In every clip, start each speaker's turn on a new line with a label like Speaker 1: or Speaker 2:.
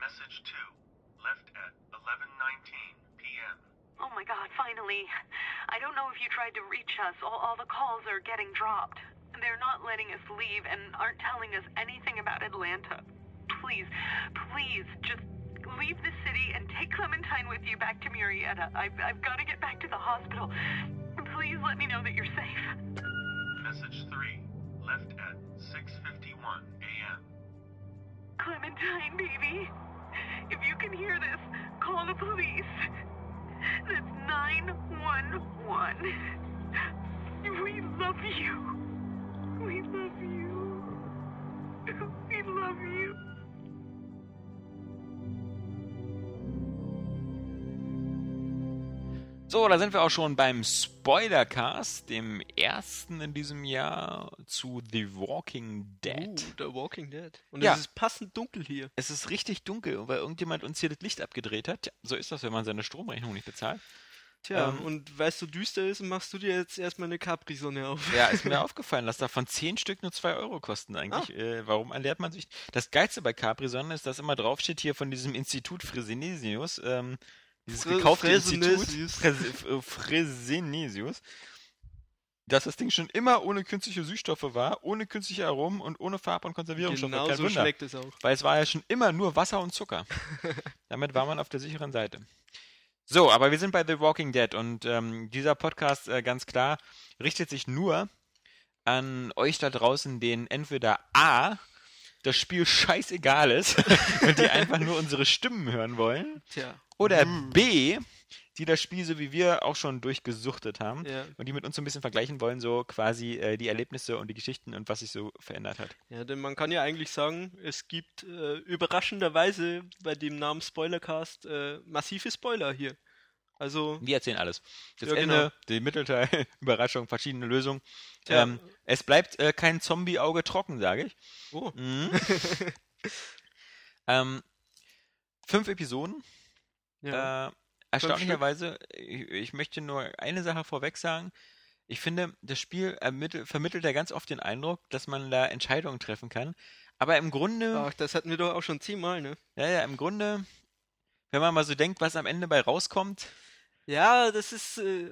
Speaker 1: Message 2. Left at 11:19 p.m.
Speaker 2: Oh my god, finally. I don't know if you tried to reach us. All, all the calls are getting dropped. They're not letting us leave and aren't telling us anything about Atlanta. Please, please, just leave the city and take Clementine with you back to Murrieta. I've, I've got to get back to the hospital. Please let me know that you're safe.
Speaker 1: Message 3. Left at 6:51 a.m.
Speaker 2: Clementine, baby. If you can hear this, call the police. That's 911. We love you. We love you. We love you.
Speaker 3: So, da sind wir auch schon beim Spoilercast, dem ersten in diesem Jahr zu The Walking Dead.
Speaker 4: Uh, The Walking Dead. Und
Speaker 3: Ja.
Speaker 4: es ist passend dunkel hier.
Speaker 3: Es ist richtig dunkel, weil irgendjemand uns hier das Licht abgedreht hat. Tja, so ist das, wenn man seine Stromrechnung nicht bezahlt.
Speaker 4: Tja,
Speaker 3: Ähm.
Speaker 4: und weil es so düster ist, machst du dir jetzt erstmal eine Capri-Sonne auf.
Speaker 3: Ja, ist mir aufgefallen, dass davon 10 Stück nur 2 Euro kosten eigentlich. Äh, warum ernährt man sich? Das Geilste bei Capri-Sonne ist, dass immer draufsteht hier von diesem Institut Fresenesius, ähm, dieses
Speaker 4: Fre-
Speaker 3: gekaufte Institut
Speaker 4: Fresenesius.
Speaker 3: Frese- äh, Fresenesius, dass das Ding schon immer ohne künstliche Süßstoffe war, ohne künstliche Aromen und ohne Farb- und Konservierungsstoffe.
Speaker 4: genau
Speaker 3: Kein
Speaker 4: so
Speaker 3: Wunder.
Speaker 4: schmeckt es auch.
Speaker 3: Weil es war ja schon immer nur Wasser und Zucker. Damit war man auf der sicheren Seite. So, aber wir sind bei The Walking Dead und ähm, dieser Podcast, äh, ganz klar, richtet sich nur an euch da draußen, denen entweder A, das Spiel scheißegal ist und die einfach nur unsere Stimmen hören wollen,
Speaker 4: Tja.
Speaker 3: oder B, die das Spiel so wie wir auch schon durchgesuchtet haben
Speaker 4: Ja.
Speaker 3: und die mit uns so ein bisschen vergleichen wollen, so quasi äh, die Erlebnisse und die Geschichten und was sich so verändert hat.
Speaker 4: Ja, denn man kann ja eigentlich sagen, es gibt äh, überraschenderweise bei dem Namen Spoilercast äh, massive Spoiler hier. Also,
Speaker 3: Wir erzählen alles. Das
Speaker 4: Ja,
Speaker 3: Ende,
Speaker 4: genau.
Speaker 3: den Mittelteil, Überraschung, verschiedene Lösungen.
Speaker 4: Ja.
Speaker 3: Ähm, es bleibt äh, kein Zombie-Auge trocken, sage ich.
Speaker 4: oh,
Speaker 3: Mhm. ähm, fünf Episoden.
Speaker 4: ja.
Speaker 3: Äh, erstaunlicherweise, ich, ich möchte nur eine Sache vorweg sagen. Ich finde, das Spiel ermittel- vermittelt ja ganz oft den Eindruck, dass man da Entscheidungen treffen kann. Aber im Grunde.
Speaker 4: Ach, das hatten wir doch auch schon zehnmal, ne?
Speaker 3: Ja, ja, im Grunde. Wenn man mal so denkt, was am Ende bei rauskommt,
Speaker 4: Ja, das ist. Äh,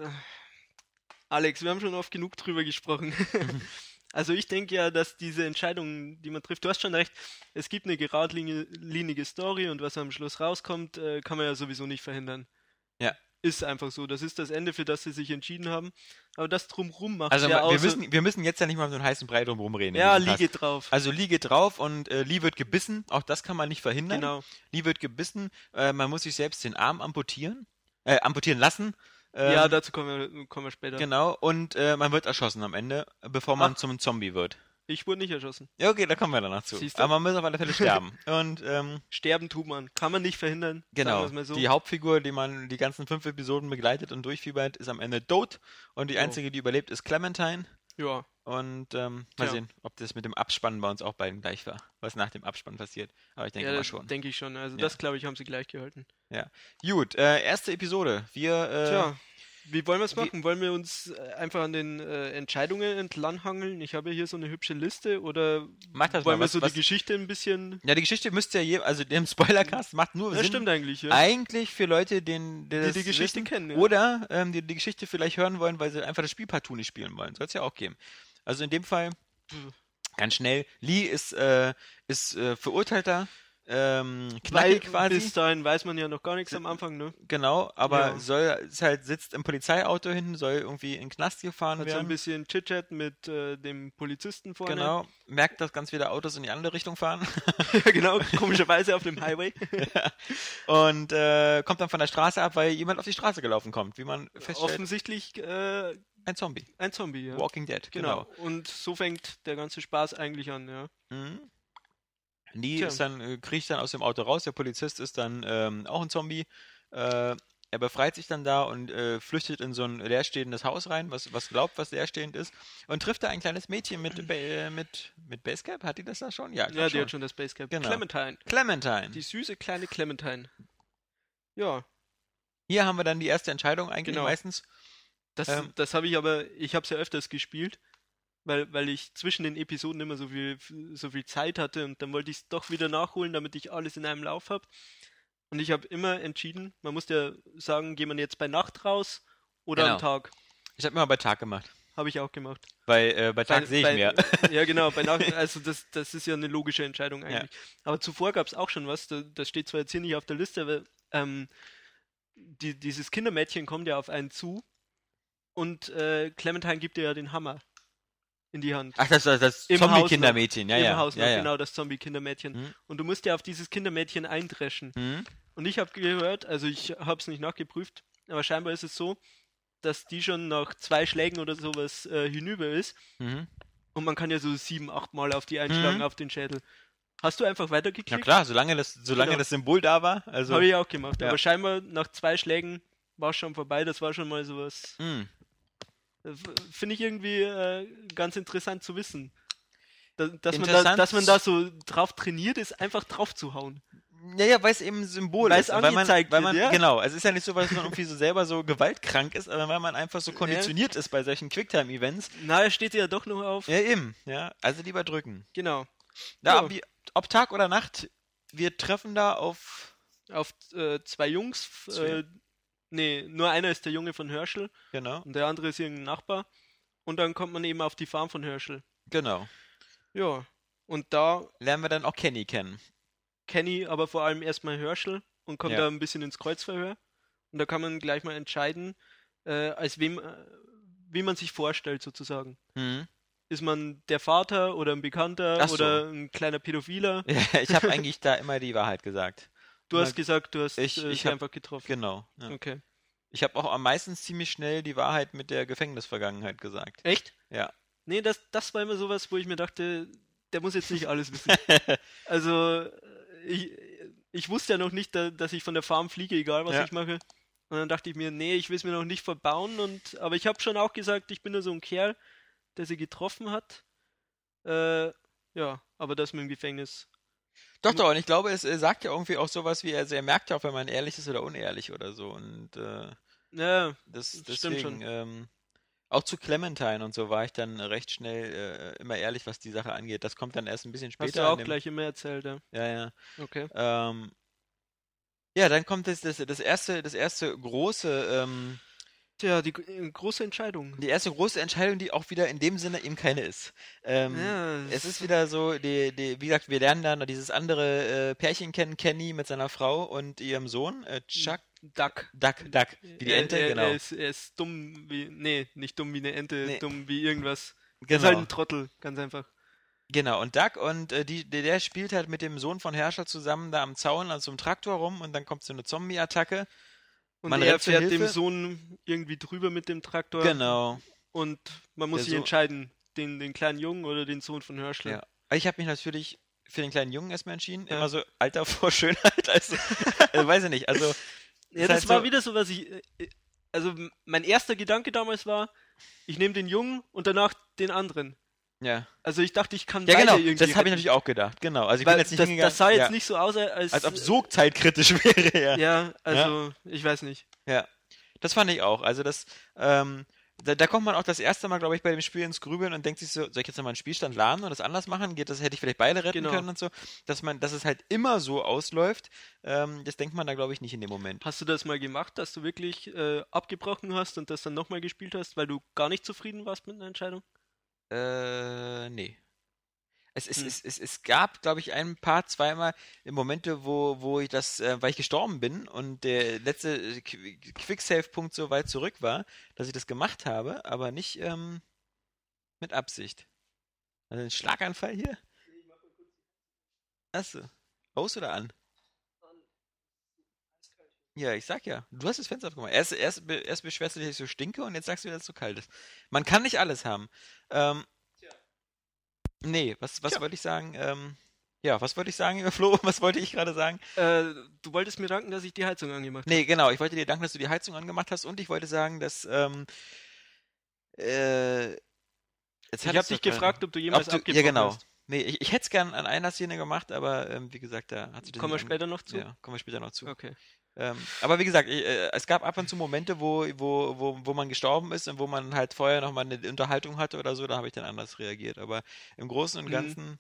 Speaker 4: Alex, wir haben schon oft genug drüber gesprochen.
Speaker 3: Mhm.
Speaker 4: also, ich denke ja, dass diese Entscheidungen, die man trifft, du hast schon recht, es gibt eine geradlinige Story und was am Schluss rauskommt, äh, kann man ja sowieso nicht verhindern.
Speaker 3: Ja.
Speaker 4: Ist einfach so. Das ist das Ende, für das sie sich entschieden haben. Aber das drumrum macht
Speaker 3: Also
Speaker 4: ja
Speaker 3: ma-
Speaker 4: aus.
Speaker 3: wir, müssen, wir müssen jetzt ja nicht mal um so einen heißen Brei drum rumreden. in
Speaker 4: Ja,
Speaker 3: diesem
Speaker 4: liege
Speaker 3: Cast.
Speaker 4: drauf.
Speaker 3: Also Lee geht drauf und äh, Lee wird gebissen. Auch das kann man nicht verhindern.
Speaker 4: Genau.
Speaker 3: Lee wird gebissen. Äh, man muss sich selbst den Arm amputieren. Äh, amputieren lassen. Ähm,
Speaker 4: ja, dazu kommen wir, kommen wir später.
Speaker 3: Genau. Und äh, man wird erschossen am Ende, bevor man
Speaker 4: Ach.
Speaker 3: zum Zombie wird.
Speaker 4: Ich wurde nicht erschossen.
Speaker 3: Ja, okay, da kommen wir danach zu.
Speaker 4: Siehst du?
Speaker 3: Aber man muss auf alle Fälle sterben. und ähm,
Speaker 4: Sterben tut man. Kann man nicht verhindern.
Speaker 3: genau.
Speaker 4: Sagen wir es mal so.
Speaker 3: Die Hauptfigur, die man die ganzen fünf Episoden begleitet und durchfiebert, ist am Ende tot. Und die
Speaker 4: Oh.
Speaker 3: einzige, die überlebt, ist Clementine.
Speaker 4: ja.
Speaker 3: Und ähm, mal
Speaker 4: Tja.
Speaker 3: sehen, ob das mit dem Abspannen bei uns auch beiden gleich war, was nach dem Abspann passiert. Aber ich denke
Speaker 4: ja,
Speaker 3: mal
Speaker 4: das
Speaker 3: schon.
Speaker 4: denke ich schon. Also
Speaker 3: Ja.
Speaker 4: das, glaube ich, haben sie gleich gehalten.
Speaker 3: ja. Gut, äh, erste Episode. Wir, äh,
Speaker 4: Tja, wie wollen wir es machen? Wollen wir uns äh, einfach an den äh, Entscheidungen entlanghangeln? Ich habe ja hier so eine hübsche Liste oder
Speaker 3: Mach das
Speaker 4: wollen
Speaker 3: mal,
Speaker 4: wir
Speaker 3: was-
Speaker 4: so
Speaker 3: was-
Speaker 4: die Geschichte ein bisschen...
Speaker 3: ja, die Geschichte müsste ja je, also dem Spoilercast macht nur
Speaker 4: Das
Speaker 3: Sinn.
Speaker 4: stimmt eigentlich, ja.
Speaker 3: Eigentlich für Leute, den,
Speaker 4: Die
Speaker 3: das
Speaker 4: die Geschichte
Speaker 3: wissen,
Speaker 4: kennen, ja.
Speaker 3: Oder ähm, die die Geschichte vielleicht hören wollen, weil sie einfach das Spiel partout nicht spielen wollen. Soll es ja auch geben. Also in dem Fall ganz schnell. Lee ist, äh, ist äh, Verurteilter. Ähm,
Speaker 4: Weil
Speaker 3: Knacki quasi.
Speaker 4: bis dahin weiß man ja noch gar nichts am Anfang, ne?
Speaker 3: Genau, aber
Speaker 4: Ja.
Speaker 3: soll ist halt sitzt im Polizeiauto hinten, soll irgendwie in den Knast gefahren
Speaker 4: Hat so ein
Speaker 3: werden.
Speaker 4: bisschen Chit-Chat mit äh, dem Polizisten vorne.
Speaker 3: Genau, merkt, dass ganz viele Autos in die andere Richtung fahren
Speaker 4: Ja, genau, komischerweise auf dem Highway.
Speaker 3: und äh, kommt dann von der Straße ab, weil jemand auf die Straße gelaufen kommt, wie man feststellt,
Speaker 4: Offensichtlich äh,
Speaker 3: ein Zombie.
Speaker 4: ein Zombie, ja.
Speaker 3: Walking Dead,
Speaker 4: Genau.
Speaker 3: genau.
Speaker 4: Und so fängt der ganze Spaß eigentlich an, ja.
Speaker 3: Mhm. Die
Speaker 4: Tja.
Speaker 3: ist dann, äh, kriecht dann aus dem Auto raus, der Polizist ist dann ähm, auch ein Zombie. Äh, er befreit sich dann da und äh, flüchtet in so ein leerstehendes Haus rein, was, was glaubt, was leerstehend ist, und trifft da ein kleines Mädchen mit, Ba- äh, mit, mit Basecap. Hat die das da schon? Ja, ich
Speaker 4: Ja,
Speaker 3: glaub
Speaker 4: die hat schon das Basecap.
Speaker 3: Genau. Mhm.
Speaker 4: Clementine.
Speaker 3: Clementine.
Speaker 4: Die süße kleine Clementine. Ja,
Speaker 3: Hier haben wir dann die erste Entscheidung eigentlich
Speaker 4: Genau.
Speaker 3: meistens.
Speaker 4: das,
Speaker 3: Ähm.
Speaker 4: das habe ich aber, ich habe es ja öfters gespielt. weil, weil ich zwischen den Episoden immer so viel, so viel Zeit hatte und dann wollte ich es doch wieder nachholen, damit ich alles in einem Lauf habe. Und ich habe immer entschieden, man muss ja sagen, geht man jetzt bei Nacht raus oder
Speaker 3: Genau.
Speaker 4: am Tag.
Speaker 3: Ich habe immer bei Tag gemacht.
Speaker 4: Habe ich auch gemacht.
Speaker 3: Bei, äh, bei Tag
Speaker 4: Bei-
Speaker 3: sehe ich
Speaker 4: bei-
Speaker 3: mehr.
Speaker 4: Ja, genau, bei Nacht, also das, das ist ja eine logische Entscheidung eigentlich. Aber zuvor gab es auch schon was, da- das steht zwar jetzt hier nicht auf der Liste, aber ähm, die, dieses Kindermädchen kommt ja auf einen zu und äh, Clementine gibt ihr ja den Hammer in die Hand.
Speaker 3: Ach, das das, das
Speaker 4: Im Haus noch.
Speaker 3: Zombie-Kindermädchen. Ja,
Speaker 4: Im
Speaker 3: ja.
Speaker 4: Haus noch,
Speaker 3: ja, ja.
Speaker 4: genau, das Zombie-Kindermädchen.
Speaker 3: Mhm.
Speaker 4: Und du musst ja auf dieses Kindermädchen eindreschen.
Speaker 3: Hm?
Speaker 4: Und ich habe gehört, also ich habe es nicht nachgeprüft, aber scheinbar ist es so, dass die schon nach zwei Schlägen oder sowas äh, hinüber ist.
Speaker 3: Mhm.
Speaker 4: Und man kann ja so sieben, acht Mal auf die einschlagen,
Speaker 3: Mhm.
Speaker 4: auf den Schädel. Hast du einfach weitergeklickt?
Speaker 3: Na klar, solange das, solange
Speaker 4: Hm? Genau.
Speaker 3: das Symbol da war. Also,
Speaker 4: Habe ich auch gemacht.
Speaker 3: Ja.
Speaker 4: Aber scheinbar nach zwei Schlägen war schon vorbei. Das war schon mal sowas.
Speaker 3: Hm.
Speaker 4: Äh, f- Finde ich irgendwie äh, ganz interessant zu wissen. Da, dass, man da,
Speaker 3: Interessant.
Speaker 4: dass man da so drauf trainiert ist, einfach drauf zu hauen.
Speaker 3: Ja, ja, weil es eben ein Symbol
Speaker 4: Weil
Speaker 3: ist.
Speaker 4: es
Speaker 3: und Weil man,
Speaker 4: angezeigt
Speaker 3: weil man,
Speaker 4: wird, ja.
Speaker 3: Genau, es ist ja nicht so, dass man irgendwie so selber so gewaltkrank ist, aber weil man einfach so konditioniert ist bei solchen Quicktime-Events.
Speaker 4: Na, er steht ja doch noch auf.
Speaker 3: Ja, eben. Ja, also lieber drücken.
Speaker 4: Genau.
Speaker 3: Ja,
Speaker 4: Ja.
Speaker 3: Ob, die, ob Tag oder Nacht, wir treffen da auf.
Speaker 4: Auf äh, zwei Jungs. f-
Speaker 3: Zwei.
Speaker 4: Äh, nee, nur einer ist der Junge von Herschel
Speaker 3: Genau.
Speaker 4: und der andere ist irgendein Nachbar. Und dann kommt man eben auf die Farm von Herschel.
Speaker 3: Genau.
Speaker 4: Ja. Und da
Speaker 3: Lernen wir dann auch Kenny kennen.
Speaker 4: Kenny aber vor allem erstmal Herschel und kommt
Speaker 3: Ja.
Speaker 4: da ein bisschen ins Kreuzverhör. Und da kann man gleich mal entscheiden, äh, als wem, äh, wie man sich vorstellt sozusagen.
Speaker 3: Hm.
Speaker 4: Ist man der Vater oder ein Bekannter
Speaker 3: Ach so.
Speaker 4: oder ein kleiner Pädophiler?
Speaker 3: Ja, ich habe eigentlich da immer die Wahrheit gesagt.
Speaker 4: Du
Speaker 3: Na,
Speaker 4: hast gesagt, du hast
Speaker 3: ich-
Speaker 4: äh,
Speaker 3: ich
Speaker 4: sie
Speaker 3: hab-
Speaker 4: einfach getroffen.
Speaker 3: Genau. Ja.
Speaker 4: Okay.
Speaker 3: Ich habe auch am meisten ziemlich schnell die Wahrheit mit der Gefängnisvergangenheit gesagt.
Speaker 4: Echt?
Speaker 3: Ja.
Speaker 4: Nee, das, das war immer sowas, wo ich mir dachte, der muss jetzt nicht alles wissen. also, äh, ich, ich wusste ja noch nicht, da, dass ich von der Farm fliege, egal was
Speaker 3: Ja.
Speaker 4: ich mache. Und dann dachte ich mir, nee, ich will es mir noch nicht verbauen. Und, aber ich habe schon auch gesagt, ich bin nur so ein Kerl, der sie getroffen hat. Äh, ja, aber das mit dem Gefängnis.
Speaker 3: Doch, doch, und ich glaube, es äh, sagt ja irgendwie auch sowas wie, also er merkt ja auch, wenn man ehrlich ist oder unehrlich oder so. Und äh,
Speaker 4: Ja,
Speaker 3: das
Speaker 4: Das
Speaker 3: deswegen,
Speaker 4: stimmt schon.
Speaker 3: Ähm, auch zu Clementine und so war ich dann recht schnell äh, immer ehrlich, was die Sache angeht. Das kommt dann erst ein bisschen
Speaker 4: hast
Speaker 3: später.
Speaker 4: du
Speaker 3: in
Speaker 4: auch
Speaker 3: dem-
Speaker 4: gleich immer erzählt, ja.
Speaker 3: Ja, ja.
Speaker 4: Okay.
Speaker 3: Ähm, ja, dann kommt das, das, das erste, das erste große, ähm,
Speaker 4: Tja, die äh, große Entscheidung.
Speaker 3: die erste große Entscheidung, die auch wieder in dem Sinne eben keine ist. Ähm,
Speaker 4: Ja,
Speaker 3: Es ist wieder so, die, die, wie gesagt, wir lernen dann dieses andere äh, Pärchen kennen, Kenny mit seiner Frau und ihrem Sohn, äh, Chuck,
Speaker 4: Duck.
Speaker 3: Duck, Duck, wie die
Speaker 4: Er-
Speaker 3: Ente,
Speaker 4: Äh, er,
Speaker 3: genau.
Speaker 4: Er ist, er ist dumm wie. Nee, nicht dumm wie eine Ente,
Speaker 3: Nee.
Speaker 4: dumm wie irgendwas. Er ist halt
Speaker 3: genau.
Speaker 4: ein Trottel, ganz einfach.
Speaker 3: genau, und Duck und äh, die, der, der spielt halt mit dem Sohn von Herrscher zusammen da am Zaun, also im Traktor rum und dann kommt so eine Zombie-Attacke.
Speaker 4: Und
Speaker 3: Man
Speaker 4: er
Speaker 3: rennt zur
Speaker 4: fährt dem
Speaker 3: Hilfe.
Speaker 4: Sohn irgendwie drüber mit dem Traktor.
Speaker 3: Genau.
Speaker 4: Und man muss
Speaker 3: Der
Speaker 4: sich
Speaker 3: Sohn-
Speaker 4: entscheiden, den, den kleinen Jungen oder den Sohn von Hörschler.
Speaker 3: Ja. Ich habe mich natürlich für den kleinen Jungen erstmal entschieden.
Speaker 4: Ja.
Speaker 3: Immer so Alter vor Schönheit. Also, äh, weiß ich nicht. Also,
Speaker 4: Ja,
Speaker 3: Ist
Speaker 4: das
Speaker 3: halt
Speaker 4: war
Speaker 3: so-
Speaker 4: wieder so, was ich. äh, Also m- mein erster Gedanke damals war, ich nehme den Jungen und danach den anderen.
Speaker 3: ja.
Speaker 4: Also ich dachte, ich kann
Speaker 3: Ja,
Speaker 4: beide
Speaker 3: genau.
Speaker 4: irgendwie.
Speaker 3: Das habe ich
Speaker 4: retten.
Speaker 3: natürlich auch gedacht. Genau. Also, ich
Speaker 4: Weil
Speaker 3: bin jetzt nicht
Speaker 4: das,
Speaker 3: hingegangen.
Speaker 4: das sah jetzt
Speaker 3: ja.
Speaker 4: nicht so aus, äh, als,
Speaker 3: Als ob so zeitkritisch wäre, ja.
Speaker 4: Ja, also ich weiß nicht.
Speaker 3: Ja, das fand ich auch. Also das, ähm, da, da kommt man auch das erste Mal, glaube ich, bei dem Spiel ins Grübeln und denkt sich so, soll ich jetzt nochmal einen Spielstand laden und das anders machen? Geht das, hätte ich vielleicht beide retten
Speaker 4: Genau.
Speaker 3: können und so. Dass man, dass es halt immer so ausläuft, ähm, das denkt man da, glaube ich, nicht in dem Moment.
Speaker 4: Hast du das mal gemacht, dass du wirklich äh, abgebrochen hast und das dann nochmal gespielt hast, weil du gar nicht zufrieden warst mit einer Entscheidung?
Speaker 3: Äh, nee. Es, es,
Speaker 4: Hm.
Speaker 3: es, es, es gab, glaube ich, ein paar, zweimal Momente, wo, wo ich das, äh, weil ich gestorben bin und der letzte äh, Qu- Quicksave-Punkt so weit zurück war, dass ich das gemacht habe, aber nicht ähm, mit Absicht. Also ein Schlaganfall hier? Achso. Aus oder an? Ja, ich sag ja. Du hast das Fenster aufgemacht. Erst, erst, be- erst beschwerst du dich, dass ich so stinke und jetzt sagst du, dass es so kalt ist. Man kann nicht alles haben. Ähm, nee, was, was
Speaker 4: Tja.
Speaker 3: wollte ich sagen? Ähm, ja, was wollte ich sagen, lieber Flo? Was wollte ich gerade sagen?
Speaker 4: Äh, du wolltest mir danken, dass ich die Heizung angemacht
Speaker 3: Nee, genau. Ich wollte dir danken, dass du die Heizung angemacht hast und ich wollte sagen, dass. Ähm, äh, jetzt
Speaker 4: habe. Ich
Speaker 3: hattest
Speaker 4: habe
Speaker 3: du
Speaker 4: dich
Speaker 3: gerade-
Speaker 4: gefragt, ob du jemals
Speaker 3: ob du,
Speaker 4: abgebrochen
Speaker 3: ja, genau.
Speaker 4: hast.
Speaker 3: Nee, ich, ich hätte es gern an einer Szene gemacht, aber ähm, wie gesagt, da hat sich das
Speaker 4: Kommen wir
Speaker 3: nicht ange-
Speaker 4: später noch zu?
Speaker 3: Ja, kommen wir später noch zu.
Speaker 4: Okay.
Speaker 3: Ähm, aber wie gesagt, ich, äh, es gab ab und zu Momente, wo, wo, wo, wo man gestorben ist und wo man halt vorher nochmal eine Unterhaltung hatte oder so, da habe ich dann anders reagiert. Aber im Großen und
Speaker 4: Mhm.
Speaker 3: Ganzen,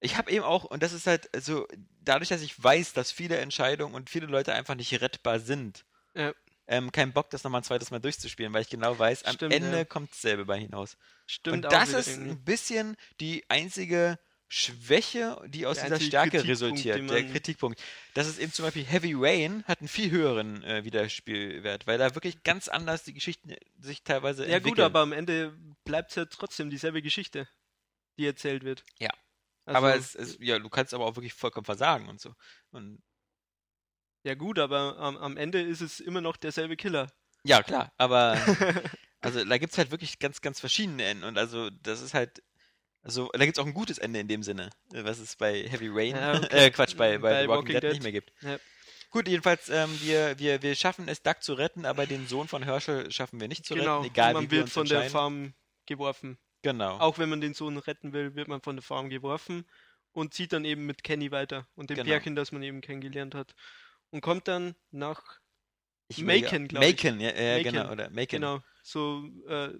Speaker 3: ich habe eben auch, und das ist halt so, dadurch, dass ich weiß, dass viele Entscheidungen und viele Leute einfach nicht rettbar sind,
Speaker 4: Ja.
Speaker 3: ähm, keinen Bock, das nochmal ein zweites Mal durchzuspielen, weil ich genau weiß, am
Speaker 4: Stimmt,
Speaker 3: Ende
Speaker 4: ja.
Speaker 3: kommt dasselbe bei hinaus.
Speaker 4: Stimmt
Speaker 3: und das
Speaker 4: wieder
Speaker 3: ist
Speaker 4: irgendwie.
Speaker 3: ein bisschen die einzige Schwäche, die aus
Speaker 4: Der
Speaker 3: dieser
Speaker 4: einzige
Speaker 3: Stärke
Speaker 4: Kritikpunkt, den
Speaker 3: resultiert, der
Speaker 4: man-
Speaker 3: Kritikpunkt. Das ist eben zum Beispiel Heavy Rain hat einen viel höheren äh, Wiederspielwert, weil da wirklich ganz anders die Geschichten sich teilweise
Speaker 4: Ja
Speaker 3: entwickeln.
Speaker 4: gut, aber am Ende bleibt es ja trotzdem dieselbe Geschichte, die erzählt wird.
Speaker 3: Ja.
Speaker 4: Also,
Speaker 3: aber es, es, ja, du kannst aber auch wirklich vollkommen versagen und so. Und
Speaker 4: ja gut, aber am, am Ende ist es immer noch derselbe Killer.
Speaker 3: ja, klar, aber also da gibt es halt wirklich ganz, ganz verschiedene Enden und also das ist halt also da gibt es auch ein gutes Ende in dem Sinne, äh, was es bei Heavy Rain,
Speaker 4: Ja, okay.
Speaker 3: äh, Quatsch, bei, bei, The Walking, Dead, nicht mehr gibt.
Speaker 4: Ja.
Speaker 3: Gut, jedenfalls, ähm, wir, wir, wir schaffen es, Duck zu retten, aber den Sohn von Herschel schaffen wir nicht zu
Speaker 4: genau,
Speaker 3: retten, egal
Speaker 4: man
Speaker 3: wie wir
Speaker 4: wird
Speaker 3: uns
Speaker 4: von der
Speaker 3: entscheiden.
Speaker 4: Farm geworfen.
Speaker 3: genau.
Speaker 4: Auch wenn man den Sohn retten will, wird man von der Farm geworfen und zieht dann eben mit Kenny weiter und dem
Speaker 3: Genau.
Speaker 4: Pärchen, das man eben kennengelernt hat. Und kommt dann nach,
Speaker 3: Ich
Speaker 4: Macon,
Speaker 3: überlege-
Speaker 4: glaub ich.
Speaker 3: Macon, ja, ja
Speaker 4: Macon.
Speaker 3: genau, oder Macon.
Speaker 4: genau, so, äh,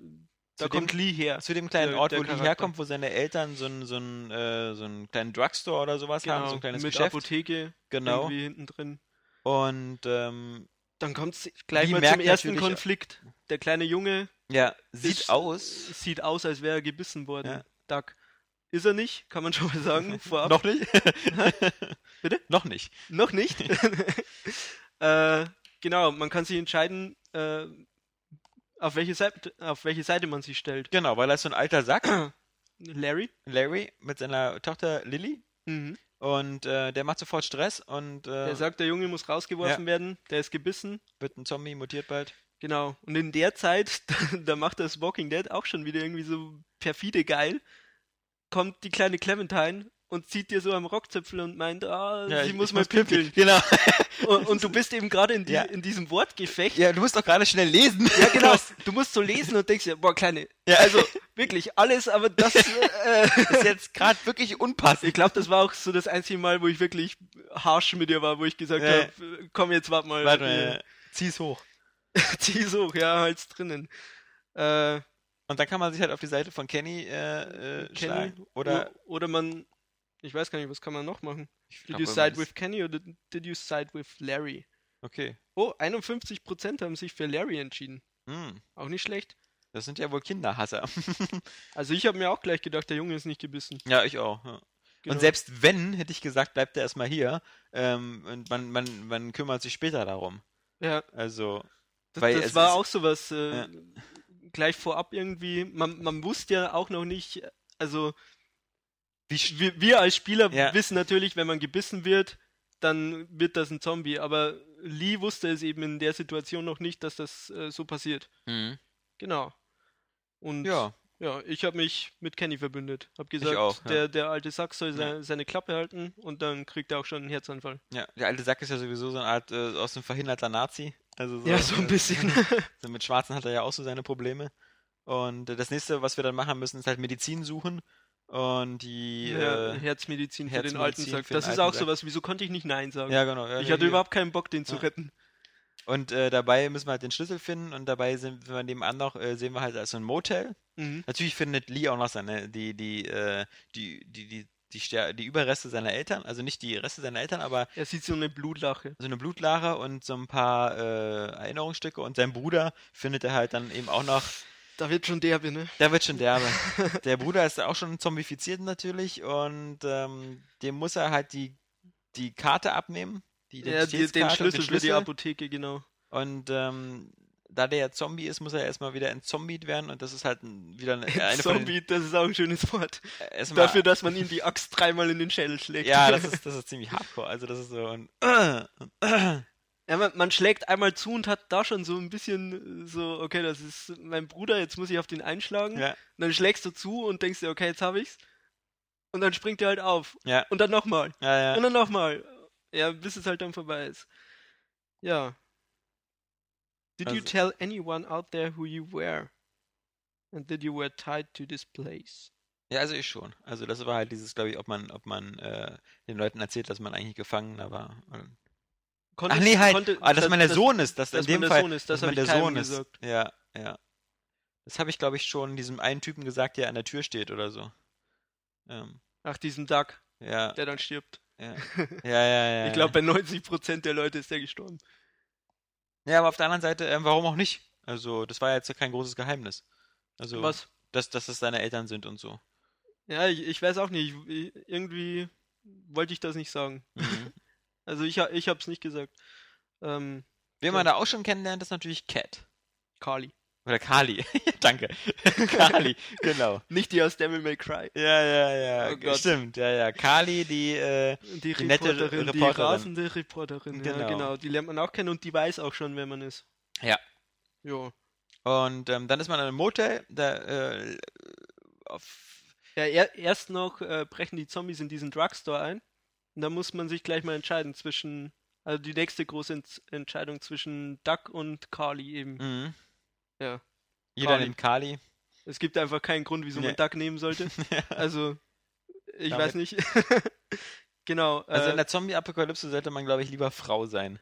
Speaker 4: da
Speaker 3: Zu
Speaker 4: kommt
Speaker 3: dem-
Speaker 4: Lee her.
Speaker 3: Zu dem kleinen
Speaker 4: Der-
Speaker 3: Ort,
Speaker 4: der
Speaker 3: wo die
Speaker 4: Charakter.
Speaker 3: herkommt, wo seine Eltern so einen so einen, äh, so einen kleinen Drugstore oder sowas haben, so ein kleines
Speaker 4: Genau, mit
Speaker 3: Geschäft.
Speaker 4: Apotheke
Speaker 3: Genau.
Speaker 4: irgendwie hinten drin.
Speaker 3: Und ähm,
Speaker 4: Dann kommt es gleich
Speaker 3: Die
Speaker 4: mal
Speaker 3: merkt
Speaker 4: zum ersten
Speaker 3: natürlich-
Speaker 4: Konflikt. Der kleine Junge
Speaker 3: ja, sieht
Speaker 4: Ist-
Speaker 3: aus.
Speaker 4: sieht aus, als wäre er gebissen worden.
Speaker 3: Ja.
Speaker 4: Duck. Ist er nicht, kann man schon mal sagen, vorab.
Speaker 3: Noch nicht?
Speaker 4: Bitte?
Speaker 3: Noch nicht.
Speaker 4: Noch nicht. äh, genau, man kann sich entscheiden, äh, auf, welche Seite, auf welche Seite man sich stellt.
Speaker 3: Genau, weil er ist so ein alter Sack,
Speaker 4: Larry?
Speaker 3: Larry, mit seiner Tochter Lily.
Speaker 4: Mhm.
Speaker 3: Und äh, der macht sofort Stress und äh,
Speaker 4: Der sagt, der Junge muss rausgeworfen werden, der ist gebissen.
Speaker 3: wird ein Zombie, mutiert bald.
Speaker 4: Genau. Und in der Zeit, da, da macht das Walking Dead auch schon wieder irgendwie so perfide geil. Kommt die kleine Clementine und zieht dir so am Rockzipfel und meint, ah,
Speaker 3: Also
Speaker 4: sie muss mal
Speaker 3: pimpeln.
Speaker 4: pimpeln.
Speaker 3: Genau.
Speaker 4: Und, und du bist eben gerade in, die,
Speaker 3: Ja.
Speaker 4: in diesem Wortgefecht.
Speaker 3: Ja, du musst doch gerade schnell lesen.
Speaker 4: Ja, genau. Du musst so lesen und denkst dir, boah, Kleine,
Speaker 3: Ja.
Speaker 4: also wirklich alles, aber das, äh,
Speaker 3: Das ist jetzt gerade wirklich
Speaker 4: ich
Speaker 3: unpassend.
Speaker 4: glaube, das war auch so das einzige Mal, wo ich wirklich harsch mit dir war, wo ich gesagt
Speaker 3: Ja.
Speaker 4: habe, komm, jetzt warte mal.
Speaker 3: Warte mal, zieh's hoch.
Speaker 4: äh, Zieh's hoch, ja, halt's drinnen. Äh,
Speaker 3: Und dann kann man sich halt auf die Seite von Kenny, äh, äh,
Speaker 4: Kenny
Speaker 3: schlagen. Oder
Speaker 4: o- oder man, ich weiß gar nicht, was kann man noch machen?
Speaker 3: ich
Speaker 4: Did
Speaker 3: glaub,
Speaker 4: you
Speaker 3: man
Speaker 4: side
Speaker 3: ist-
Speaker 4: with Kenny oder did, did you side with Larry?
Speaker 3: Okay.
Speaker 4: Oh, 51% haben sich für Larry entschieden.
Speaker 3: Hm.
Speaker 4: Auch nicht schlecht.
Speaker 3: Das sind ja wohl Kinderhasser.
Speaker 4: Also ich habe mir auch gleich gedacht, der Junge ist nicht gebissen.
Speaker 3: ja, ich auch. Ja.
Speaker 4: Genau.
Speaker 3: Und selbst wenn, hätte ich gesagt, bleibt er erstmal hier. Ähm, und man, man, man kümmert sich später darum.
Speaker 4: Ja,
Speaker 3: Also,
Speaker 4: das,
Speaker 3: Weil
Speaker 4: das
Speaker 3: es
Speaker 4: war
Speaker 3: ist-
Speaker 4: auch sowas äh,
Speaker 3: Ja.
Speaker 4: gleich vorab irgendwie. Man, man wusste ja auch noch nicht, also wir, wir als Spieler
Speaker 3: Ja.
Speaker 4: wissen natürlich, wenn man gebissen wird, dann wird das ein Zombie. Aber Lee wusste es eben in der Situation noch nicht, dass das äh, so passiert.
Speaker 3: Mhm.
Speaker 4: Genau. Und
Speaker 3: ja.
Speaker 4: ja, ich habe mich mit Kenny verbündet. Hab
Speaker 3: Ich
Speaker 4: gesagt,
Speaker 3: auch, ja.
Speaker 4: der, der alte Sack soll se
Speaker 3: Ja.
Speaker 4: seine Klappe halten und dann kriegt er auch schon einen Herzanfall.
Speaker 3: ja. Der alte Sack ist ja sowieso so eine Art äh, aus dem verhinderter Nazi. Also so,
Speaker 4: Ja, so ein
Speaker 3: äh,
Speaker 4: bisschen.
Speaker 3: So mit Schwarzen hat er ja auch so seine Probleme. Und äh, das nächste, was wir dann machen müssen, ist halt Medizin suchen. Und die.
Speaker 4: Ja,
Speaker 3: äh,
Speaker 4: Herzmedizin für den
Speaker 3: Herzmedizin
Speaker 4: alten Sack.
Speaker 3: für den
Speaker 4: Das ist
Speaker 3: alten
Speaker 4: auch
Speaker 3: Sack.
Speaker 4: sowas, wieso konnte ich nicht Nein sagen?
Speaker 3: ja genau. Ja,
Speaker 4: ich
Speaker 3: ja,
Speaker 4: hatte
Speaker 3: ja.
Speaker 4: überhaupt keinen Bock, den zu
Speaker 3: Ja.
Speaker 4: retten.
Speaker 3: Und äh, dabei müssen wir halt den Schlüssel finden und dabei sind wir nebenan noch, äh, sehen wir halt also ein Motel.
Speaker 4: Mhm.
Speaker 3: Natürlich findet Lee auch noch seine, die, die, äh, die, die, die, die, Ster die Überreste seiner Eltern, also nicht die Reste seiner Eltern, aber
Speaker 4: Er sieht so eine Blutlache.
Speaker 3: so eine Blutlache und so ein paar äh, Erinnerungsstücke und sein Bruder findet er halt dann eben auch noch.
Speaker 4: Da wird schon derbe, ne?
Speaker 3: Da wird schon derbe. Der Bruder ist auch schon zombifiziert natürlich und ähm, dem muss er halt die, die Karte abnehmen. Die
Speaker 4: Ja, die, den
Speaker 3: Identitätskarte und
Speaker 4: Schlüssel für die Apotheke, genau.
Speaker 3: Und ähm, da der ja Zombie ist, muss er erstmal wieder entzombit werden und das ist halt ein- wieder eine, eine von den,
Speaker 4: Zombie, das ist auch ein schönes Wort.
Speaker 3: äh, erstmal,
Speaker 4: Dafür, dass man ihm die Axt dreimal in den Schädel schlägt.
Speaker 3: Ja, das ist, das ist ziemlich hardcore. Also das ist so ein
Speaker 4: Ja, man, man schlägt einmal zu und hat da schon so ein bisschen äh, so, okay, das ist mein Bruder, jetzt muss ich auf den einschlagen.
Speaker 3: ja,
Speaker 4: Und dann schlägst du zu und denkst dir, okay, jetzt hab ich's. Und dann springt er halt auf.
Speaker 3: Ja.
Speaker 4: Und dann nochmal.
Speaker 3: ja,
Speaker 4: Und
Speaker 3: ja.
Speaker 4: dann nochmal. Ja, bis es halt dann vorbei ist. Ja. Did you
Speaker 3: Also-
Speaker 4: tell anyone out there who you were? And did you were tied to this place?
Speaker 3: Ja, also ich schon. Also das war halt dieses, glaube ich, ob man, ob man äh, den Leuten erzählt, dass man eigentlich Gefangener war. Und- Ach nee, halt, ah, dass man der Sohn ist, dass,
Speaker 4: dass
Speaker 3: in dem
Speaker 4: man der
Speaker 3: Fall,
Speaker 4: Sohn ist, das
Speaker 3: dass
Speaker 4: hab
Speaker 3: man
Speaker 4: ich
Speaker 3: der
Speaker 4: keinem
Speaker 3: Sohn ist.
Speaker 4: gesagt.
Speaker 3: Ja, ja. Das habe ich, glaube ich, schon diesem einen Typen gesagt, der an der Tür steht oder so. Ähm,
Speaker 4: Nach diesem Duck,
Speaker 3: ja,
Speaker 4: der dann stirbt.
Speaker 3: ja, ja, ja, ja.
Speaker 4: Ich glaube, bei 90% der Leute ist der gestorben.
Speaker 3: Ja, aber auf der anderen Seite, ähm, warum auch nicht? Also, das war jetzt kein großes Geheimnis. Also,
Speaker 4: Was?
Speaker 3: Dass, dass das deine Eltern sind und so.
Speaker 4: Ja, ich, ich weiß auch nicht. Ich, irgendwie wollte ich das nicht sagen.
Speaker 3: Mhm.
Speaker 4: Also ich, ha- ich hab's nicht gesagt. Ähm,
Speaker 3: Wen man da auch schon kennenlernt, ist natürlich Cat.
Speaker 4: Carly.
Speaker 3: Oder Kali. Danke. Kali, genau.
Speaker 4: Nicht die aus Devil May Cry.
Speaker 3: Ja, ja, ja.
Speaker 4: Oh Gott.
Speaker 3: Stimmt, ja, ja. Kali, die, äh,
Speaker 4: Die,
Speaker 3: Die nette
Speaker 4: Reporterin, die
Speaker 3: Reporterin.
Speaker 4: rasende Reporterin. Ja,
Speaker 3: Genau.
Speaker 4: genau. Die lernt man auch kennen und die weiß auch schon, wer man ist.
Speaker 3: ja.
Speaker 4: Jo.
Speaker 3: Und ähm, dann ist man in einem Motel, da, äh, auf,
Speaker 4: Ja, er, erst noch äh, brechen die Zombies in diesen Drugstore ein. Und da muss man sich gleich mal entscheiden zwischen, also die nächste große Ent Entscheidung zwischen Duck und Carly eben.
Speaker 3: mhm.
Speaker 4: Ja.
Speaker 3: Jeder
Speaker 4: Kali.
Speaker 3: nimmt Kali.
Speaker 4: Es gibt einfach keinen Grund, wieso
Speaker 3: Nee.
Speaker 4: man Duck nehmen sollte. Also, ich
Speaker 3: Damit-
Speaker 4: weiß nicht. genau.
Speaker 3: Also in
Speaker 4: äh,
Speaker 3: der Zombie-Apokalypse sollte man, glaube ich, lieber Frau sein.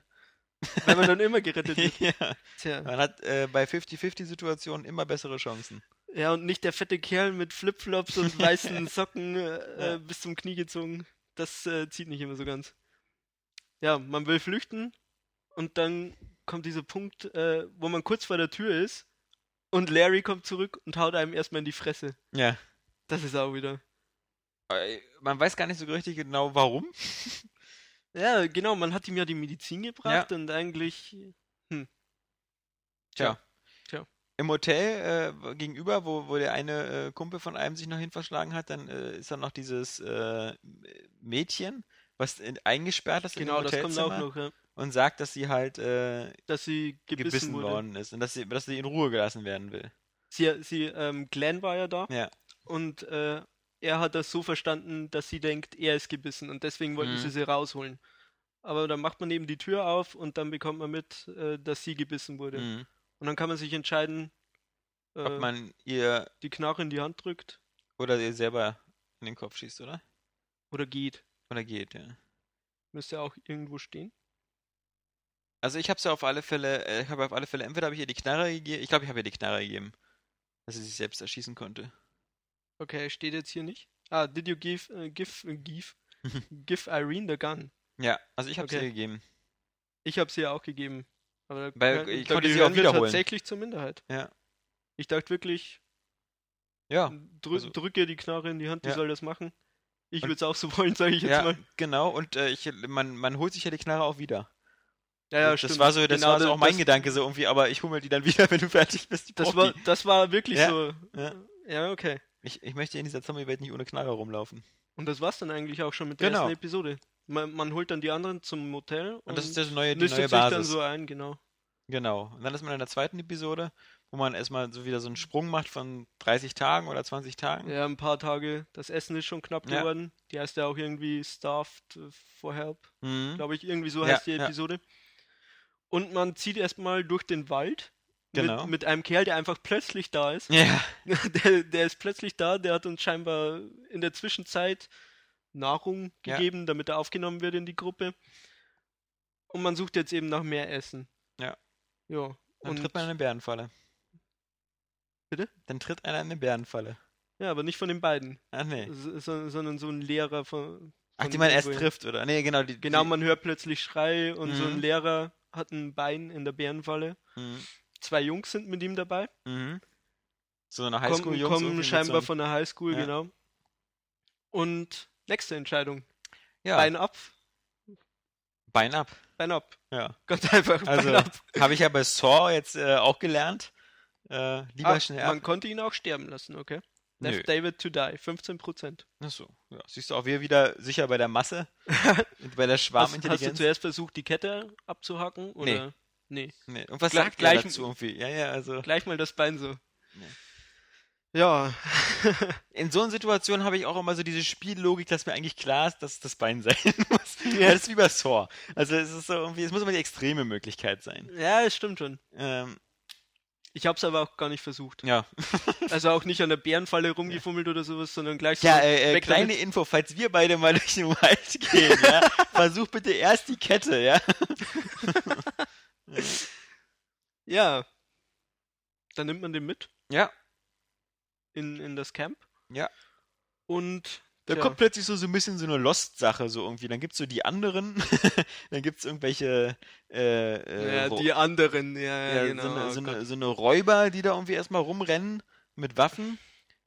Speaker 4: wenn man dann immer gerettet wird.
Speaker 3: ja.
Speaker 4: Tja.
Speaker 3: Man hat äh, bei 50-50-Situationen immer bessere Chancen.
Speaker 4: Ja, und nicht der fette Kerl mit Flipflops und weißen Socken äh, äh, bis zum Knie gezogen. Das äh, zieht nicht immer so ganz. Ja, man will flüchten und dann kommt dieser Punkt, äh, wo man kurz vor der Tür ist und Larry kommt zurück und haut einem erstmal in die Fresse.
Speaker 3: Ja.
Speaker 4: Das ist auch wieder.
Speaker 3: Äh, Man weiß gar nicht so richtig genau, warum.
Speaker 4: Ja, genau, man hat ihm ja die Medizin gebracht und eigentlich. Hm.
Speaker 3: Tja.
Speaker 4: Tja.
Speaker 3: Im Hotel äh, gegenüber, wo, wo der eine äh, Kumpel von einem sich noch hin verschlagen hat, dann äh, ist da noch dieses äh, Mädchen, was in, eingesperrt ist
Speaker 4: Genau,
Speaker 3: in dem
Speaker 4: das kommt auch
Speaker 3: Hotelzimmer
Speaker 4: noch, ja.
Speaker 3: und sagt, dass sie halt äh,
Speaker 4: dass sie gebissen,
Speaker 3: gebissen,
Speaker 4: wurde.
Speaker 3: worden ist und dass sie, dass sie in Ruhe gelassen werden will.
Speaker 4: Sie, sie ähm, Glenn war ja da
Speaker 3: Ja.
Speaker 4: und äh, er hat das so verstanden, dass sie denkt, er ist gebissen und deswegen wollten
Speaker 3: Mhm.
Speaker 4: sie sie rausholen. Aber dann macht man eben die Tür auf und dann bekommt man mit, äh, dass sie gebissen wurde.
Speaker 3: Mhm.
Speaker 4: Und dann kann man sich entscheiden, äh,
Speaker 3: Ob man ihr
Speaker 4: die Knarre in die Hand drückt
Speaker 3: oder ihr selber in den Kopf schießt, oder?
Speaker 4: oder geht.
Speaker 3: Oder geht, ja.
Speaker 4: Müsste auch irgendwo stehen.
Speaker 3: Also ich habe ja auf alle Fälle, äh, ich habe auf alle Fälle, entweder habe ich ihr die Knarre gegeben, ich glaube, ich habe ihr die Knarre gegeben, dass sie sich selbst erschießen konnte.
Speaker 4: Okay, steht jetzt hier nicht. Ah, did you give, äh, give, äh, give, give Irene the gun?
Speaker 3: Ja, also ich habe sie
Speaker 4: Okay.
Speaker 3: ihr gegeben.
Speaker 4: Ich hab's ihr auch gegeben. Aber da,
Speaker 3: Weil
Speaker 4: ja,
Speaker 3: ich
Speaker 4: da
Speaker 3: konnte sie
Speaker 4: gehören
Speaker 3: auch
Speaker 4: wir
Speaker 3: wiederholen.
Speaker 4: tatsächlich zur Minderheit.
Speaker 3: Ja.
Speaker 4: Ich dachte wirklich,
Speaker 3: Ja,
Speaker 4: Drü
Speaker 3: also-
Speaker 4: drück ihr die Knarre in die Hand, die
Speaker 3: Ja.
Speaker 4: soll das machen. Ich
Speaker 3: Und-
Speaker 4: würde es auch so wollen, sage ich jetzt
Speaker 3: ja,
Speaker 4: mal.
Speaker 3: genau. Und äh, ich, man, man holt sich ja die Knarre auch wieder.
Speaker 4: Ja,
Speaker 3: das war so, das
Speaker 4: Genau,
Speaker 3: war so auch mein
Speaker 4: das,
Speaker 3: Gedanke so irgendwie. Aber ich hole mir die dann wieder, wenn du fertig bist. Ich
Speaker 4: Das
Speaker 3: brauch
Speaker 4: war,
Speaker 3: die.
Speaker 4: das war wirklich
Speaker 3: Ja,
Speaker 4: so.
Speaker 3: ja.
Speaker 4: ja, okay.
Speaker 3: Ich, ich möchte in dieser Zombie-Welt nicht ohne Knarre rumlaufen.
Speaker 4: Und das war's dann eigentlich auch schon mit der
Speaker 3: Genau.
Speaker 4: ersten Episode. Man, man holt dann die anderen zum Motel und,
Speaker 3: Und, das ist ja so neue, die
Speaker 4: nistet
Speaker 3: neue
Speaker 4: sich dann
Speaker 3: Basis.
Speaker 4: so ein, genau.
Speaker 3: Genau. Und dann ist man in der zweiten Episode, wo man erstmal so wieder so einen Sprung macht von 30 Tagen oder 20 Tagen.
Speaker 4: Ja, ein paar Tage. Das Essen ist schon knapp
Speaker 3: Ja.
Speaker 4: geworden. Die heißt ja auch irgendwie Starved äh, for Help.
Speaker 3: Mhm.
Speaker 4: glaube ich, irgendwie so
Speaker 3: Ja,
Speaker 4: heißt die
Speaker 3: ja.
Speaker 4: Episode. Und man zieht erstmal durch den Wald
Speaker 3: Genau.
Speaker 4: mit, mit einem Kerl, der einfach plötzlich da ist.
Speaker 3: Ja.
Speaker 4: Der, der ist plötzlich da, der hat uns scheinbar in der Zwischenzeit Nahrung
Speaker 3: Ja.
Speaker 4: gegeben, damit er aufgenommen wird in die Gruppe. Und man sucht jetzt eben nach mehr Essen.
Speaker 3: Ja.
Speaker 4: Ja.
Speaker 3: Dann
Speaker 4: Und,
Speaker 3: tritt man in eine Bärenfalle.
Speaker 4: Bitte?
Speaker 3: Dann tritt einer in eine Bärenfalle.
Speaker 4: ja, aber nicht von den beiden,
Speaker 3: Ach nee.
Speaker 4: so, so- sondern so ein Lehrer von.
Speaker 3: Ach,
Speaker 4: von
Speaker 3: die man erst
Speaker 4: irgendwoher.
Speaker 3: trifft, oder? Nee, genau. Die,
Speaker 4: Genau,
Speaker 3: die,
Speaker 4: man hört plötzlich Schrei und so ein
Speaker 3: Mhm.
Speaker 4: Lehrer hat ein Bein in der Bärenfalle.
Speaker 3: Mhm.
Speaker 4: Zwei Jungs sind mit ihm dabei.
Speaker 3: Mhm. So eine
Speaker 4: Kommen,
Speaker 3: Highschool-Jungs. irgendwie
Speaker 4: kommen
Speaker 3: mit
Speaker 4: scheinbar
Speaker 3: so
Speaker 4: von der Highschool,
Speaker 3: Ja.
Speaker 4: genau. Und nächste Entscheidung.
Speaker 3: einem- ja, Bein,
Speaker 4: Bein ab,
Speaker 3: ab.
Speaker 4: Bein ab.
Speaker 3: Ja.
Speaker 4: Ganz einfach,
Speaker 3: Also,
Speaker 4: Bein ab.
Speaker 3: habe ich ja bei Saw jetzt äh, auch gelernt. Äh, lieber
Speaker 4: Ah,
Speaker 3: schnell
Speaker 4: man
Speaker 3: ab.
Speaker 4: konnte ihn auch sterben lassen, okay?
Speaker 3: Nö.
Speaker 4: Left David to die, 15%.
Speaker 3: Achso. Ja. Siehst du auch wir wieder sicher bei der Masse, bei der
Speaker 4: Hast, hast du
Speaker 3: Schwarmintelligenz.
Speaker 4: zuerst versucht, die Kette abzuhacken? Oder? Nee.
Speaker 3: nee. Und was
Speaker 4: Gleich-
Speaker 3: sagt gleich
Speaker 4: gleich-
Speaker 3: dazu irgendwie? Ja, ja, also.
Speaker 4: Gleich mal das Bein so.
Speaker 3: Nee.
Speaker 4: Ja.
Speaker 3: In so einer Situation habe ich auch immer so diese Spiellogik, dass mir eigentlich klar ist, dass es das Bein sein muss. Ja. Das ist wie bei Saw. Also es ist so irgendwie, es muss immer die extreme Möglichkeit sein.
Speaker 4: ja, es stimmt schon.
Speaker 3: Ähm,
Speaker 4: Ich habe es aber auch gar nicht versucht.
Speaker 3: Ja.
Speaker 4: Also auch nicht an der Bärenfalle rumgefummelt oder sowas, sondern gleich
Speaker 3: Ja,
Speaker 4: so
Speaker 3: äh, äh,
Speaker 4: weg
Speaker 3: kleine
Speaker 4: damit.
Speaker 3: Info, falls wir beide mal durch den Wald gehen, ja, versuch bitte erst die Kette, ja.
Speaker 4: Ja. Dann nimmt man den mit
Speaker 3: Ja,
Speaker 4: in, in das Camp.
Speaker 3: Ja.
Speaker 4: Und
Speaker 3: da
Speaker 4: tja,
Speaker 3: kommt plötzlich so, so ein bisschen so eine Lost-Sache so irgendwie. Dann gibt's so die anderen, dann gibt's irgendwelche äh, äh,
Speaker 4: ja,
Speaker 3: Ro-
Speaker 4: die anderen, ja, ja,
Speaker 3: ja,
Speaker 4: genau.
Speaker 3: so, eine,
Speaker 4: oh
Speaker 3: so, eine,
Speaker 4: Gott.
Speaker 3: so eine Räuber, die da irgendwie erstmal rumrennen mit Waffen.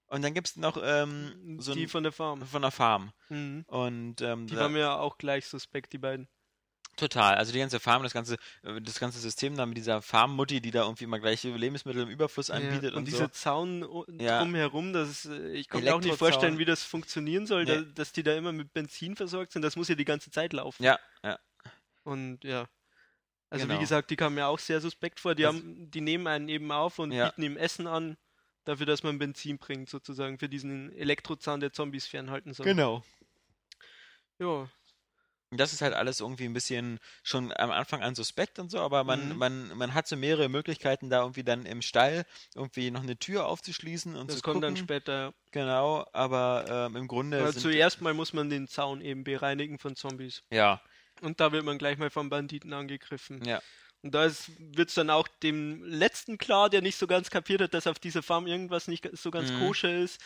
Speaker 3: Und dann gibt's noch ähm, so
Speaker 4: die
Speaker 3: ein,
Speaker 4: von der Farm.
Speaker 3: von der Farm.
Speaker 4: Mhm.
Speaker 3: Und ähm,
Speaker 4: Die
Speaker 3: da-
Speaker 4: waren mir ja auch gleich suspekt, die beiden.
Speaker 3: Total. Also die ganze Farm, das ganze, äh, das ganze System da mit dieser Farmmutti, die da irgendwie immer gleich Lebensmittel im Überfluss anbietet
Speaker 4: und
Speaker 3: und,
Speaker 4: dieser
Speaker 3: so.
Speaker 4: Zaun o-
Speaker 3: Ja.
Speaker 4: drumherum, das ist, äh, ich kann mir auch nicht
Speaker 3: Elektrozaun.
Speaker 4: vorstellen, wie das funktionieren soll,
Speaker 3: Nee.
Speaker 4: da, dass die da immer mit Benzin versorgt sind. Das muss ja die ganze Zeit laufen.
Speaker 3: Ja, ja.
Speaker 4: Und ja. Also
Speaker 3: Genau.
Speaker 4: wie gesagt, die kamen mir auch sehr suspekt vor. Die,
Speaker 3: Das-
Speaker 4: haben, die nehmen einen eben auf und
Speaker 3: Ja.
Speaker 4: bieten ihm Essen an, dafür, dass man Benzin bringt, sozusagen, für diesen Elektrozahn, der Zombies fernhalten soll.
Speaker 3: Genau.
Speaker 4: Ja.
Speaker 3: Und Das ist halt alles irgendwie ein bisschen schon am Anfang an suspekt und so, aber man,
Speaker 4: Mhm.
Speaker 3: man, man hat so mehrere Möglichkeiten, da irgendwie dann im Stall irgendwie noch eine Tür aufzuschließen und
Speaker 4: Das
Speaker 3: zu
Speaker 4: kommt dann
Speaker 3: gucken.
Speaker 4: später.
Speaker 3: Genau, aber ähm, im Grunde
Speaker 4: Aber
Speaker 3: sind,
Speaker 4: zuerst mal muss man den Zaun eben bereinigen von Zombies.
Speaker 3: ja,
Speaker 4: Und da wird man gleich mal von Banditen angegriffen.
Speaker 3: Ja.
Speaker 4: Und da wird es dann auch dem Letzten klar, der nicht so ganz kapiert hat, dass auf dieser Farm irgendwas nicht so ganz
Speaker 3: Mhm.
Speaker 4: koscher ist,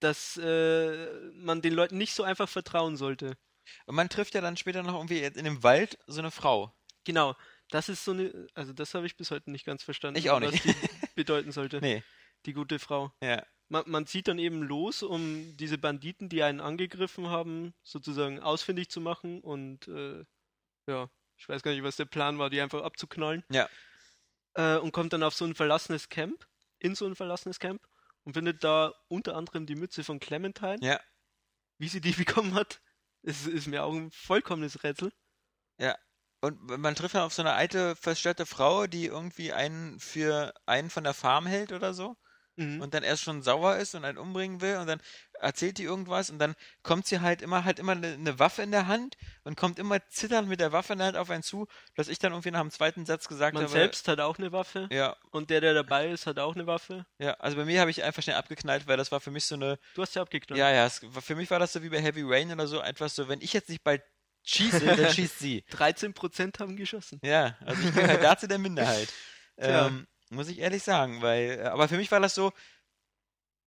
Speaker 4: dass äh, man den Leuten nicht so einfach vertrauen sollte.
Speaker 3: und man trifft ja dann später noch irgendwie in dem Wald so eine Frau.
Speaker 4: Genau. Das ist so eine, also das habe ich bis heute nicht ganz verstanden,
Speaker 3: Ich auch nicht.
Speaker 4: was die bedeuten sollte,
Speaker 3: Nee,
Speaker 4: die gute Frau.
Speaker 3: ja,
Speaker 4: Man, man zieht dann eben los, um diese Banditen, die einen angegriffen haben, sozusagen ausfindig zu machen und äh, ja, ich weiß gar nicht, was der Plan war, die einfach abzuknallen.
Speaker 3: Ja.
Speaker 4: Äh, und kommt dann auf so ein verlassenes Camp, in so ein verlassenes Camp und findet da unter anderem die Mütze von Clementine.
Speaker 3: Ja.
Speaker 4: Wie sie die bekommen hat, ist, ist mir auch ein vollkommenes Rätsel.
Speaker 3: Und man trifft dann auf so eine alte, verstörte Frau, die irgendwie einen für einen von der Farm hält oder so.
Speaker 4: Mhm.
Speaker 3: Und dann erst schon sauer ist und einen umbringen will und dann erzählt die irgendwas und dann kommt sie halt immer, hat immer eine, eine Waffe in der Hand und kommt immer zitternd mit der Waffe in der Hand auf einen zu, dass ich dann irgendwie nach dem zweiten Satz gesagt
Speaker 4: man
Speaker 3: habe.
Speaker 4: selbst hat auch eine Waffe
Speaker 3: Ja,
Speaker 4: und der, der dabei ist, hat auch eine Waffe.
Speaker 3: ja. Also bei mir habe ich einfach schnell abgeknallt, weil das war für mich so eine.
Speaker 4: Du hast ja abgeknallt.
Speaker 3: Ja, ja, es, war- für mich war das so wie bei Heavy Rain oder so, etwas so, wenn ich jetzt nicht bald schieße, dann schießt sie.
Speaker 4: 13% haben geschossen.
Speaker 3: Ja, also ich gehöre da zu der Minderheit.
Speaker 4: Tja.
Speaker 3: Ähm, muss ich ehrlich sagen, weil, äh, aber für mich war das so,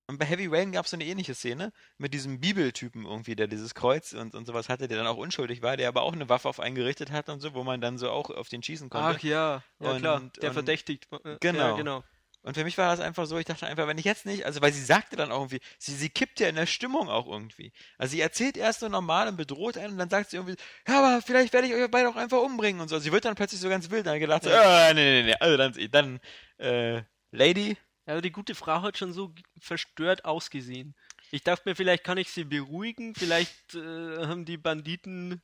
Speaker 3: und bei Heavy Rain gab es so eine ähnliche Szene mit diesem Bibeltypen irgendwie, der dieses Kreuz und, und sowas hatte, der dann auch unschuldig war, der aber auch eine Waffe auf einen gerichtet hat und so, wo man dann so auch auf den schießen konnte.
Speaker 4: Ach ja, ja
Speaker 3: Und-
Speaker 4: klar, der
Speaker 3: und-
Speaker 4: verdächtigt. äh, Ja,
Speaker 3: Genau.
Speaker 4: genau.
Speaker 3: Und für mich war das einfach so, ich dachte einfach, wenn ich jetzt nicht, also weil sie sagte dann auch irgendwie, sie, sie kippt ja in der Stimmung auch irgendwie. Also sie erzählt erst so normal und bedroht einen und dann sagt sie irgendwie, ja, aber vielleicht werde ich euch beide auch einfach umbringen und so. Sie wird dann plötzlich so ganz wild dann gelacht, so, äh, nee, nee, nee, also dann, dann äh, Lady,
Speaker 4: Ja, aber die gute Frau hat schon so g- verstört ausgesehen. Ich dachte mir, vielleicht kann ich sie beruhigen, vielleicht äh, haben die Banditen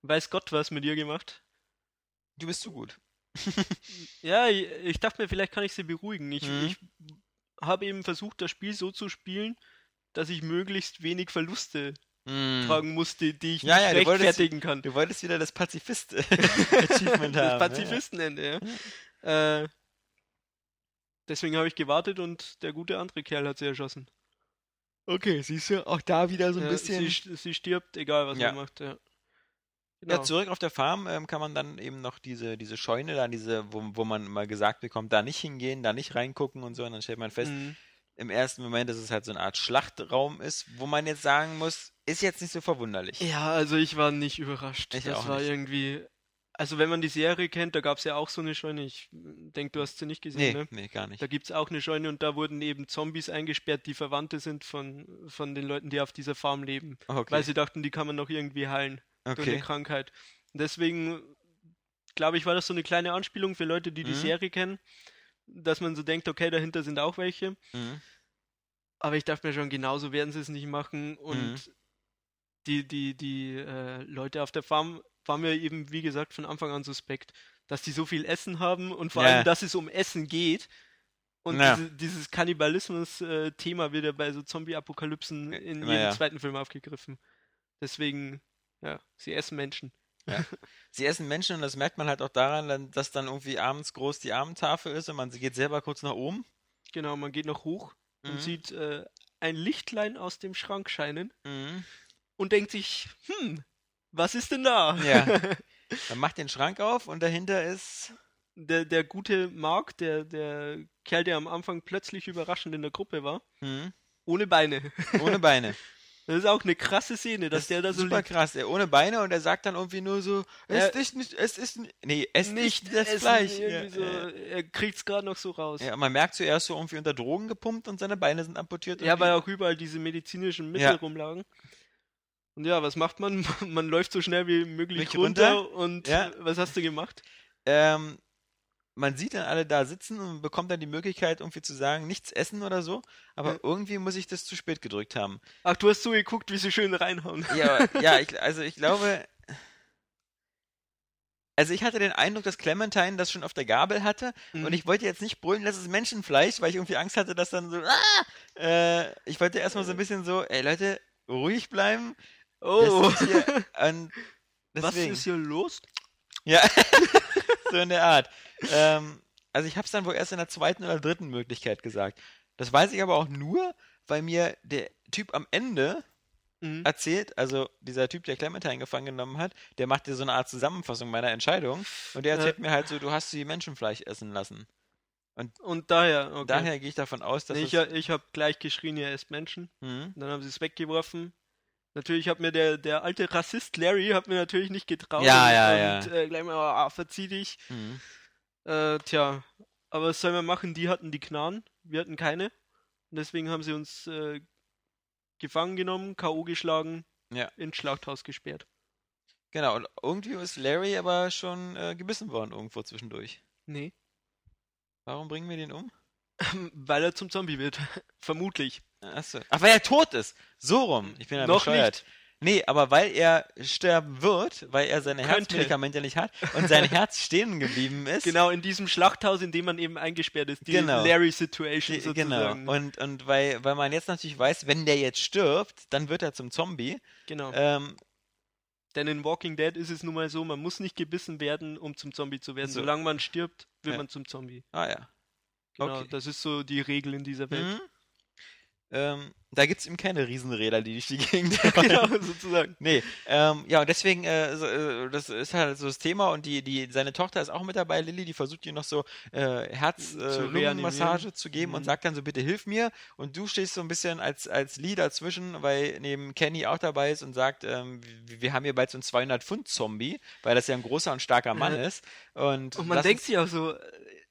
Speaker 4: weiß Gott was mit ihr gemacht.
Speaker 3: du bist zu gut.
Speaker 4: Ja, ich, ich dachte mir, vielleicht kann ich sie beruhigen. Ich,
Speaker 3: Mhm.
Speaker 4: ich habe eben versucht, das Spiel so zu spielen, dass ich möglichst wenig Verluste tragen musste, die ich
Speaker 3: Mhm. Ja,
Speaker 4: nicht
Speaker 3: ja, du wolltest-
Speaker 4: rechtfertigen kann.
Speaker 3: Hm, Du wolltest wieder das Pazifist-Achievement haben.
Speaker 4: das
Speaker 3: ne?
Speaker 4: Pazifistenende, ja. Äh, deswegen habe ich gewartet und der gute andere Kerl hat sie erschossen.
Speaker 3: Okay, siehst du, auch da wieder so ein
Speaker 4: Ja,
Speaker 3: bisschen.
Speaker 4: Sie, st- sie stirbt, egal was
Speaker 3: Ja.
Speaker 4: man macht, ja. Genau.
Speaker 3: Ja, zurück auf der Farm ähm, kann man dann eben noch diese, diese Scheune, dann diese, wo, wo man immer gesagt bekommt, da nicht hingehen, da nicht reingucken und so. Und dann stellt man fest,
Speaker 4: Mhm.
Speaker 3: im ersten Moment, dass es halt so eine Art Schlachtraum ist, wo man jetzt sagen muss, ist jetzt nicht so verwunderlich.
Speaker 4: Ja, also ich war nicht überrascht.
Speaker 3: Ich
Speaker 4: das
Speaker 3: auch
Speaker 4: war
Speaker 3: nicht.
Speaker 4: irgendwie. Also wenn man die Serie kennt, da gab es ja auch so eine Scheune. Ich denke, du hast sie nicht gesehen,
Speaker 3: Nee,
Speaker 4: ne?
Speaker 3: nee, gar nicht.
Speaker 4: Da gibt es auch eine Scheune und da wurden eben Zombies eingesperrt, die Verwandte sind von, von den Leuten, die auf dieser Farm leben.
Speaker 3: Okay,
Speaker 4: Weil sie dachten, die kann man noch irgendwie heilen durch eine
Speaker 3: okay.
Speaker 4: Krankheit. Und deswegen, glaube ich, war das so eine kleine Anspielung für Leute, die die
Speaker 3: Mhm.
Speaker 4: Serie kennen, dass man so denkt, okay, dahinter sind auch welche.
Speaker 3: Mhm.
Speaker 4: Aber ich dachte mir schon, genauso werden sie es nicht machen. Und
Speaker 3: Mhm.
Speaker 4: die, die, die äh, Leute auf der Farm waren mir eben, wie gesagt, von Anfang an suspekt, dass die so viel Essen haben und vor
Speaker 3: Ja.
Speaker 4: allem, dass es um Essen geht. Und
Speaker 3: Ja.
Speaker 4: diese, dieses Kannibalismus-Thema wird ja bei so Zombie-Apokalypsen in
Speaker 3: Immer
Speaker 4: jedem
Speaker 3: ja.
Speaker 4: zweiten Film aufgegriffen. Deswegen, ja, sie essen Menschen.
Speaker 3: Ja. Sie essen Menschen und das merkt man halt auch daran, dann- dass dann irgendwie abends groß die Abendtafel ist und man sie geht selber kurz nach oben.
Speaker 4: Genau, man geht noch hoch
Speaker 3: Mhm.
Speaker 4: und sieht äh, ein Lichtlein aus dem Schrank scheinen
Speaker 3: Mhm.
Speaker 4: und denkt sich, hm, was ist denn da?
Speaker 3: Ja. Man macht den Schrank auf und dahinter ist.
Speaker 4: der, der gute Mark, der, der Kerl, der am Anfang plötzlich überraschend in der Gruppe war,
Speaker 3: Mhm.
Speaker 4: ohne Beine.
Speaker 3: hm, Ohne Beine.
Speaker 4: Das ist auch eine krasse Szene, dass der da so
Speaker 3: super
Speaker 4: liegt.
Speaker 3: krass, er ohne Beine und er sagt dann irgendwie nur so, es
Speaker 4: Äh,
Speaker 3: ist nicht, es ist nicht, nee, es nicht das
Speaker 4: essen,
Speaker 3: Fleisch. Ja,
Speaker 4: irgendwie So, er kriegt's gerade noch so raus.
Speaker 3: äh, ja, man merkt zuerst so irgendwie unter Drogen gepumpt und seine Beine sind amputiert. und
Speaker 4: Ja,
Speaker 3: die-
Speaker 4: weil auch überall diese medizinischen Mittel
Speaker 3: Ja.
Speaker 4: rumlagen. Und ja, was macht man? Man läuft so schnell wie möglich
Speaker 3: Mich
Speaker 4: runter,
Speaker 3: runter?
Speaker 4: und
Speaker 3: Ja.
Speaker 4: was hast du gemacht?
Speaker 3: ähm, man sieht dann alle da sitzen und bekommt dann die Möglichkeit, irgendwie zu sagen, nichts essen oder so, aber
Speaker 4: Ja.
Speaker 3: irgendwie muss ich das zu spät gedrückt haben.
Speaker 4: Ach, du hast so geguckt, wie sie schön reinhauen.
Speaker 3: Ja, ja ich, also ich glaube. Also ich hatte den Eindruck, dass Clementine das schon auf der Gabel hatte
Speaker 4: Mhm.
Speaker 3: und ich wollte jetzt nicht brüllen, das ist Menschenfleisch, weil ich irgendwie Angst hatte, dass dann so, ah! äh, ich wollte erstmal so ein bisschen so, ey Leute, ruhig bleiben.
Speaker 4: Oh,
Speaker 3: Das ist hier, und
Speaker 4: was
Speaker 3: deswegen.
Speaker 4: ist hier los?
Speaker 3: Ja, so in der Art. Ähm, also ich habe es dann wohl erst in der zweiten oder dritten Möglichkeit gesagt. Das weiß ich aber auch nur, weil mir der Typ am Ende
Speaker 4: Mhm.
Speaker 3: erzählt, also dieser Typ, der Clementine gefangen genommen hat, der macht dir so eine Art Zusammenfassung meiner Entscheidung und der erzählt
Speaker 4: Ja.
Speaker 3: mir halt so, du hast sie Menschenfleisch essen lassen.
Speaker 4: Und daher, okay.
Speaker 3: Also, Daher also gehe ich davon aus, dass
Speaker 4: nee,
Speaker 3: es...
Speaker 4: ich ich habe gleich geschrien, ihr esst Menschen.
Speaker 3: Hm?
Speaker 4: Und dann haben sie es weggeworfen. Natürlich hat mir der, der alte Rassist Larry hat mir natürlich nicht getraut.
Speaker 3: Ja,
Speaker 4: und,
Speaker 3: ja,
Speaker 4: und Äh, gleich mal, ah, verzieh dich.
Speaker 3: Hm.
Speaker 4: Äh, tja, aber was soll man machen? Die hatten die Knarren, wir hatten keine. Und deswegen haben sie uns äh, gefangen genommen, K.O. geschlagen,
Speaker 3: Ja.
Speaker 4: ins Schlachthaus gesperrt.
Speaker 3: Genau, und irgendwie ist Larry aber schon äh, gebissen worden irgendwo zwischendurch.
Speaker 4: Nee.
Speaker 3: Warum bringen wir den um?
Speaker 4: Weil er zum Zombie wird. Vermutlich.
Speaker 3: Achso. Ach, weil er tot ist. So rum. Ich bin ja
Speaker 4: Noch
Speaker 3: bescheuert.
Speaker 4: nicht.
Speaker 3: Nee, aber weil er sterben wird, weil er seine
Speaker 4: Könnte.
Speaker 3: Herzmedikamente nicht hat und sein Herz stehen geblieben ist.
Speaker 4: Genau, in diesem Schlachthaus, in dem man eben eingesperrt ist. Die
Speaker 3: Genau.
Speaker 4: Larry-Situation
Speaker 3: Ge- Genau.
Speaker 4: sozusagen.
Speaker 3: Und, und weil, weil man jetzt natürlich weiß, wenn der jetzt stirbt, dann wird er zum Zombie.
Speaker 4: genau.
Speaker 3: Ähm,
Speaker 4: Denn in Walking Dead ist es nun mal so, man muss nicht gebissen werden, um zum Zombie zu werden.
Speaker 3: So.
Speaker 4: Solange man stirbt, wird
Speaker 3: Ja.
Speaker 4: man zum Zombie.
Speaker 3: ah ja.
Speaker 4: Genau,
Speaker 3: Okay.
Speaker 4: das ist so die Regel in dieser Welt.
Speaker 3: Mhm. Ähm, da gibt es eben keine Riesenräder, die durch die Gegend rollen.
Speaker 4: genau, sozusagen.
Speaker 3: Nee, ähm, ja, und deswegen, äh, so, äh, das ist halt so das Thema und die, die, seine Tochter ist auch mit dabei, Lilly, die versucht ihr noch so äh,
Speaker 4: Zu
Speaker 3: Herz-Lungenmassage
Speaker 4: reanimieren.
Speaker 3: zu geben und
Speaker 4: Mhm.
Speaker 3: sagt dann so, bitte hilf mir. Und du stehst so ein bisschen als, als Lee dazwischen, weil neben Kenny auch dabei ist und sagt, ähm, wir, wir haben hier bald so einen 200-Pfund-Zombie, weil das ja ein großer und starker Mann
Speaker 4: Äh,
Speaker 3: ist. Und,
Speaker 4: Und man
Speaker 3: lass
Speaker 4: denkt
Speaker 3: uns- Mhm.
Speaker 4: sich auch so, äh,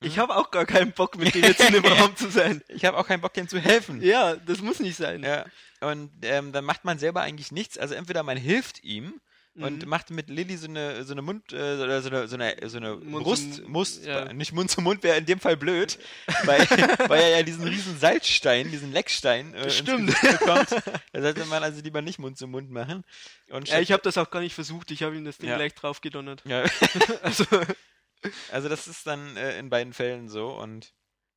Speaker 4: ich habe auch gar keinen Bock, mit denen jetzt in dem Raum zu sein.
Speaker 3: ich habe auch keinen Bock, dem zu helfen.
Speaker 4: Ja, das muss nicht sein.
Speaker 3: Ja, äh, und ähm, dann macht man selber eigentlich nichts. Also entweder man hilft ihm und
Speaker 4: Mhm.
Speaker 3: macht mit Lilly so eine, so eine Mund, äh, oder so eine, so eine, so eine
Speaker 4: Mund
Speaker 3: Brust,
Speaker 4: zu-
Speaker 3: Must,
Speaker 4: ja.
Speaker 3: nicht Mund zu Mund wäre in dem Fall blöd, weil, weil er ja diesen riesen Salzstein, diesen Leckstein äh, ins
Speaker 4: Stimmt.
Speaker 3: Gesicht bekommt. Da sollte man also lieber nicht Mund zu Mund machen. Und
Speaker 4: Ja, ich habe das auch gar nicht versucht, ich habe ihm das Ding
Speaker 3: Ja.
Speaker 4: gleich draufgedonnert.
Speaker 3: ja,
Speaker 4: Also,
Speaker 3: also das ist dann äh, in beiden Fällen so und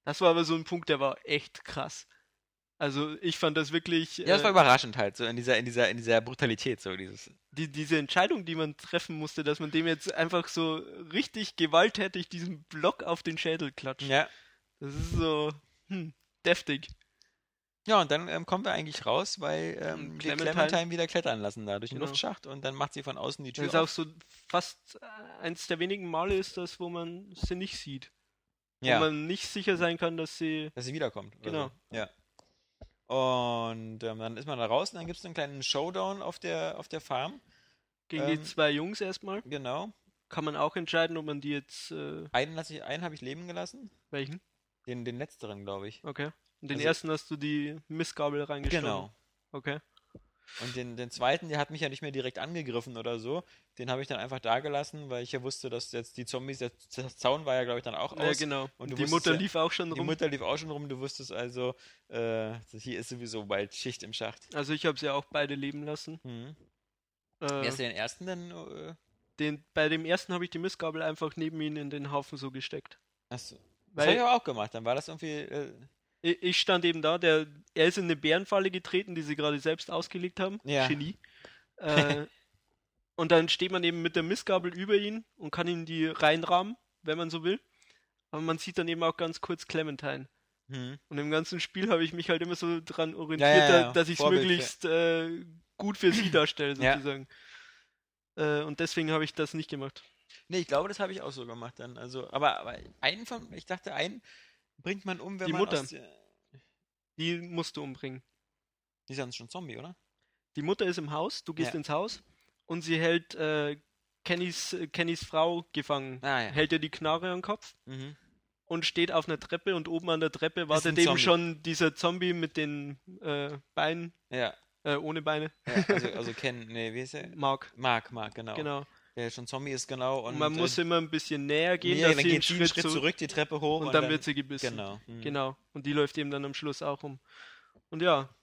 Speaker 4: das war aber so ein Punkt, der war echt krass. Also, ich fand das wirklich.
Speaker 3: ja, das
Speaker 4: äh,
Speaker 3: war überraschend halt, so in dieser, in dieser, in dieser Brutalität, so dieses.
Speaker 4: die, diese Entscheidung, die man treffen musste, dass man dem jetzt einfach so richtig gewalttätig diesen Block auf den Schädel klatscht.
Speaker 3: Ja.
Speaker 4: Das ist so hm, deftig.
Speaker 3: Ja, und dann ähm, kommen wir eigentlich raus, weil ähm, wir
Speaker 4: Hm, Clementine-
Speaker 3: Clementine wieder klettern lassen da durch den
Speaker 4: Genau.
Speaker 3: Luftschacht und dann macht sie von außen die
Speaker 4: Das
Speaker 3: Tür
Speaker 4: ist auch
Speaker 3: auf.
Speaker 4: so fast äh, eins der wenigen Male ist das, wo man sie nicht sieht. Wo
Speaker 3: Ja,
Speaker 4: man nicht sicher sein kann, dass sie.
Speaker 3: dass sie wiederkommt. oder
Speaker 4: Genau.
Speaker 3: So. Ja. Und ähm, dann ist man da raus und dann gibt es einen kleinen Showdown auf der, auf der Farm.
Speaker 4: Gegen
Speaker 3: Ähm.
Speaker 4: die zwei Jungs erstmal.
Speaker 3: Genau.
Speaker 4: Kann man auch entscheiden, ob man die jetzt. Äh,
Speaker 3: Einen, lasse ich- einen habe ich leben gelassen.
Speaker 4: welchen?
Speaker 3: Den, den letzteren, glaube ich.
Speaker 4: Okay. Und den
Speaker 3: Also-
Speaker 4: ersten hast du die Missgabel reingeschlagen.
Speaker 3: Genau.
Speaker 4: Okay.
Speaker 3: Und den, den zweiten, der hat mich ja nicht mehr direkt angegriffen oder so. Den habe ich dann einfach da gelassen, weil ich ja wusste, dass jetzt die Zombies, der Zaun war ja, glaube ich, dann auch
Speaker 4: Ja,
Speaker 3: aus.
Speaker 4: genau.
Speaker 3: Und du
Speaker 4: die
Speaker 3: wusstest
Speaker 4: Mutter
Speaker 3: ja-
Speaker 4: lief auch schon
Speaker 3: Die
Speaker 4: rum.
Speaker 3: Mutter lief auch schon rum, du wusstest also, äh, hier ist sowieso bald Schicht im Schacht.
Speaker 4: Also ich habe sie auch beide leben lassen.
Speaker 3: Mhm.
Speaker 4: Äh,
Speaker 3: Wer ist denn den ersten denn? Äh,
Speaker 4: den, bei dem ersten habe ich die Missgabel einfach neben ihn in den Haufen so gesteckt.
Speaker 3: achso. Das habe ich
Speaker 4: Weil
Speaker 3: aber auch gemacht, dann war das irgendwie. Äh,
Speaker 4: i- ich stand eben da, der, er ist in eine Bärenfalle getreten, die sie gerade selbst ausgelegt haben.
Speaker 3: Ja.
Speaker 4: Genie. Äh, Und dann steht man eben mit der Missgabel über ihn und kann ihn die reinrahmen, wenn man so will. Aber man sieht dann eben auch ganz kurz Clementine.
Speaker 3: Hm.
Speaker 4: Und im ganzen Spiel habe ich mich halt immer so dran orientiert,
Speaker 3: ja,
Speaker 4: da-
Speaker 3: ja.
Speaker 4: dass ich es
Speaker 3: Vorbild,
Speaker 4: möglichst äh, gut für sie darstelle,
Speaker 3: Ja.
Speaker 4: sozusagen. Äh, und deswegen habe ich das nicht gemacht.
Speaker 3: Nee, ich glaube, das habe ich auch so gemacht dann. Also, aber, aber einen von, ich dachte, einen bringt man um, wenn
Speaker 4: Die
Speaker 3: man
Speaker 4: Mutter.
Speaker 3: aus der-
Speaker 4: Die musst du umbringen.
Speaker 3: Die ist ja schon Zombie, oder?
Speaker 4: Die Mutter ist im Haus, du gehst
Speaker 3: Ja.
Speaker 4: ins Haus und sie hält äh, Kennys, äh, Kennys Frau gefangen.
Speaker 3: Ah, ja.
Speaker 4: Hält ihr die Knarre am Kopf
Speaker 3: Mhm.
Speaker 4: und steht auf einer Treppe und oben an der Treppe wartet
Speaker 3: ein
Speaker 4: eben
Speaker 3: Zombie.
Speaker 4: schon dieser Zombie mit den äh, Beinen,
Speaker 3: Ja,
Speaker 4: äh, ohne Beine,
Speaker 3: ja also, also Ken, nee, wie ist er?
Speaker 4: Mark.
Speaker 3: Mark, Mark, genau.
Speaker 4: Genau.
Speaker 3: Der schon Zombie ist, genau. Und,
Speaker 4: Und man
Speaker 3: äh,
Speaker 4: muss immer ein bisschen näher gehen,
Speaker 3: nee,
Speaker 4: dass
Speaker 3: dann
Speaker 4: sie einen
Speaker 3: geht sie einen
Speaker 4: Schritt,
Speaker 3: Schritt
Speaker 4: zu-
Speaker 3: zurück, die Treppe hoch
Speaker 4: und,
Speaker 3: und
Speaker 4: dann,
Speaker 3: dann-
Speaker 4: wird sie gebissen.
Speaker 3: Genau. Mhm.
Speaker 4: Genau. Und die läuft eben dann am Schluss auch um. Und ja,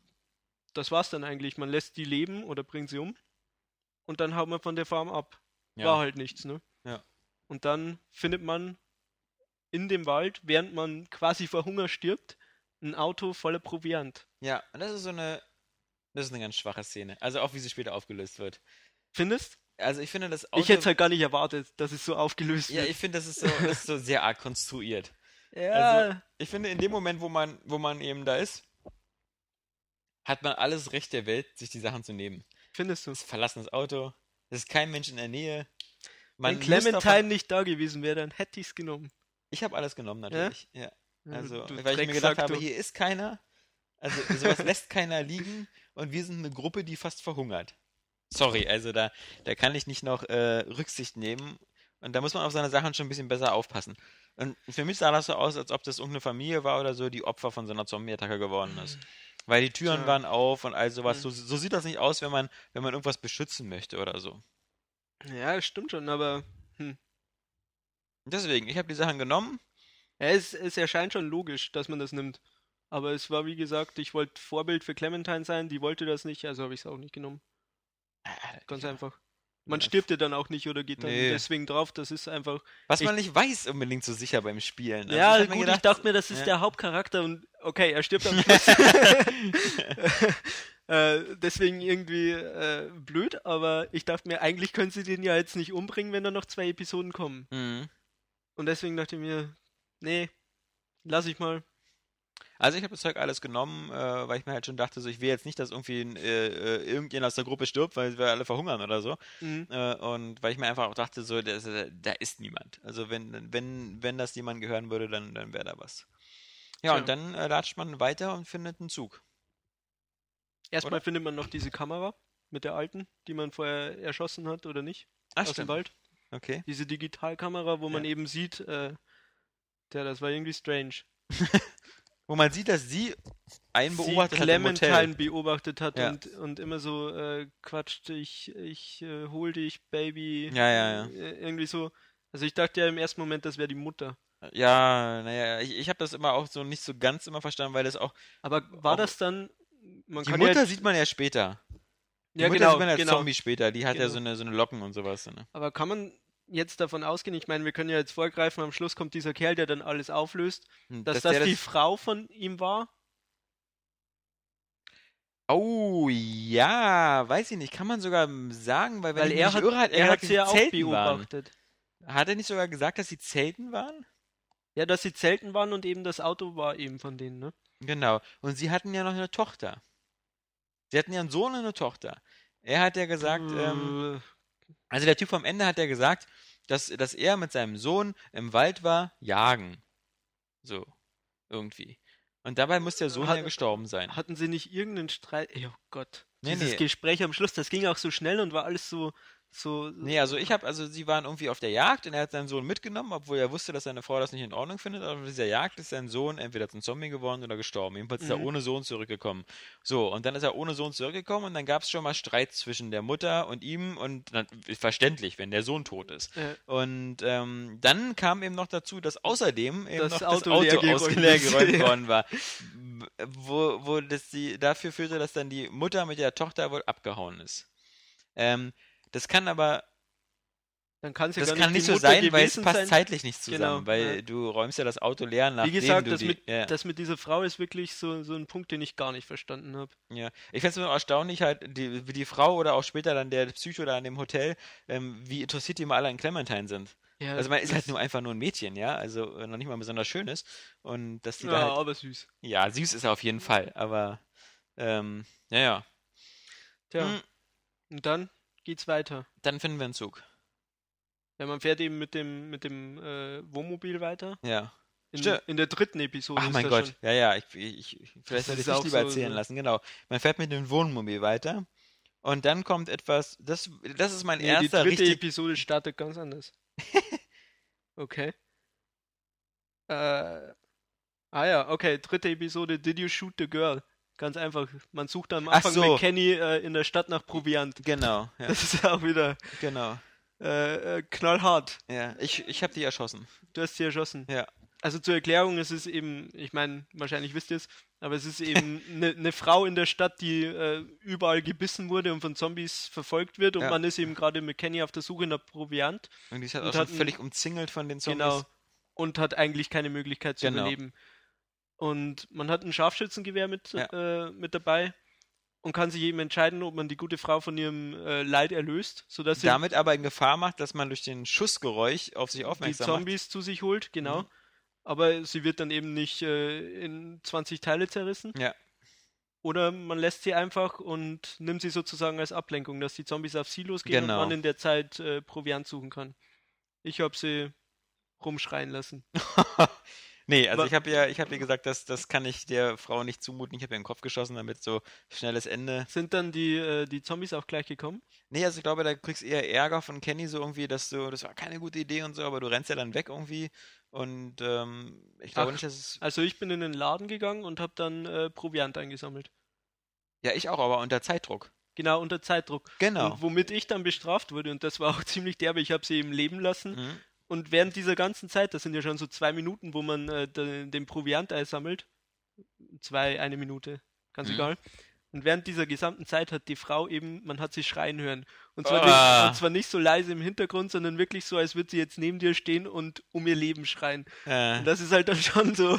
Speaker 4: das war's dann eigentlich. Man lässt die leben oder bringt sie um und dann haut man von der Farm ab.
Speaker 3: Mhm. Ja.
Speaker 4: War halt nichts, ne?
Speaker 3: Ja.
Speaker 4: Und dann findet man in dem Wald, während man quasi vor Hunger stirbt, ein Auto voller Proviant.
Speaker 3: Ja, und das ist so eine, das ist eine ganz schwache Szene. Also auch wie sie später aufgelöst wird.
Speaker 4: Findest?
Speaker 3: Also ich finde das
Speaker 4: Ich hätte es halt gar nicht erwartet, dass es so aufgelöst
Speaker 3: ja,
Speaker 4: wird.
Speaker 3: ich finde das ist so, das ist so sehr arg konstruiert.
Speaker 4: ja,
Speaker 3: Also ich finde in dem Moment, wo man, wo man eben da ist, hat man alles Recht der Welt, sich die Sachen zu nehmen.
Speaker 4: findest du.
Speaker 3: Es ist ein verlassenes Auto, es ist kein Mensch in der Nähe. Man
Speaker 4: Wenn
Speaker 3: muss
Speaker 4: Clementine
Speaker 3: davon,
Speaker 4: nicht da gewesen wäre, dann hätte ich es genommen.
Speaker 3: ich habe alles genommen natürlich. Ja. Also,
Speaker 4: du
Speaker 3: weil ich mir
Speaker 4: Drecksack,
Speaker 3: gedacht habe,
Speaker 4: du.
Speaker 3: hier ist keiner. Also, sowas lässt keiner liegen und wir sind eine Gruppe, die fast verhungert. Sorry, also da, da kann ich nicht noch äh, Rücksicht nehmen. Und da muss man auf seine Sachen schon ein bisschen besser aufpassen. Und für mich sah das so aus, als ob das irgendeine Familie war oder so, die Opfer von so einer Zombie-Attacke geworden ist. Weil die Türen
Speaker 4: Tja.
Speaker 3: waren auf und all sowas.
Speaker 4: Mhm.
Speaker 3: So, so sieht das nicht aus, wenn man, wenn man irgendwas beschützen möchte oder so.
Speaker 4: Ja, stimmt schon, aber
Speaker 3: Und deswegen, ich habe die Sachen genommen.
Speaker 4: Ja, es, es erscheint schon logisch, dass man das nimmt. Aber es war, wie gesagt, ich wollte Vorbild für Clementine sein, die wollte das nicht, also habe ich es auch nicht genommen. Ganz einfach. Man
Speaker 3: Ja.
Speaker 4: stirbt ja dann auch nicht oder geht dann
Speaker 3: Nee.
Speaker 4: deswegen drauf, das ist einfach.
Speaker 3: Was
Speaker 4: Ich-
Speaker 3: man nicht weiß unbedingt so sicher beim Spielen. Also
Speaker 4: ja,
Speaker 3: ich hab mir
Speaker 4: gut, ich
Speaker 3: gedacht,
Speaker 4: dachte mir, das ist
Speaker 3: ja.
Speaker 4: der Hauptcharakter und okay, er stirbt am Schluss. äh, deswegen irgendwie äh, blöd, aber ich dachte mir, eigentlich können sie den ja jetzt nicht umbringen, wenn da noch zwei Episoden kommen.
Speaker 3: Mhm.
Speaker 4: Und deswegen dachte ich mir, nee, lass ich mal.
Speaker 3: Also ich habe das Zeug alles genommen, äh, weil ich mir halt schon dachte, so ich will jetzt nicht, dass irgendwie ein, äh, äh, irgendjemand aus der Gruppe stirbt, weil wir alle verhungern oder so.
Speaker 4: Mhm.
Speaker 3: Äh, und weil ich mir einfach auch dachte, so das, äh, da ist niemand. Also wenn wenn wenn das jemand gehören würde, dann dann wäre da was. Ja,
Speaker 4: Tja.
Speaker 3: und dann äh, latscht man weiter und findet einen Zug.
Speaker 4: Erstmal findet man noch diese Kamera mit der alten, die man vorher erschossen hat oder nicht,
Speaker 3: Ach,
Speaker 4: aus dem Wald.
Speaker 3: Okay.
Speaker 4: Diese Digitalkamera, wo man eben sieht, äh, ja, das war irgendwie strange.
Speaker 3: Wo man sieht, dass sie einen
Speaker 4: Sie
Speaker 3: beobachtet hat im
Speaker 4: Clementine
Speaker 3: Hotel.
Speaker 4: beobachtet hat
Speaker 3: Ja.
Speaker 4: und, und immer so äh, quatscht, ich, ich äh, hol dich, Baby.
Speaker 3: Ja, ja, ja.
Speaker 4: Äh, irgendwie so. Also ich dachte ja im ersten Moment, das wäre die Mutter.
Speaker 3: Ja, naja, ich, ich habe das immer auch so nicht so ganz immer verstanden, weil das auch
Speaker 4: Aber war
Speaker 3: Auch-
Speaker 4: das dann... Man
Speaker 3: die
Speaker 4: kann
Speaker 3: Mutter
Speaker 4: ja,
Speaker 3: sieht man ja später. Die
Speaker 4: ja,
Speaker 3: Mutter
Speaker 4: genau,
Speaker 3: sieht man als
Speaker 4: genau.
Speaker 3: Zombie später. Die hat ja
Speaker 4: Genau.
Speaker 3: so eine so eine Locken und sowas. Ne?
Speaker 4: Aber kann man jetzt davon ausgehen, ich meine, wir können ja jetzt vorgreifen, am Schluss kommt dieser Kerl, der dann alles auflöst, dass das
Speaker 3: Hm, der
Speaker 4: die Frau von ihm war?
Speaker 3: Oh ja, weiß ich nicht. Kann man sogar ähm, sagen, weil wenn
Speaker 4: Weil
Speaker 3: ich
Speaker 4: er
Speaker 3: mich
Speaker 4: hat,
Speaker 3: nicht irre, hat er,
Speaker 4: er
Speaker 3: gesagt,
Speaker 4: hat
Speaker 3: dass
Speaker 4: sie ja
Speaker 3: sie
Speaker 4: auch
Speaker 3: Zelten waren.
Speaker 4: beobachtet.
Speaker 3: Hat er nicht sogar gesagt, dass sie Zelten waren?
Speaker 4: Ja, dass sie Zelten waren und eben das Auto war eben von denen, ne?
Speaker 3: Genau. Und sie hatten ja noch eine Tochter. Sie hatten ja einen Sohn und eine Tochter. Er hat ja gesagt, ähm,
Speaker 4: Äh.
Speaker 3: also der Typ vom Ende hat ja gesagt, dass, dass er mit seinem Sohn im Wald war, jagen. So. Irgendwie. Und dabei muss der Sohn
Speaker 4: Hat-
Speaker 3: ja gestorben sein.
Speaker 4: hatten sie nicht irgendeinen Streit? Oh Gott.
Speaker 3: Nee,
Speaker 4: Dieses
Speaker 3: nee.
Speaker 4: Gespräch am Schluss, das ging auch so schnell und war alles so so
Speaker 3: Nee, also ich habe, also sie waren irgendwie auf der Jagd und er hat seinen Sohn mitgenommen, obwohl er wusste, dass seine Frau das nicht in Ordnung findet. Aber auf dieser Jagd ist sein Sohn entweder zum Zombie geworden oder gestorben. Jedenfalls ist er
Speaker 4: Mhm.
Speaker 3: ohne Sohn zurückgekommen. So, und dann ist er ohne Sohn zurückgekommen und dann gab es schon mal Streit zwischen der Mutter und ihm und dann, verständlich, wenn der Sohn tot ist.
Speaker 4: Ja.
Speaker 3: Und ähm, dann kam eben noch dazu, dass außerdem eben
Speaker 4: Das
Speaker 3: noch
Speaker 4: Auto
Speaker 3: das
Speaker 4: leer
Speaker 3: Auto aus-
Speaker 4: geräumt
Speaker 3: leer
Speaker 4: ist.
Speaker 3: geräumt
Speaker 4: Ja.
Speaker 3: worden war. B- Wo, wo das die, dafür führte, dass dann die Mutter mit der Tochter wohl abgehauen ist. Ähm, das kann aber
Speaker 4: Dann kann es ja
Speaker 3: Das
Speaker 4: gar
Speaker 3: kann nicht
Speaker 4: nicht, die
Speaker 3: so
Speaker 4: Mutter
Speaker 3: sein, weil es
Speaker 4: gewesen
Speaker 3: passt
Speaker 4: sein.
Speaker 3: zeitlich nicht zusammen,
Speaker 4: Genau,
Speaker 3: weil
Speaker 4: ja.
Speaker 3: du räumst ja das Auto leer, nachdem
Speaker 4: Wie gesagt,
Speaker 3: du
Speaker 4: das
Speaker 3: die...
Speaker 4: mit,
Speaker 3: ja.
Speaker 4: das mit dieser Frau ist wirklich so, so ein Punkt, den ich gar nicht verstanden habe.
Speaker 3: Ja, ich find's immer erstaunlich, halt, die, wie die Frau oder auch später dann der Psycho da in dem Hotel, ähm, wie interessiert die mal alle an Clementine sind.
Speaker 4: Ja,
Speaker 3: Also, man ist halt
Speaker 4: das-
Speaker 3: nur einfach nur ein Mädchen, ja, also äh, noch nicht mal besonders schönes. Und dass die
Speaker 4: Ja,
Speaker 3: da halt,
Speaker 4: aber süß.
Speaker 3: ja, süß ist er auf jeden Fall, aber, ähm, ja, ja.
Speaker 4: Tja,
Speaker 3: Hm,
Speaker 4: und dann geht's weiter.
Speaker 3: Dann finden wir einen Zug.
Speaker 4: Ja, man fährt eben mit dem, mit dem äh, Wohnmobil weiter.
Speaker 3: Ja.
Speaker 4: In,
Speaker 3: Stimmt.
Speaker 4: in der dritten Episode
Speaker 3: Ach
Speaker 4: ist
Speaker 3: mein
Speaker 4: das
Speaker 3: Gott,
Speaker 4: schon.
Speaker 3: ja, ja, ich, ich, ich vielleicht
Speaker 4: Das
Speaker 3: sollte ich
Speaker 4: ist
Speaker 3: mich
Speaker 4: auch
Speaker 3: lieber
Speaker 4: so- ne?
Speaker 3: erzählen
Speaker 4: so-
Speaker 3: lassen, genau. Man fährt mit dem Wohnmobil weiter und dann kommt etwas, das, das ist mein
Speaker 4: Nee, die
Speaker 3: erster
Speaker 4: dritte
Speaker 3: richtig,
Speaker 4: Episode startet ganz anders. okay. Äh, ah ja, okay, dritte Episode, Did You Shoot the Girl? Ganz einfach. Man sucht am
Speaker 3: Ach
Speaker 4: Anfang
Speaker 3: so.
Speaker 4: mit Kenny äh, in der Stadt nach Proviant.
Speaker 3: genau, ja,
Speaker 4: Das ist ja auch wieder
Speaker 3: genau,
Speaker 4: äh, äh, knallhart.
Speaker 3: ja, ich, ich habe die erschossen,
Speaker 4: Du hast sie erschossen.
Speaker 3: ja.
Speaker 4: Also zur Erklärung, es ist eben, ich meine, wahrscheinlich wisst ihr es, aber es ist eben eine ne Frau in der Stadt, die äh, überall gebissen wurde und von Zombies verfolgt wird und
Speaker 3: Ja.
Speaker 4: man ist eben gerade mit Kenny auf der Suche nach Proviant.
Speaker 3: Und die ist halt
Speaker 4: Und
Speaker 3: auch schon
Speaker 4: hatten-
Speaker 3: völlig umzingelt von den Zombies.
Speaker 4: Genau. Und hat eigentlich keine Möglichkeit zu
Speaker 3: Genau.
Speaker 4: überleben. Und man hat ein Scharfschützengewehr mit, äh, mit dabei und kann sich eben entscheiden, ob man die gute Frau von ihrem äh, Leid erlöst, sodass sie
Speaker 3: Damit aber in Gefahr macht, dass man durch den Schussgeräuch auf sich
Speaker 4: die
Speaker 3: aufmerksam macht.
Speaker 4: Zombies zu sich holt, genau.
Speaker 3: Mhm.
Speaker 4: Aber sie wird dann eben nicht äh, in 20 Teile zerrissen.
Speaker 3: Ja.
Speaker 4: Oder man lässt sie einfach und nimmt sie sozusagen als Ablenkung, dass die Zombies auf sie losgehen
Speaker 3: Genau.
Speaker 4: und man in der Zeit äh, Proviant suchen kann. Ich habe sie rumschreien lassen.
Speaker 3: nee, also
Speaker 4: Aber-
Speaker 3: ich habe ja, ich habe ihr gesagt, das, das kann ich der Frau nicht zumuten. Ich habe ihr in den Kopf geschossen, damit so schnelles Ende.
Speaker 4: Sind dann die, äh, die Zombies auch gleich gekommen?
Speaker 3: Nee, also ich glaube, da kriegst du eher Ärger von Kenny so irgendwie, dass du, das war keine gute Idee und so, aber du rennst ja dann weg irgendwie. Und ähm, ich glaube
Speaker 4: Ach.
Speaker 3: nicht, dass es.
Speaker 4: Also ich bin in den Laden gegangen und habe dann äh, Proviant eingesammelt.
Speaker 3: Ja, ich auch, aber unter Zeitdruck.
Speaker 4: Genau, unter Zeitdruck.
Speaker 3: Genau.
Speaker 4: Und womit ich dann bestraft wurde, und das war auch ziemlich derbe, ich habe sie eben leben lassen.
Speaker 3: Mhm.
Speaker 4: Und während dieser ganzen Zeit, das sind ja schon so zwei Minuten, wo man äh, de, den Proviant einsammelt, zwei, eine Minute, ganz
Speaker 3: Mhm.
Speaker 4: egal. Und während dieser gesamten Zeit hat die Frau eben, man hat sie schreien hören. Und zwar,
Speaker 3: Ah.
Speaker 4: nicht, und zwar nicht so leise im Hintergrund, sondern wirklich so, als würde sie jetzt neben dir stehen und um ihr Leben schreien.
Speaker 3: Äh,
Speaker 4: Und das ist halt dann schon so,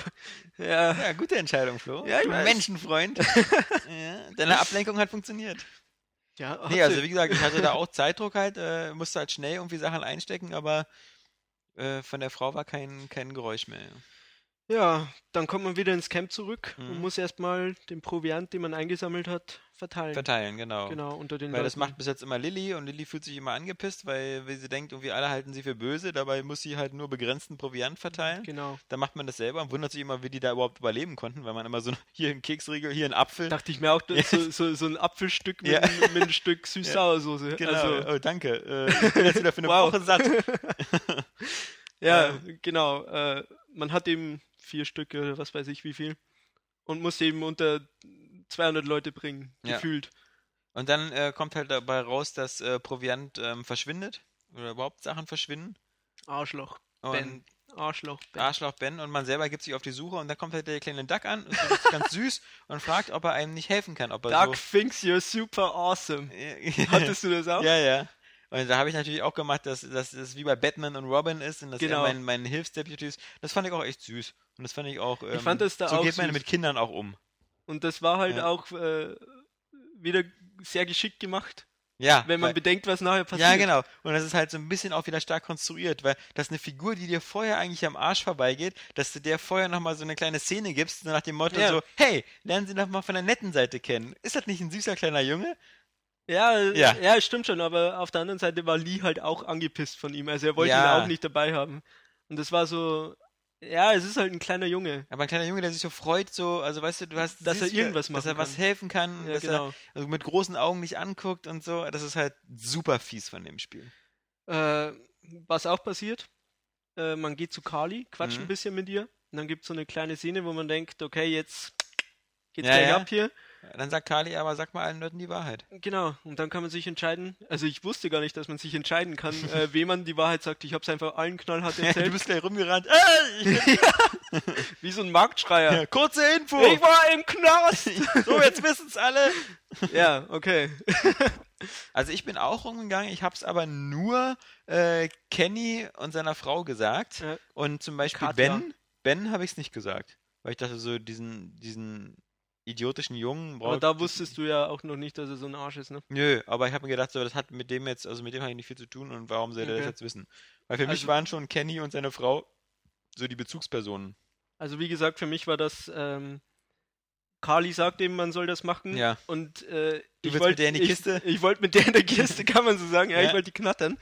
Speaker 4: ja,
Speaker 3: ja, gute Entscheidung, Flo.
Speaker 4: Ja, ich
Speaker 3: du
Speaker 4: weiß.
Speaker 3: Menschenfreund. ja, deine Ablenkung hat funktioniert.
Speaker 4: ja
Speaker 3: Nee,
Speaker 4: hat
Speaker 3: also
Speaker 4: sie-
Speaker 3: wie gesagt, ich hatte da auch Zeitdruck halt, äh, musste halt schnell irgendwie Sachen einstecken, aber äh, von der Frau war kein, kein Geräusch mehr.
Speaker 4: ja, dann kommt man wieder ins Camp zurück
Speaker 3: Mhm.
Speaker 4: und muss erstmal den Proviant, den man eingesammelt hat, verteilen.
Speaker 3: Verteilen, genau.
Speaker 4: Genau, unter den
Speaker 3: Weil das
Speaker 4: Leuten.
Speaker 3: macht bis jetzt immer Lilly und Lilly fühlt sich immer angepisst, weil, weil sie denkt, irgendwie alle halten sie für böse, dabei muss sie halt nur begrenzten Proviant verteilen.
Speaker 4: Genau.
Speaker 3: Dann macht man das selber und wundert sich immer, wie die da überhaupt überleben konnten, weil man immer so hier einen Keksriegel, hier einen Apfel.
Speaker 4: Dachte ich mir auch, so, so, so ein Apfelstück mit,
Speaker 3: Ja.
Speaker 4: mit ein Stück Süß-Sauersoße.
Speaker 3: Genau,
Speaker 4: Also,
Speaker 3: oh, danke. Äh, ich bin jetzt wieder für eine
Speaker 4: Wow.
Speaker 3: Woche satt.
Speaker 4: ja, genau. Äh, man hat eben vier Stücke oder was weiß ich wie viel und muss eben unter 200 Leute bringen,
Speaker 3: Ja.
Speaker 4: gefühlt.
Speaker 3: Und dann äh, kommt halt dabei raus, dass äh, Proviant ähm, verschwindet oder überhaupt Sachen verschwinden.
Speaker 4: Arschloch.
Speaker 3: Und
Speaker 4: Ben. Arschloch. Ben.
Speaker 3: Arschloch Ben und man selber gibt sich auf die Suche und dann kommt halt der kleine Duck an, ist ganz- ganz süß und fragt, ob er einem nicht helfen kann, ob er
Speaker 4: Doug thinks you're super awesome.
Speaker 3: so.
Speaker 4: Hattest du das auch?
Speaker 3: Ja, ja. Und da habe ich natürlich auch gemacht, dass, dass es wie bei Batman und Robin ist und dass er
Speaker 4: Genau.
Speaker 3: mein, mein Hilfsdeputy ist. Das fand ich auch echt süß. Und das fand ich auch. Ähm,
Speaker 4: fand das da
Speaker 3: so
Speaker 4: auch
Speaker 3: geht man
Speaker 4: süß.
Speaker 3: mit Kindern auch um.
Speaker 4: Und das war halt
Speaker 3: Ja.
Speaker 4: auch äh, wieder sehr geschickt gemacht,
Speaker 3: Ja.
Speaker 4: wenn man
Speaker 3: weil,
Speaker 4: bedenkt, was nachher passiert.
Speaker 3: ja, genau. Und das ist halt so ein bisschen auch wieder stark konstruiert, weil das eine Figur, die dir vorher eigentlich am Arsch vorbeigeht, dass du der vorher nochmal so eine kleine Szene gibst, so nach dem Motto
Speaker 4: Ja.
Speaker 3: so, hey, lernen Sie doch mal von der netten Seite kennen. Ist das nicht ein süßer kleiner Junge?
Speaker 4: Ja,
Speaker 3: Ja.
Speaker 4: ja, ja, stimmt schon, aber auf der anderen Seite war Lee halt auch angepisst von ihm. Also er wollte
Speaker 3: Ja.
Speaker 4: ihn auch nicht dabei haben. Und das war so, ja, es ist halt ein kleiner Junge.
Speaker 3: Aber ein kleiner Junge, der sich so freut, so, also weißt du, du hast,
Speaker 4: Dass er
Speaker 3: siehst du,
Speaker 4: irgendwas
Speaker 3: dass er
Speaker 4: machen
Speaker 3: was
Speaker 4: kann.
Speaker 3: helfen kann,
Speaker 4: Ja,
Speaker 3: dass
Speaker 4: genau.
Speaker 3: er also mit großen Augen nicht anguckt und so. Das ist halt super fies von dem Spiel.
Speaker 4: Äh, was auch passiert, äh, man geht zu Carly, quatscht
Speaker 3: Mhm.
Speaker 4: ein bisschen mit ihr. Und dann gibt es so eine kleine Szene, wo man denkt, okay, jetzt geht's
Speaker 3: Ja,
Speaker 4: gleich
Speaker 3: ja.
Speaker 4: ab hier.
Speaker 3: Dann sagt Kali, aber sag mal allen Leuten die Wahrheit.
Speaker 4: Genau, und dann kann man sich entscheiden. Also ich wusste gar nicht, dass man sich entscheiden kann, äh, wem man die Wahrheit sagt. Ich hab's einfach allen knallhart
Speaker 3: du
Speaker 4: erzählt.
Speaker 3: bist gleich rumgerannt. Ey, ich bin
Speaker 4: Wie so ein Marktschreier.
Speaker 3: hier. Kurze Info.
Speaker 4: Ich war im Knast!
Speaker 3: so, jetzt wissen's alle.
Speaker 4: Ja, okay.
Speaker 3: Also ich bin auch rumgegangen, ich habe es aber nur äh, Kenny und seiner Frau gesagt.
Speaker 4: Ja.
Speaker 3: Und zum Beispiel
Speaker 4: Katja.
Speaker 3: Ben, Ben habe ich es nicht gesagt. Weil ich dachte so, diesen, diesen idiotischen Jungen
Speaker 4: Aber
Speaker 3: braucht.
Speaker 4: da wusstest du ja auch noch nicht, dass er so ein Arsch ist, ne?
Speaker 3: Nö, aber ich habe mir gedacht, so, das hat mit dem jetzt, also mit dem habe ich nicht viel zu tun und warum soll der das
Speaker 4: Okay.
Speaker 3: jetzt wissen? Weil für mich
Speaker 4: Also-
Speaker 3: waren schon Kenny und seine Frau so die Bezugspersonen.
Speaker 4: Also wie gesagt, für mich war das, ähm, Carly sagt eben, man soll das machen.
Speaker 3: Ja.
Speaker 4: Und äh,
Speaker 3: Du willst
Speaker 4: ich
Speaker 3: mit
Speaker 4: wollte
Speaker 3: der in die
Speaker 4: ich,
Speaker 3: Kiste?
Speaker 4: Ich wollte mit der in der Kiste, kann man so sagen. Ja,
Speaker 3: Ja.
Speaker 4: ich wollte die knattern.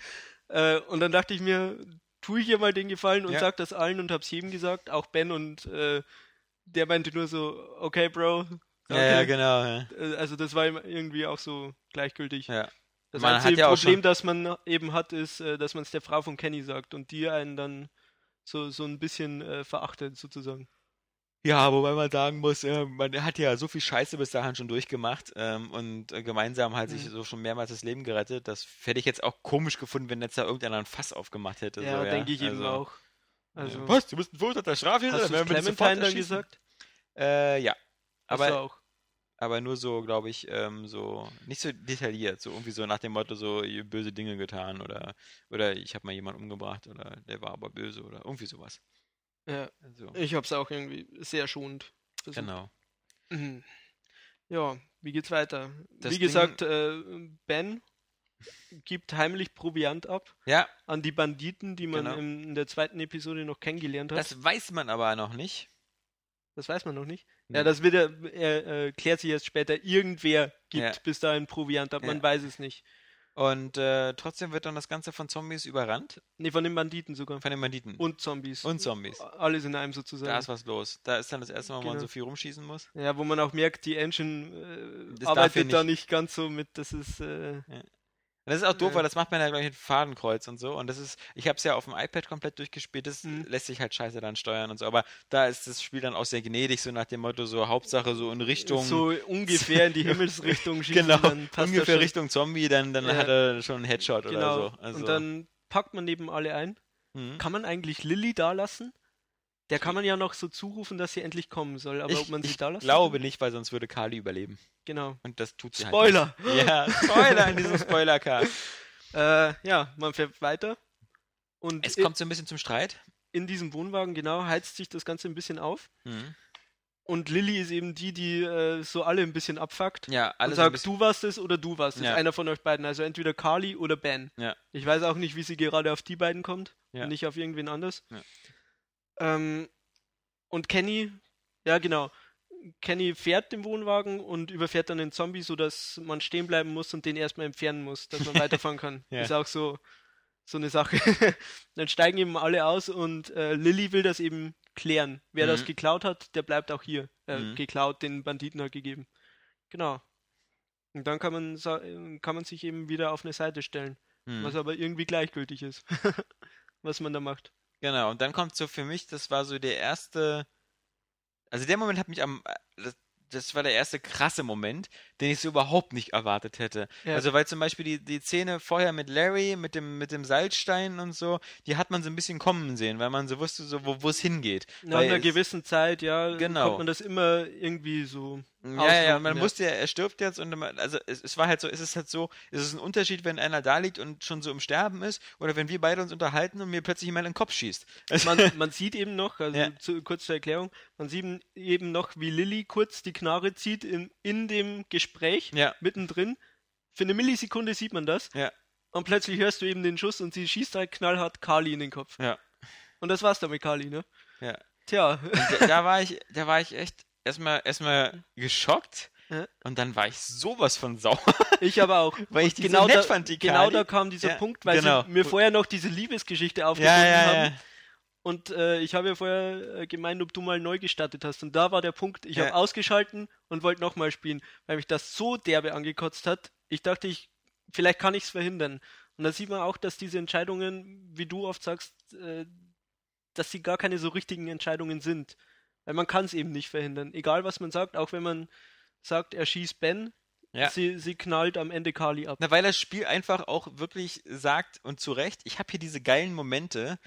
Speaker 4: Äh, und dann dachte ich mir, tue ich ihr mal den Gefallen und
Speaker 3: Ja.
Speaker 4: sag das allen und hab's jedem gesagt, auch Ben und äh, der meinte nur so, okay, Bro.
Speaker 3: Ja, ja,
Speaker 4: okay.
Speaker 3: genau. Ja.
Speaker 4: Äh, Also das war ihm irgendwie auch so gleichgültig.
Speaker 3: Ja.
Speaker 4: Das
Speaker 3: Man hat
Speaker 4: einzige
Speaker 3: ja auch
Speaker 4: Problem,
Speaker 3: schon-
Speaker 4: das man eben hat, ist, äh, dass man es der Frau von Kenny sagt und die einen dann so, so ein bisschen äh, verachtet sozusagen.
Speaker 3: Ja, wobei man sagen muss, äh, man hat ja so viel Scheiße bis dahin schon durchgemacht ähm, und äh, gemeinsam halt sich
Speaker 4: Mhm.
Speaker 3: so schon mehrmals das Leben gerettet. Das hätte ich jetzt auch komisch gefunden, wenn jetzt da irgendeiner ein Fass aufgemacht hätte. so,
Speaker 4: ja, denke ich eben
Speaker 3: also,
Speaker 4: auch. Also,
Speaker 3: ja. Was? Du bist ein verurteilter Straftäter?
Speaker 4: Hast du
Speaker 3: werden wir dich sofort
Speaker 4: Clementine dann
Speaker 3: erschießen.
Speaker 4: gesagt?
Speaker 3: Äh, ja.
Speaker 4: Hast
Speaker 3: Aber
Speaker 4: du auch.
Speaker 3: aber nur so, glaube ich, ähm, so nicht so detailliert, so irgendwie so nach dem Motto so ihr habt böse Dinge getan oder oder ich habe mal jemanden umgebracht oder der war aber böse oder irgendwie sowas.
Speaker 4: Ja,
Speaker 3: Also,
Speaker 4: ich hab's auch irgendwie sehr schonend. versucht.
Speaker 3: genau.
Speaker 4: Mhm. Ja, wie geht's weiter?
Speaker 3: Das
Speaker 4: wie
Speaker 3: Ding-
Speaker 4: gesagt, äh, Ben gibt heimlich Proviant ab
Speaker 3: Ja,
Speaker 4: an die Banditen, die man
Speaker 3: Genau.
Speaker 4: im, in der zweiten Episode noch kennengelernt hat.
Speaker 3: das weiß man aber noch nicht.
Speaker 4: Das weiß man noch nicht.
Speaker 3: Nee.
Speaker 4: Ja, das wird ja, äh, äh, klärt sich erst später. Irgendwer gibt
Speaker 3: Ja.
Speaker 4: bis dahin Proviant ab, man
Speaker 3: Ja.
Speaker 4: weiß es nicht.
Speaker 3: Und äh, trotzdem wird dann das Ganze von Zombies überrannt,
Speaker 4: Nee, von den Banditen sogar.
Speaker 3: von den Banditen
Speaker 4: Und Zombies.
Speaker 3: und Zombies.
Speaker 4: Alles in einem
Speaker 3: Da
Speaker 4: sozusagen.
Speaker 3: ist was los. Da ist dann das erste Mal, wo man
Speaker 4: Genau.
Speaker 3: so viel rumschießen muss.
Speaker 4: Ja, wo man auch merkt, die Engine
Speaker 3: Das
Speaker 4: äh,
Speaker 3: darf hier
Speaker 4: arbeitet
Speaker 3: nicht.
Speaker 4: da nicht ganz so mit. Das ist äh,
Speaker 3: Und das ist auch doof,
Speaker 4: Ja.
Speaker 3: weil das macht man ja, glaube ich, mit Fadenkreuz und so. Und das ist, ich habe es ja auf dem iPad komplett durchgespielt, das
Speaker 4: Mhm.
Speaker 3: lässt sich halt scheiße dann steuern und so. Aber da ist das Spiel dann auch sehr gnädig, so nach dem Motto, so Hauptsache so in Richtung,
Speaker 4: so ungefähr in die Himmelsrichtung schießen.
Speaker 3: genau,
Speaker 4: dann passt das
Speaker 3: ungefähr
Speaker 4: schon.
Speaker 3: Richtung Zombie, dann, dann
Speaker 4: Ja.
Speaker 3: hat er schon einen Headshot
Speaker 4: Genau.
Speaker 3: oder so. Also,
Speaker 4: Und dann packt man eben alle ein.
Speaker 3: mhm.
Speaker 4: Kann man eigentlich Lilly da lassen? Der kann man ja noch so zurufen, dass sie endlich kommen soll. Aber
Speaker 3: ich,
Speaker 4: ob man sie
Speaker 3: ich
Speaker 4: da lassen
Speaker 3: glaube
Speaker 4: kann?
Speaker 3: nicht, weil sonst würde Kali überleben.
Speaker 4: Genau.
Speaker 3: Und das tut sie
Speaker 4: Spoiler!
Speaker 3: halt nicht. Ja, Spoiler in diesem Spoiler-Cast.
Speaker 4: Äh, ja, man fährt weiter. Und
Speaker 3: Es
Speaker 4: i-
Speaker 3: kommt so ein bisschen zum Streit.
Speaker 4: in diesem Wohnwagen, genau, heizt sich das Ganze ein bisschen auf.
Speaker 3: Hm.
Speaker 4: Und Lilly ist eben die, die äh, so alle ein bisschen abfuckt.
Speaker 3: Ja,
Speaker 4: und
Speaker 3: alles ein
Speaker 4: sagt,
Speaker 3: bisschen,
Speaker 4: du warst es oder du warst es.
Speaker 3: Ja.
Speaker 4: Einer von euch beiden. Also entweder Carly oder Ben.
Speaker 3: Ja.
Speaker 4: Ich weiß auch nicht, wie sie gerade auf die beiden kommt.
Speaker 3: Ja.
Speaker 4: Und nicht auf irgendwen anders.
Speaker 3: Ja.
Speaker 4: Ähm, und Kenny, ja genau. Kenny fährt den Wohnwagen und überfährt dann den Zombie, sodass man stehen bleiben muss und den erstmal entfernen muss, dass man weiterfahren kann.
Speaker 3: Ja.
Speaker 4: Ist auch so, so eine Sache. dann steigen eben alle aus und äh, Lilly will das eben klären. Wer das
Speaker 3: Mhm.
Speaker 4: geklaut hat, der bleibt auch hier. Äh,
Speaker 3: Mhm.
Speaker 4: Geklaut, den Banditen hat gegeben. Genau. Und dann kann man, sa- ähm, kann man sich eben wieder auf eine Seite stellen,
Speaker 3: Mhm.
Speaker 4: was aber irgendwie gleichgültig ist, was man da macht.
Speaker 3: Genau, und dann kommt so für mich, das war so der erste, also der Moment hat mich am, das, das war der erste krasse Moment, den ich so überhaupt nicht erwartet hätte.
Speaker 4: Ja.
Speaker 3: Also weil zum Beispiel die, die Szene vorher mit Larry, mit dem, mit dem Salzstein und so, die hat man so ein bisschen kommen sehen, weil man so wusste, so, wo, wo es hingeht.
Speaker 4: Nach
Speaker 3: Weil
Speaker 4: einer
Speaker 3: es-
Speaker 4: gewissen Zeit, ja,
Speaker 3: Genau.
Speaker 4: kommt man das immer irgendwie so.
Speaker 3: Ja, ja, ja,
Speaker 4: Ausloten,
Speaker 3: man
Speaker 4: ja.
Speaker 3: wusste ja, er stirbt jetzt und man- also es, es war halt so, es ist halt so, es ist ein Unterschied, wenn einer da liegt und schon so im Sterben ist oder wenn wir beide uns unterhalten und mir plötzlich jemand in den Kopf schießt. Also,
Speaker 4: Man, man sieht eben noch, also
Speaker 3: Ja.
Speaker 4: zu, kurz zur Erklärung, man sieht eben noch, wie Lilly kurz die Knarre zieht in, in dem Gespräch,
Speaker 3: Ja.
Speaker 4: mittendrin. Für eine Millisekunde sieht man das.
Speaker 3: Ja.
Speaker 4: Und plötzlich hörst du eben den Schuss und sie schießt halt knallhart Kali in den Kopf.
Speaker 3: ja,
Speaker 4: Und das war's dann mit Kali, ne?
Speaker 3: ja.
Speaker 4: Tja,
Speaker 3: da, da war ich, da war ich echt erstmal erstmal geschockt
Speaker 4: Ja.
Speaker 3: und dann war ich sowas von sauer,
Speaker 4: ich aber auch.
Speaker 3: weil ich
Speaker 4: Und
Speaker 3: die so nett
Speaker 4: da,
Speaker 3: fand, die
Speaker 4: genau
Speaker 3: Kali.
Speaker 4: da kam dieser
Speaker 3: Ja,
Speaker 4: Punkt, weil
Speaker 3: genau.
Speaker 4: sie mir vorher noch diese Liebesgeschichte aufgefunden
Speaker 3: ja, ja,
Speaker 4: haben.
Speaker 3: ja.
Speaker 4: Und äh, ich habe ja vorher äh, gemeint, ob du mal neu gestartet hast. Und da war der Punkt, ich
Speaker 3: Ja.
Speaker 4: habe ausgeschalten und wollte nochmal spielen, weil mich das so derbe angekotzt hat. Ich dachte, ich, vielleicht kann ich es verhindern. Und da sieht man auch, dass diese Entscheidungen, wie du oft sagst, äh, dass sie gar keine so richtigen Entscheidungen sind. Weil man kann es eben nicht verhindern. Egal was man sagt, auch wenn man sagt, er schießt Ben,
Speaker 3: Ja.
Speaker 4: sie, sie knallt am Ende Carly ab.
Speaker 3: Na, weil das Spiel einfach auch wirklich sagt und zu Recht, ich habe hier diese geilen Momente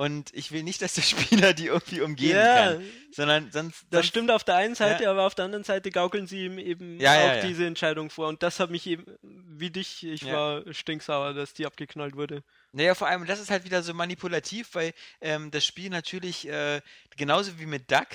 Speaker 3: Und ich will nicht, dass der Spieler die irgendwie umgehen
Speaker 4: Ja.
Speaker 3: kann. Sondern sonst.
Speaker 4: Das
Speaker 3: sonst
Speaker 4: stimmt auf der einen Seite, aber auf der anderen Seite gaukeln sie ihm eben
Speaker 3: Ja,
Speaker 4: auch
Speaker 3: ja, ja.
Speaker 4: diese Entscheidung vor. Und das hat mich eben, wie dich, ich
Speaker 3: Ja.
Speaker 4: war stinksauer, dass die abgeknallt wurde.
Speaker 3: Naja, vor allem, das ist halt wieder so manipulativ, weil ähm, das Spiel natürlich, äh, genauso wie mit Duck,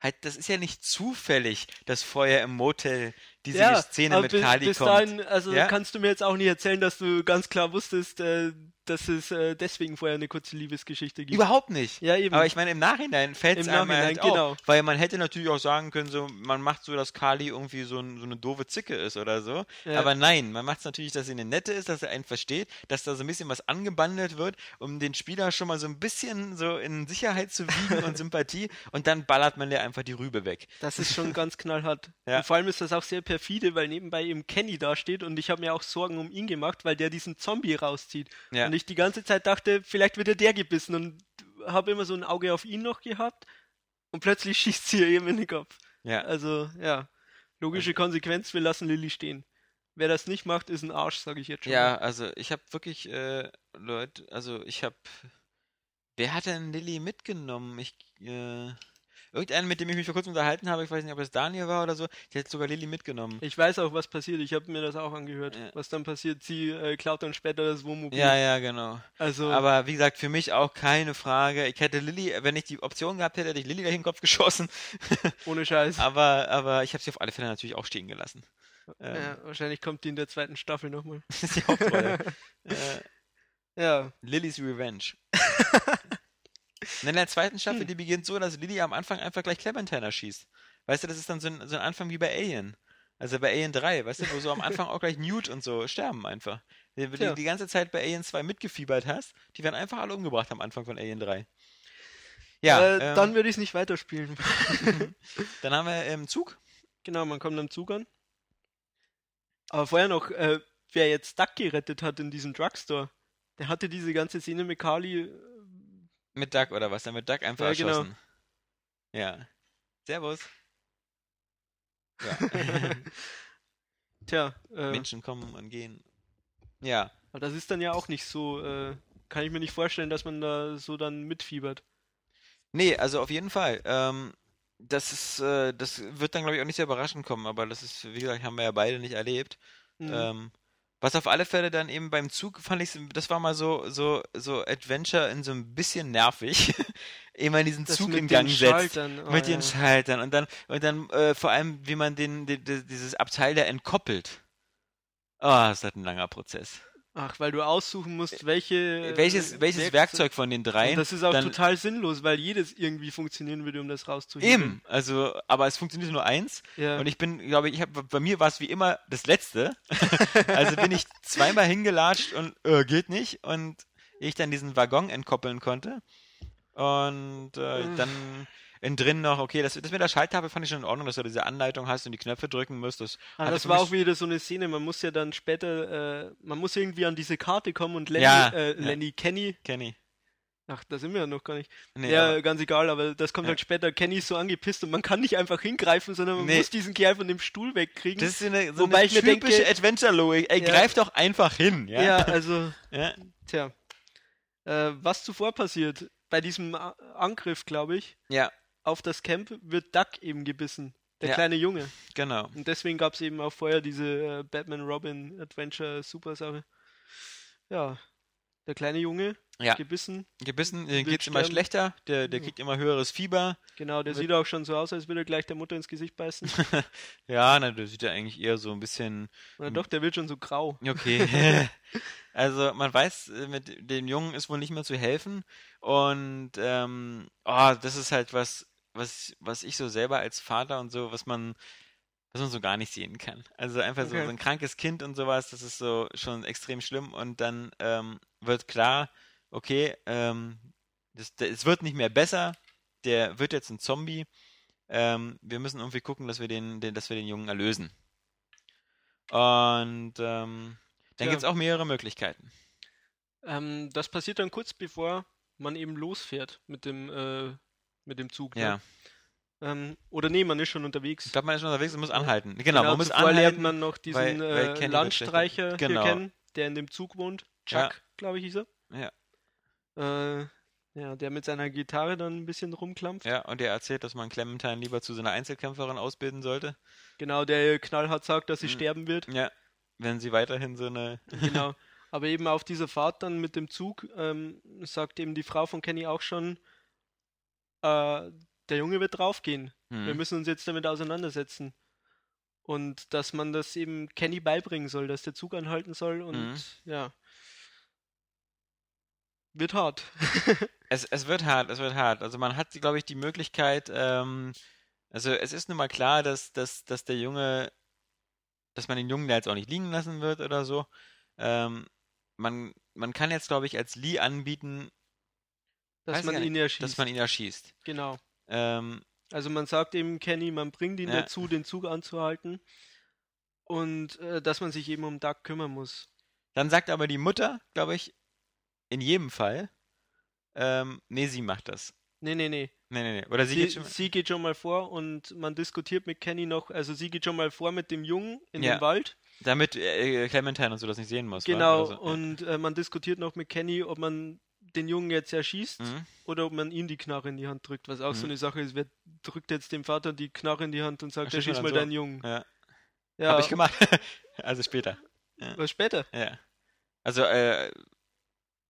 Speaker 3: halt, das ist ja nicht zufällig, das Feuer im Motel, diese Szene
Speaker 4: aber
Speaker 3: mit
Speaker 4: bis,
Speaker 3: Kali
Speaker 4: bis
Speaker 3: kommt.
Speaker 4: dahin, also
Speaker 3: Ja?
Speaker 4: kannst du mir jetzt auch nicht erzählen, dass du ganz klar wusstest, äh, dass es äh, deswegen vorher eine kurze Liebesgeschichte gibt.
Speaker 3: Überhaupt nicht.
Speaker 4: Ja, eben.
Speaker 3: Aber ich meine, im Nachhinein fällt es
Speaker 4: Im
Speaker 3: einem halt
Speaker 4: Nachhinein,
Speaker 3: auf.
Speaker 4: genau.
Speaker 3: Weil man hätte natürlich auch sagen können, so, man macht so, dass Kali irgendwie so, ein, so eine doofe Zicke ist oder so.
Speaker 4: Ja.
Speaker 3: Aber nein, man macht es natürlich, dass sie eine nette ist, dass er einen versteht, dass da so ein bisschen was angebandelt wird, um den Spieler schon mal so ein bisschen so in Sicherheit zu wiegen und Sympathie. Und dann ballert man dir einfach die Rübe weg.
Speaker 4: Das ist schon ganz knallhart.
Speaker 3: Ja.
Speaker 4: Und vor allem ist das auch sehr perfide, weil nebenbei eben Kenny dasteht und ich habe mir auch Sorgen um ihn gemacht, weil der diesen Zombie rauszieht.
Speaker 3: Ja.
Speaker 4: Und ich die ganze Zeit dachte, vielleicht wird er der gebissen und habe immer so ein Auge auf ihn noch gehabt und plötzlich schießt sie ihr eben in den Kopf.
Speaker 3: Ja.
Speaker 4: Also, ja. Logische Konsequenz, wir lassen Lilly stehen. Wer das nicht macht, ist ein Arsch, sage ich jetzt schon.
Speaker 3: Ja, also ich habe wirklich, äh, Leute, also ich habe. Wer hat denn Lilly mitgenommen? Ich, äh, irgendeinen, mit dem ich mich vor kurzem unterhalten habe, ich weiß nicht, ob das Daniel war oder so, der hat sogar Lilly mitgenommen.
Speaker 4: Ich weiß auch, was passiert. Ich habe mir das auch angehört.
Speaker 3: Ja.
Speaker 4: Was dann passiert, sie äh, klaut dann später das Wohnmobil.
Speaker 3: Ja, ja, genau.
Speaker 4: Also,
Speaker 3: Aber wie gesagt, für mich auch keine Frage. Ich hätte Lilly, wenn ich die Option gehabt hätte, hätte ich Lilly gleich in den Kopf geschossen.
Speaker 4: ohne Scheiß.
Speaker 3: aber, aber ich habe sie auf alle Fälle natürlich auch stehen gelassen. Ähm,
Speaker 4: Ja, wahrscheinlich kommt die in der zweiten Staffel nochmal.
Speaker 3: ist die Hauptrolle. äh,
Speaker 4: Ja,
Speaker 3: Lillys Revenge. Und in der zweiten Staffel,
Speaker 4: Hm.
Speaker 3: die beginnt so, dass Lilly am Anfang einfach gleich Clementine schießt. Weißt du, das ist dann so ein, so ein Anfang wie bei Alien. Also bei Alien 3, weißt du, wo so am Anfang auch gleich Newt und so sterben einfach. Die, die,
Speaker 4: Tja.
Speaker 3: die ganze Zeit bei Alien 2 mitgefiebert hast, die werden einfach alle umgebracht am Anfang von Alien 3. Ja,
Speaker 4: äh,
Speaker 3: ähm,
Speaker 4: dann würde ich es nicht weiterspielen.
Speaker 3: dann haben wir ähm, Zug.
Speaker 4: genau, man kommt am Zug an. Aber vorher noch, äh, wer jetzt Duck gerettet hat in diesem Drugstore, der hatte diese ganze Szene mit Carly.
Speaker 3: Mit Duck oder was? Dann wird Duck einfach
Speaker 4: Ja, genau.
Speaker 3: erschossen. Ja. Servus. Ja.
Speaker 4: Tja, äh,
Speaker 3: Menschen kommen und gehen. Ja.
Speaker 4: aber das ist dann ja auch nicht so. Äh, kann ich mir nicht vorstellen, dass man da so dann mitfiebert.
Speaker 3: Nee, also auf jeden Fall. Ähm, das ist, äh, das wird dann, glaube ich, auch nicht sehr überraschend kommen, aber das ist, wie gesagt, haben wir ja beide nicht erlebt.
Speaker 4: Mhm.
Speaker 3: Ähm, was auf alle Fälle dann eben beim Zug fand ich, das war mal so, so, so Adventure in so ein bisschen nervig, ehe man diesen
Speaker 4: Das
Speaker 3: Zug
Speaker 4: mit
Speaker 3: in
Speaker 4: den
Speaker 3: Gang setzt.
Speaker 4: Schaltern, oh
Speaker 3: mit den
Speaker 4: ja.
Speaker 3: Schaltern und dann, und dann äh, vor allem, wie man den, die- die- dieses Abteil da entkoppelt. Ah, ist das ein langer Prozess.
Speaker 4: Ach, weil du aussuchen musst, welche. äh,
Speaker 3: Welches, welches Werkzeug von den dreien?
Speaker 4: Und das ist auch
Speaker 3: dann,
Speaker 4: total sinnlos, weil jedes irgendwie funktionieren würde, um das rauszuheben.
Speaker 3: Eben, also, aber es funktioniert nur eins.
Speaker 4: Ja.
Speaker 3: Und ich bin, glaube ich, ich hab, bei mir war es wie immer das Letzte. also bin ich zweimal hingelatscht und äh, geht nicht. Und ehe ich dann diesen Waggon entkoppeln konnte. Und äh, dann in drin noch, okay, das, das mit der Schalttafel fand ich schon in Ordnung, dass du diese Anleitung hast und die Knöpfe drücken musst. Das,
Speaker 4: Ah,
Speaker 3: hatte
Speaker 4: das
Speaker 3: für
Speaker 4: war
Speaker 3: mich-
Speaker 4: auch wieder so eine Szene, man muss ja dann später, äh, man muss irgendwie an diese Karte kommen und Lenny,
Speaker 3: Ja,
Speaker 4: äh,
Speaker 3: ja.
Speaker 4: Lenny Kenny,
Speaker 3: Kenny.
Speaker 4: ach, da sind wir ja noch gar nicht.
Speaker 3: Nee,
Speaker 4: ja,
Speaker 3: aber-
Speaker 4: ganz egal, aber das kommt
Speaker 3: Ja.
Speaker 4: dann später, Kenny ist so angepisst und man kann nicht einfach hingreifen, sondern man
Speaker 3: Nee.
Speaker 4: muss diesen Kerl von dem Stuhl wegkriegen.
Speaker 3: Das ist so eine, so
Speaker 4: Wobei
Speaker 3: eine
Speaker 4: ich mir denke-
Speaker 3: typische Adventure-Logik. Ey,
Speaker 4: Ja.
Speaker 3: greif doch einfach hin. Ja.
Speaker 4: ja. also,
Speaker 3: ja.
Speaker 4: tja. Äh, was zuvor passiert, bei diesem A Angriff, glaube ich,
Speaker 3: ja
Speaker 4: auf das Camp wird Duck eben gebissen. Der
Speaker 3: Ja.
Speaker 4: kleine Junge.
Speaker 3: genau.
Speaker 4: Und deswegen gab es eben auch vorher diese äh, Batman-Robin-Adventure-Super-Sache. Ja, der kleine Junge,
Speaker 3: Ja.
Speaker 4: gebissen.
Speaker 3: Gebissen, denen
Speaker 4: Will
Speaker 3: geht's immer
Speaker 4: sterben.
Speaker 3: schlechter, der, der kriegt immer höheres Fieber.
Speaker 4: Genau, der
Speaker 3: Wird-
Speaker 4: sieht auch schon so aus, als würde er gleich der Mutter ins Gesicht beißen.
Speaker 3: ja, na, der sieht ja eigentlich eher so ein bisschen.
Speaker 4: Oder doch, der wird schon so grau.
Speaker 3: Okay. also man weiß, äh, mit dem Jungen ist wohl nicht mehr zu helfen. Und ähm, oh, das ist halt was, was, was ich so selber als Vater und so, was man, was man so gar nicht sehen kann. Also einfach so,
Speaker 4: Okay.
Speaker 3: so ein krankes Kind und sowas, das ist so schon extrem schlimm. Und dann ähm, wird klar, okay, ähm, das, das, es wird nicht mehr besser, der wird jetzt ein Zombie. Ähm, wir müssen irgendwie gucken, dass wir den, den, dass wir den Jungen erlösen. Und ähm, dann
Speaker 4: Tja.
Speaker 3: gibt es auch mehrere Möglichkeiten.
Speaker 4: Ähm, das passiert dann kurz bevor man eben losfährt mit dem, äh, mit dem Zug.
Speaker 3: Ja.
Speaker 4: Ne? Ähm, oder nee, man ist schon unterwegs.
Speaker 3: Ich glaube, man ist schon unterwegs und muss anhalten. Genau, man muss
Speaker 4: zuvor lernt
Speaker 3: anhalten.
Speaker 4: man noch diesen
Speaker 3: weil- weil
Speaker 4: äh,
Speaker 3: Kenny wird
Speaker 4: Landstreicher
Speaker 3: schlecht.
Speaker 4: hier
Speaker 3: Genau.
Speaker 4: kennen, der in dem Zug wohnt. Chuck,
Speaker 3: Ja.
Speaker 4: glaube ich, hieß er. Äh, Ja, der mit seiner Gitarre dann ein bisschen rumklampft.
Speaker 3: Ja, und er erzählt, dass man Clementine lieber zu so einer Einzelkämpferin ausbilden sollte.
Speaker 4: Genau, der knallhart sagt, dass sie
Speaker 3: Mhm.
Speaker 4: sterben wird.
Speaker 3: Ja, wenn sie weiterhin so eine.
Speaker 4: Genau. Aber eben auf dieser Fahrt dann mit dem Zug ähm, sagt eben die Frau von Kenny auch schon, äh, der Junge wird draufgehen. Wir
Speaker 3: Hm.
Speaker 4: müssen uns jetzt damit auseinandersetzen. Und dass man das eben Kenny beibringen soll, dass der Zug anhalten soll und
Speaker 3: Mhm.
Speaker 4: ja. Wird hart.
Speaker 3: Es, es wird hart, es wird hart. Also man hat, glaube ich, die Möglichkeit, ähm, also es ist nun mal klar, dass, dass, dass der Junge, dass man den Jungen da jetzt auch nicht liegen lassen wird oder so. Ähm, man, man kann jetzt, glaube ich, als Lee anbieten,
Speaker 4: Dass
Speaker 3: Weiß
Speaker 4: man
Speaker 3: gar
Speaker 4: ihn
Speaker 3: nicht,
Speaker 4: erschießt.
Speaker 3: dass man ihn erschießt.
Speaker 4: genau.
Speaker 3: Ähm,
Speaker 4: Also man sagt eben Kenny, man bringt ihn
Speaker 3: Ja.
Speaker 4: dazu, den Zug anzuhalten. Und äh, dass man sich eben um Doug kümmern muss.
Speaker 3: Dann sagt aber die Mutter, glaube ich, in jedem Fall, ähm, nee, sie macht das.
Speaker 4: Nee, nee, nee.
Speaker 3: Nee, nee, nee. Oder sie,
Speaker 4: Sie,
Speaker 3: geht schon.
Speaker 4: sie geht schon mal vor und man diskutiert mit Kenny noch, also sie geht schon mal vor mit dem Jungen in
Speaker 3: Ja.
Speaker 4: den Wald.
Speaker 3: Damit äh, Clementine und so das also, nicht sehen muss. wa?
Speaker 4: genau,
Speaker 3: Oder so.
Speaker 4: und äh, man diskutiert noch mit Kenny, ob man den Jungen jetzt erschießt
Speaker 3: Mhm.
Speaker 4: oder ob man ihm die Knarre in die Hand drückt, was auch so
Speaker 3: Mhm.
Speaker 4: eine Sache ist. Wer drückt jetzt dem Vater die Knarre in die Hand und sagt,
Speaker 3: Da steht man
Speaker 4: erschieß mal
Speaker 3: dann so.
Speaker 4: deinen Jungen?
Speaker 3: Ja.
Speaker 4: Ja,
Speaker 3: Hab also ich gemacht. also später.
Speaker 4: aber später.
Speaker 3: Ja. Also, äh,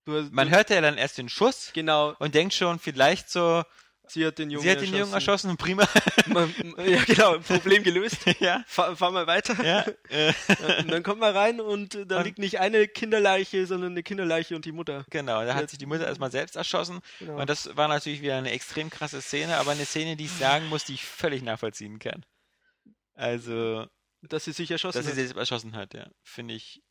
Speaker 4: Du, hast-
Speaker 3: man
Speaker 4: du,
Speaker 3: hört ja dann erst den Schuss
Speaker 4: Genau,
Speaker 3: und denkt schon, vielleicht so,
Speaker 4: sie hat den Jungen
Speaker 3: sie hat den Jungen erschossen, prima.
Speaker 4: Man- ja, genau, Problem gelöst.
Speaker 3: ja.
Speaker 4: Fahr, fahr mal weiter.
Speaker 3: Ja. Äh,
Speaker 4: Und dann kommt man rein und äh, da
Speaker 3: Und-
Speaker 4: liegt nicht eine Kinderleiche, sondern eine Kinderleiche und die Mutter.
Speaker 3: genau, da
Speaker 4: Ja.
Speaker 3: hat sich die Mutter erstmal selbst erschossen.
Speaker 4: Genau.
Speaker 3: Und das war natürlich wieder eine extrem krasse Szene, aber eine Szene, die ich sagen muss, die ich völlig nachvollziehen kann. Also,
Speaker 4: dass sie sich erschossen
Speaker 3: dass sie
Speaker 4: hat.
Speaker 3: sich erschossen hat, ja. Finde ich.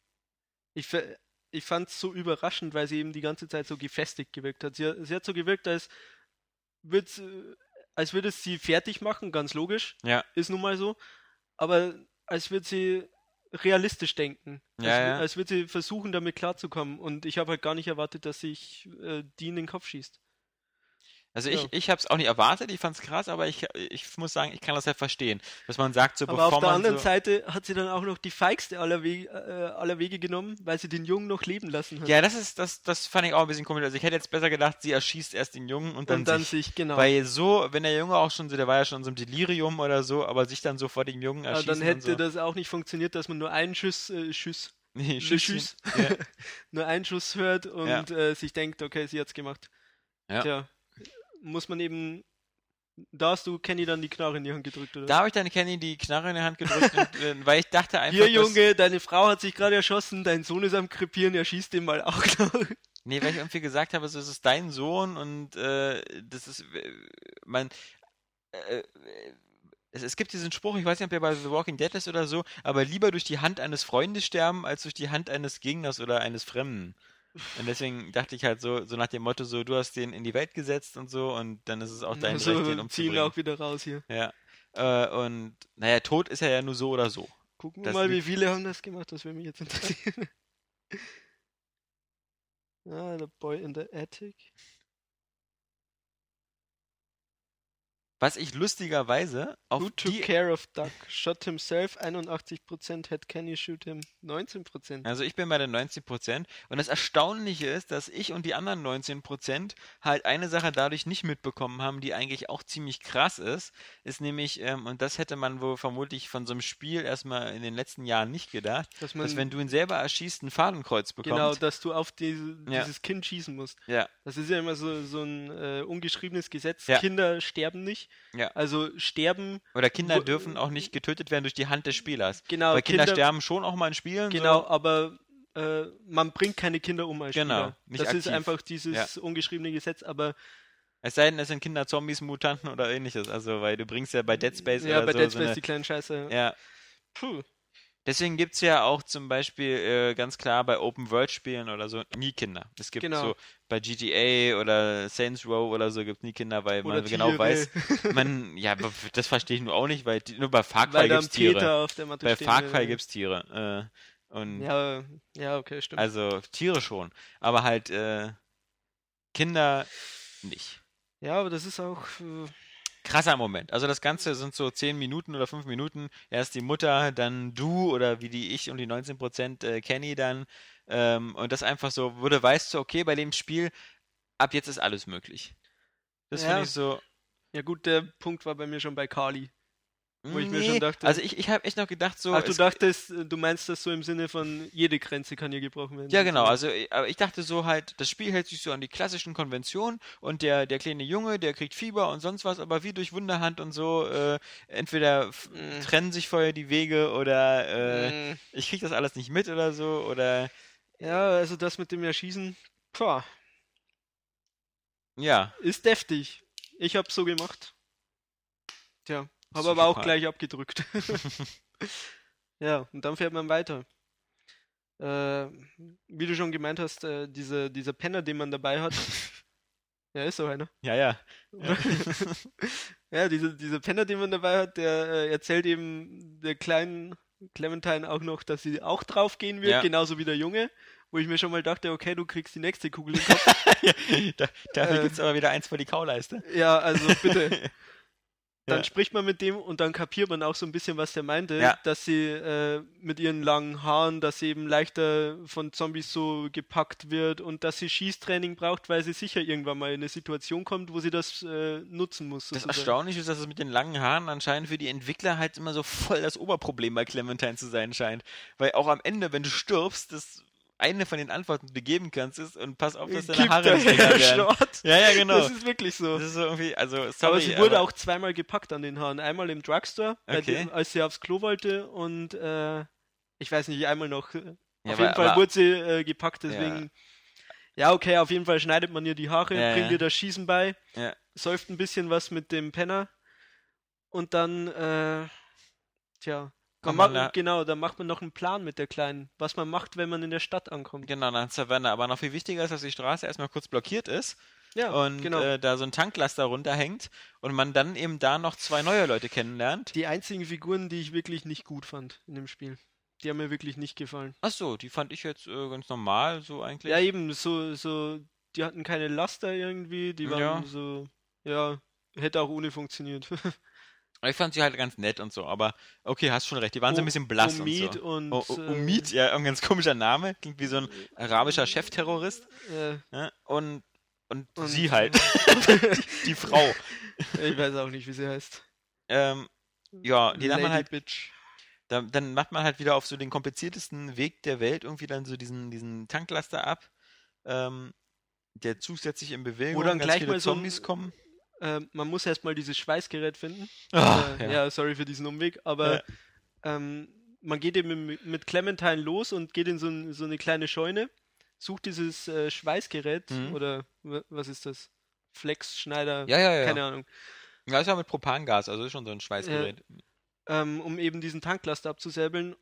Speaker 4: Ich, fe- ich fand es so überraschend, weil sie eben die ganze Zeit so gefestigt gewirkt hat. Sie, hat- sie hat so gewirkt, als, würd's, äh, als würde es sie fertig machen, ganz logisch,
Speaker 3: Ja.
Speaker 4: ist nun mal so, aber als würde sie realistisch denken, als,
Speaker 3: Ja,
Speaker 4: wür-
Speaker 3: ja.
Speaker 4: als würde sie versuchen, damit klarzukommen. Und ich habe halt gar nicht erwartet, dass sich äh, die in den Kopf schießt.
Speaker 3: Also
Speaker 4: Ja.
Speaker 3: ich, ich habe es auch nicht erwartet, ich fand's krass, aber ich, ich muss sagen, ich kann das ja verstehen. Dass man sagt, so
Speaker 4: Aber
Speaker 3: bevor
Speaker 4: auf der
Speaker 3: man
Speaker 4: anderen
Speaker 3: so,
Speaker 4: Seite hat sie dann auch noch die feigste aller, We äh, aller Wege genommen, weil sie den Jungen noch leben lassen hat.
Speaker 3: Ja, das ist, das, das fand ich auch ein bisschen komisch. Also ich hätte jetzt besser gedacht, sie erschießt erst den Jungen und dann,
Speaker 4: und dann
Speaker 3: sich.
Speaker 4: sich, genau.
Speaker 3: Weil so, wenn der Junge auch schon so, der war ja schon in so einem Delirium oder so, aber sich dann so vor dem Jungen
Speaker 4: Aber
Speaker 3: erschießen
Speaker 4: Ah, dann
Speaker 3: und
Speaker 4: hätte
Speaker 3: so.
Speaker 4: das auch nicht funktioniert, dass man nur einen Schuss, äh, Schuss,
Speaker 3: Nee, Schüsschen.
Speaker 4: Schuss, nur einen Schuss hört und
Speaker 3: Ja.
Speaker 4: äh, sich denkt, okay, sie hat's gemacht.
Speaker 3: Ja.
Speaker 4: Tja, muss man eben, da hast du Kenny dann die Knarre in die Hand gedrückt, oder?
Speaker 3: Da habe ich dann Kenny die Knarre in die Hand gedrückt, und, äh, weil ich dachte einfach,
Speaker 4: Hier,
Speaker 3: dass-
Speaker 4: Junge, deine Frau hat sich gerade erschossen, dein Sohn ist am Krepieren, er schießt den mal auch noch.
Speaker 3: Nee, weil ich irgendwie gesagt habe, so, es ist dein Sohn und äh, das ist, äh, man, äh, es, es gibt diesen Spruch, ich weiß nicht, ob der bei The Walking Dead ist oder so, aber lieber durch die Hand eines Freundes sterben, als durch die Hand eines Gegners oder eines Fremden. Und deswegen dachte ich halt so, so nach dem Motto, so, du hast den in die Welt gesetzt und so und dann ist es auch dein
Speaker 4: Also,
Speaker 3: Recht, den
Speaker 4: ziehen
Speaker 3: umzubringen.
Speaker 4: auch wieder raus hier.
Speaker 3: Ja. Äh, und, naja, tot ist er ja nur so oder so.
Speaker 4: Gucken wir
Speaker 3: Das
Speaker 4: mal, wie
Speaker 3: liegt-
Speaker 4: viele haben das gemacht, das würde mich jetzt interessieren. ah, The Boy in the Attic.
Speaker 3: Was ich lustigerweise auf
Speaker 4: Who took
Speaker 3: die
Speaker 4: care of Duck? Shot himself 81%, had Kenny shoot him 19%.
Speaker 3: Also ich bin bei den 19 Prozent. Und das Erstaunliche ist, dass ich und die anderen 19 Prozent halt eine Sache dadurch nicht mitbekommen haben, die eigentlich auch ziemlich krass ist. Ist nämlich, ähm, und das hätte man wohl vermutlich von so einem Spiel erstmal in den letzten Jahren nicht gedacht,
Speaker 4: Dass man
Speaker 3: dass wenn du ihn selber erschießt, ein Fadenkreuz bekommst.
Speaker 4: genau, dass du auf diese,
Speaker 3: Ja.
Speaker 4: dieses Kind schießen musst.
Speaker 3: Ja.
Speaker 4: Das ist ja immer so, so ein äh, ungeschriebenes Gesetz.
Speaker 3: Ja.
Speaker 4: Kinder sterben nicht.
Speaker 3: Ja.
Speaker 4: Also sterben,
Speaker 3: Oder Kinder
Speaker 4: Wo-
Speaker 3: dürfen auch nicht getötet werden durch die Hand des Spielers.
Speaker 4: genau,
Speaker 3: Weil Kinder, sterben schon auch mal in Spielen.
Speaker 4: genau, aber äh, man bringt keine Kinder um als
Speaker 3: Genau,
Speaker 4: Spieler.
Speaker 3: nicht
Speaker 4: das ist
Speaker 3: aktiv.
Speaker 4: einfach dieses ungeschriebene Gesetz, aber
Speaker 3: So. Es sei denn, es sind Kinder Zombies, Mutanten oder ähnliches. Also, weil du bringst ja bei Dead Space
Speaker 4: ja,
Speaker 3: oder
Speaker 4: bei
Speaker 3: so,
Speaker 4: Dead
Speaker 3: so
Speaker 4: Space
Speaker 3: eine,
Speaker 4: die kleinen Scheiße.
Speaker 3: ja,
Speaker 4: Puh.
Speaker 3: Deswegen gibt es ja auch zum Beispiel äh, ganz klar bei Open-World-Spielen oder so nie Kinder. Es gibt
Speaker 4: Genau.
Speaker 3: so bei GTA oder Saints Row oder so gibt es nie Kinder, weil
Speaker 4: Oder
Speaker 3: man genau
Speaker 4: Tiere.
Speaker 3: weiß, man, ja, b- das verstehe ich nur auch nicht, weil die- nur bei Far Cry
Speaker 4: Weil da
Speaker 3: gibt
Speaker 4: ein
Speaker 3: es Tiere.
Speaker 4: Peter auf der Matte
Speaker 3: Bei
Speaker 4: stehen
Speaker 3: Far
Speaker 4: will.
Speaker 3: Cry gibt es Tiere. Äh, und
Speaker 4: ja, ja, okay, stimmt.
Speaker 3: also Tiere schon, aber halt äh, Kinder nicht.
Speaker 4: ja, aber das ist auch äh,
Speaker 3: Krasser Moment. Also das Ganze sind so 10 Minuten oder 5 Minuten. Erst die Mutter, dann du oder wie die ich und die 19% äh, Kenny dann. Ähm, und das einfach so, wo du weißt, so, okay, bei dem Spiel, ab jetzt ist alles möglich. Das
Speaker 4: Ja.
Speaker 3: finde ich so.
Speaker 4: Ja gut, der Punkt war bei mir schon bei Kali. Wo ich mir
Speaker 3: nee.
Speaker 4: schon dachte-
Speaker 3: Also ich, ich habe echt noch gedacht, so.
Speaker 4: Ach, du
Speaker 3: es-
Speaker 4: dachtest, äh, du meinst das so im Sinne von, jede Grenze kann hier gebrochen werden.
Speaker 3: Ja, genau.
Speaker 4: Also,
Speaker 3: Also, äh, aber ich dachte so halt, das Spiel hält sich so an die klassischen Konventionen und der, der kleine Junge, der kriegt Fieber und sonst was, aber wie durch Wunderhand und so, äh, entweder f-
Speaker 4: Mm.
Speaker 3: trennen sich vorher die Wege oder äh,
Speaker 4: Mm,
Speaker 3: ich krieg das alles nicht mit oder so oder
Speaker 4: ja, also das mit dem Erschießen, pah,
Speaker 3: ja.
Speaker 4: ist deftig. Ich hab's so gemacht. Tja,
Speaker 3: Ist
Speaker 4: habe aber auch
Speaker 3: super.
Speaker 4: gleich abgedrückt. ja, und dann fährt man weiter. Äh, wie du schon gemeint hast, äh, diese, dieser Penner, den man dabei hat. ja, ist so einer.
Speaker 3: Ja, ja.
Speaker 4: Ja, ja diese, diese Penner, den man dabei hat, der äh, erzählt eben der kleinen Clementine auch noch, dass sie auch draufgehen wird,
Speaker 3: Ja.
Speaker 4: genauso wie der Junge, wo ich mir schon mal dachte, okay, du kriegst die nächste Kugel im Kopf.
Speaker 3: da, dafür
Speaker 4: Äh.
Speaker 3: gibt's aber wieder eins vor die Kauleiste.
Speaker 4: ja, also bitte. Dann
Speaker 3: Ja.
Speaker 4: spricht man mit dem und dann kapiert man auch so ein bisschen, was der meinte,
Speaker 3: Ja.
Speaker 4: dass sie äh, mit ihren langen Haaren, dass sie eben leichter von Zombies so gepackt wird und dass sie Schießtraining braucht, weil sie sicher irgendwann mal in eine Situation kommt, wo sie das äh, nutzen muss.
Speaker 3: Das
Speaker 4: sozusagen.
Speaker 3: Erstaunliche ist, dass es mit den langen Haaren anscheinend für die Entwickler halt immer so voll das Oberproblem bei Clementine zu sein scheint. Weil auch am Ende, wenn du stirbst, das eine von den Antworten, die du geben kannst, ist und pass auf, dass deine
Speaker 4: Kippt
Speaker 3: Haare
Speaker 4: der
Speaker 3: nicht länger
Speaker 4: Herr
Speaker 3: werden.
Speaker 4: Schrott.
Speaker 3: Ja, ja, genau.
Speaker 4: Das ist wirklich so.
Speaker 3: so irgendwie, also, sorry.
Speaker 4: aber sie wurde auch zweimal gepackt an den Haaren. Einmal im Drugstore, bei
Speaker 3: Okay.
Speaker 4: dem, als sie aufs Klo wollte und äh, ich weiß nicht, einmal noch. äh,
Speaker 3: Ja,
Speaker 4: auf
Speaker 3: aber-
Speaker 4: jeden Fall
Speaker 3: aber-
Speaker 4: wurde sie äh, gepackt, deswegen. Ja. okay, auf jeden Fall schneidet man ihr die Haare,
Speaker 3: Ja,
Speaker 4: bringt
Speaker 3: ja.
Speaker 4: ihr das Schießen bei,
Speaker 3: Ja.
Speaker 4: säuft ein bisschen was mit dem Penner und dann, äh, tja.
Speaker 3: Kann man
Speaker 4: Dann ma-
Speaker 3: da-
Speaker 4: genau, dann macht man noch einen Plan mit der Kleinen, was man macht, wenn man in der Stadt ankommt.
Speaker 3: Genau, nach Savannah. Aber noch viel wichtiger ist, dass die Straße erstmal kurz blockiert ist
Speaker 4: Ja, genau.
Speaker 3: und äh, da so ein Tanklaster runterhängt und man dann eben da noch zwei neue Leute kennenlernt.
Speaker 4: Die einzigen Figuren, die ich wirklich nicht gut fand in dem Spiel. Die haben mir wirklich nicht gefallen.
Speaker 3: Ach so, die fand ich jetzt äh, ganz normal, so eigentlich.
Speaker 4: Ja, eben, so, so, die hatten keine Laster irgendwie, die waren
Speaker 3: Ja.
Speaker 4: so, ja, hätte auch ohne funktioniert.
Speaker 3: Aber Ich fand sie halt ganz nett und so, aber okay, hast schon recht. Die waren so ein
Speaker 4: O-
Speaker 3: bisschen blass
Speaker 4: Um- Oh,
Speaker 3: und
Speaker 4: Omid
Speaker 3: so. Oh,
Speaker 4: und,
Speaker 3: O- O-
Speaker 4: äh,
Speaker 3: Omid, ja, ein ganz komischer Name. Klingt wie so ein arabischer Chefterrorist.
Speaker 4: äh,
Speaker 3: Ne? Und, und,
Speaker 4: Und-
Speaker 3: sie halt, die Frau.
Speaker 4: ich weiß auch nicht, wie sie heißt.
Speaker 3: Ähm, ja, die
Speaker 4: Lady
Speaker 3: dann halt,
Speaker 4: Bitch.
Speaker 3: da, dann macht man halt wieder auf so den kompliziertesten Weg der Welt irgendwie dann so diesen, diesen Tanklaster ab. Ähm, der Zug setzt sich in Bewegung,
Speaker 4: Wo dann
Speaker 3: ganz
Speaker 4: gleich
Speaker 3: viele
Speaker 4: mal so ein-
Speaker 3: Zombies kommen.
Speaker 4: Äh, man muss erstmal dieses Schweißgerät finden.
Speaker 3: Ah,
Speaker 4: äh, ja. sorry für diesen Umweg, aber
Speaker 3: Ja.
Speaker 4: ähm, man geht eben mit- mit Clementine los und geht in so, ein, so eine kleine Scheune, sucht dieses äh, Schweißgerät
Speaker 3: Mhm.
Speaker 4: oder wa- was ist das? Flexschneider,
Speaker 3: ja, ja, ja.
Speaker 4: keine Ahnung,
Speaker 3: ja, ist ja mit Propangas, also ist schon so ein Schweißgerät.
Speaker 4: ähm, um eben diesen Tanklaster abzusäbeln.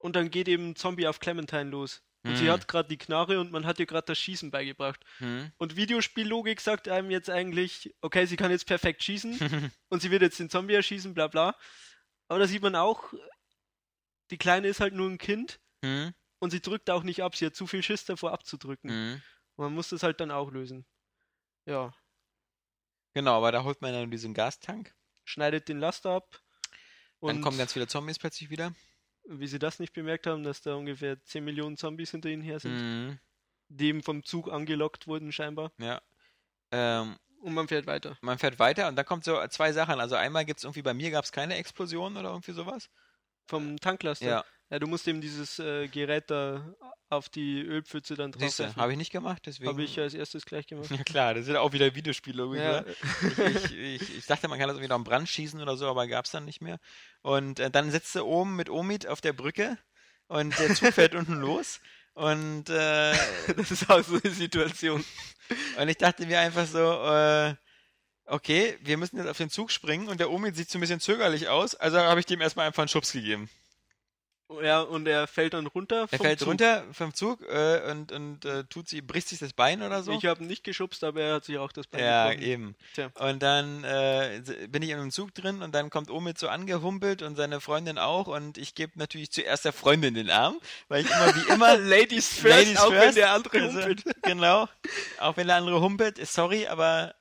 Speaker 4: Und dann geht eben ein Zombie auf Clementine los. Und sie
Speaker 3: Mhm.
Speaker 4: hat gerade die Knarre und man hat ihr gerade das Schießen beigebracht.
Speaker 3: Hm.
Speaker 4: Und Videospiellogik sagt einem jetzt eigentlich, okay, sie kann jetzt perfekt schießen. und sie wird jetzt den Zombie erschießen, bla bla. Aber da sieht man auch, die Kleine ist halt nur ein Kind
Speaker 3: Hm.
Speaker 4: und sie drückt auch nicht ab. Sie hat zu viel Schiss davor abzudrücken.
Speaker 3: Hm.
Speaker 4: Und man muss das halt dann auch lösen. Ja,
Speaker 3: Genau, aber da holt man dann diesen Gastank.
Speaker 4: schneidet den Laster ab. Und
Speaker 3: Dann kommen ganz viele Zombies plötzlich wieder.
Speaker 4: wie sie das nicht bemerkt haben, dass da ungefähr 10 Millionen Zombies hinter ihnen her sind,
Speaker 3: Hm.
Speaker 4: die eben vom Zug angelockt wurden scheinbar.
Speaker 3: Ja. Ähm,
Speaker 4: Und man fährt weiter.
Speaker 3: man fährt weiter und da kommt so zwei Sachen. Also einmal gibt es irgendwie, bei mir gab es keine Explosion oder irgendwie sowas.
Speaker 4: Vom Tanklaster. Ja, du musst eben dieses äh, Gerät da auf die Ölpfütze dann drauf
Speaker 3: siehst du, habe ich nicht gemacht, deswegen.
Speaker 4: Habe ich als erstes gleich gemacht.
Speaker 3: ja klar, das ist ja auch wieder Videospiellogik,
Speaker 4: Ja.
Speaker 3: oder? Also ich, ich, ich dachte, man kann das irgendwie noch am Brand schießen oder so, aber gab es dann nicht mehr. Und äh, dann sitzt du oben mit Omid auf der Brücke und der Zug fährt unten los. Und, äh,
Speaker 4: Das ist auch so eine Situation.
Speaker 3: und ich dachte mir einfach so, äh, okay, wir müssen jetzt auf den Zug springen und der Omid sieht so ein bisschen zögerlich aus, also habe ich dem erstmal einfach einen Schubs gegeben.
Speaker 4: Ja, und er fällt dann runter.
Speaker 3: Er
Speaker 4: vom
Speaker 3: fällt
Speaker 4: Zug.
Speaker 3: runter vom Zug äh, und, und äh, tut sie, bricht sich das Bein oder so.
Speaker 4: Ich habe ihn nicht geschubst, aber er hat sich auch das Bein
Speaker 3: ja,
Speaker 4: gebrochen.
Speaker 3: eben.
Speaker 4: Tja.
Speaker 3: Und dann äh, se- bin ich in einem Zug drin und dann kommt Omid so angehumpelt und seine Freundin auch und ich gebe natürlich zuerst der Freundin den Arm, weil ich immer wie immer
Speaker 4: Ladies first,
Speaker 3: Ladies
Speaker 4: auch wenn
Speaker 3: first.
Speaker 4: der andere
Speaker 3: Also,
Speaker 4: humpelt.
Speaker 3: Genau. Auch wenn der andere humpelt, ist sorry, aber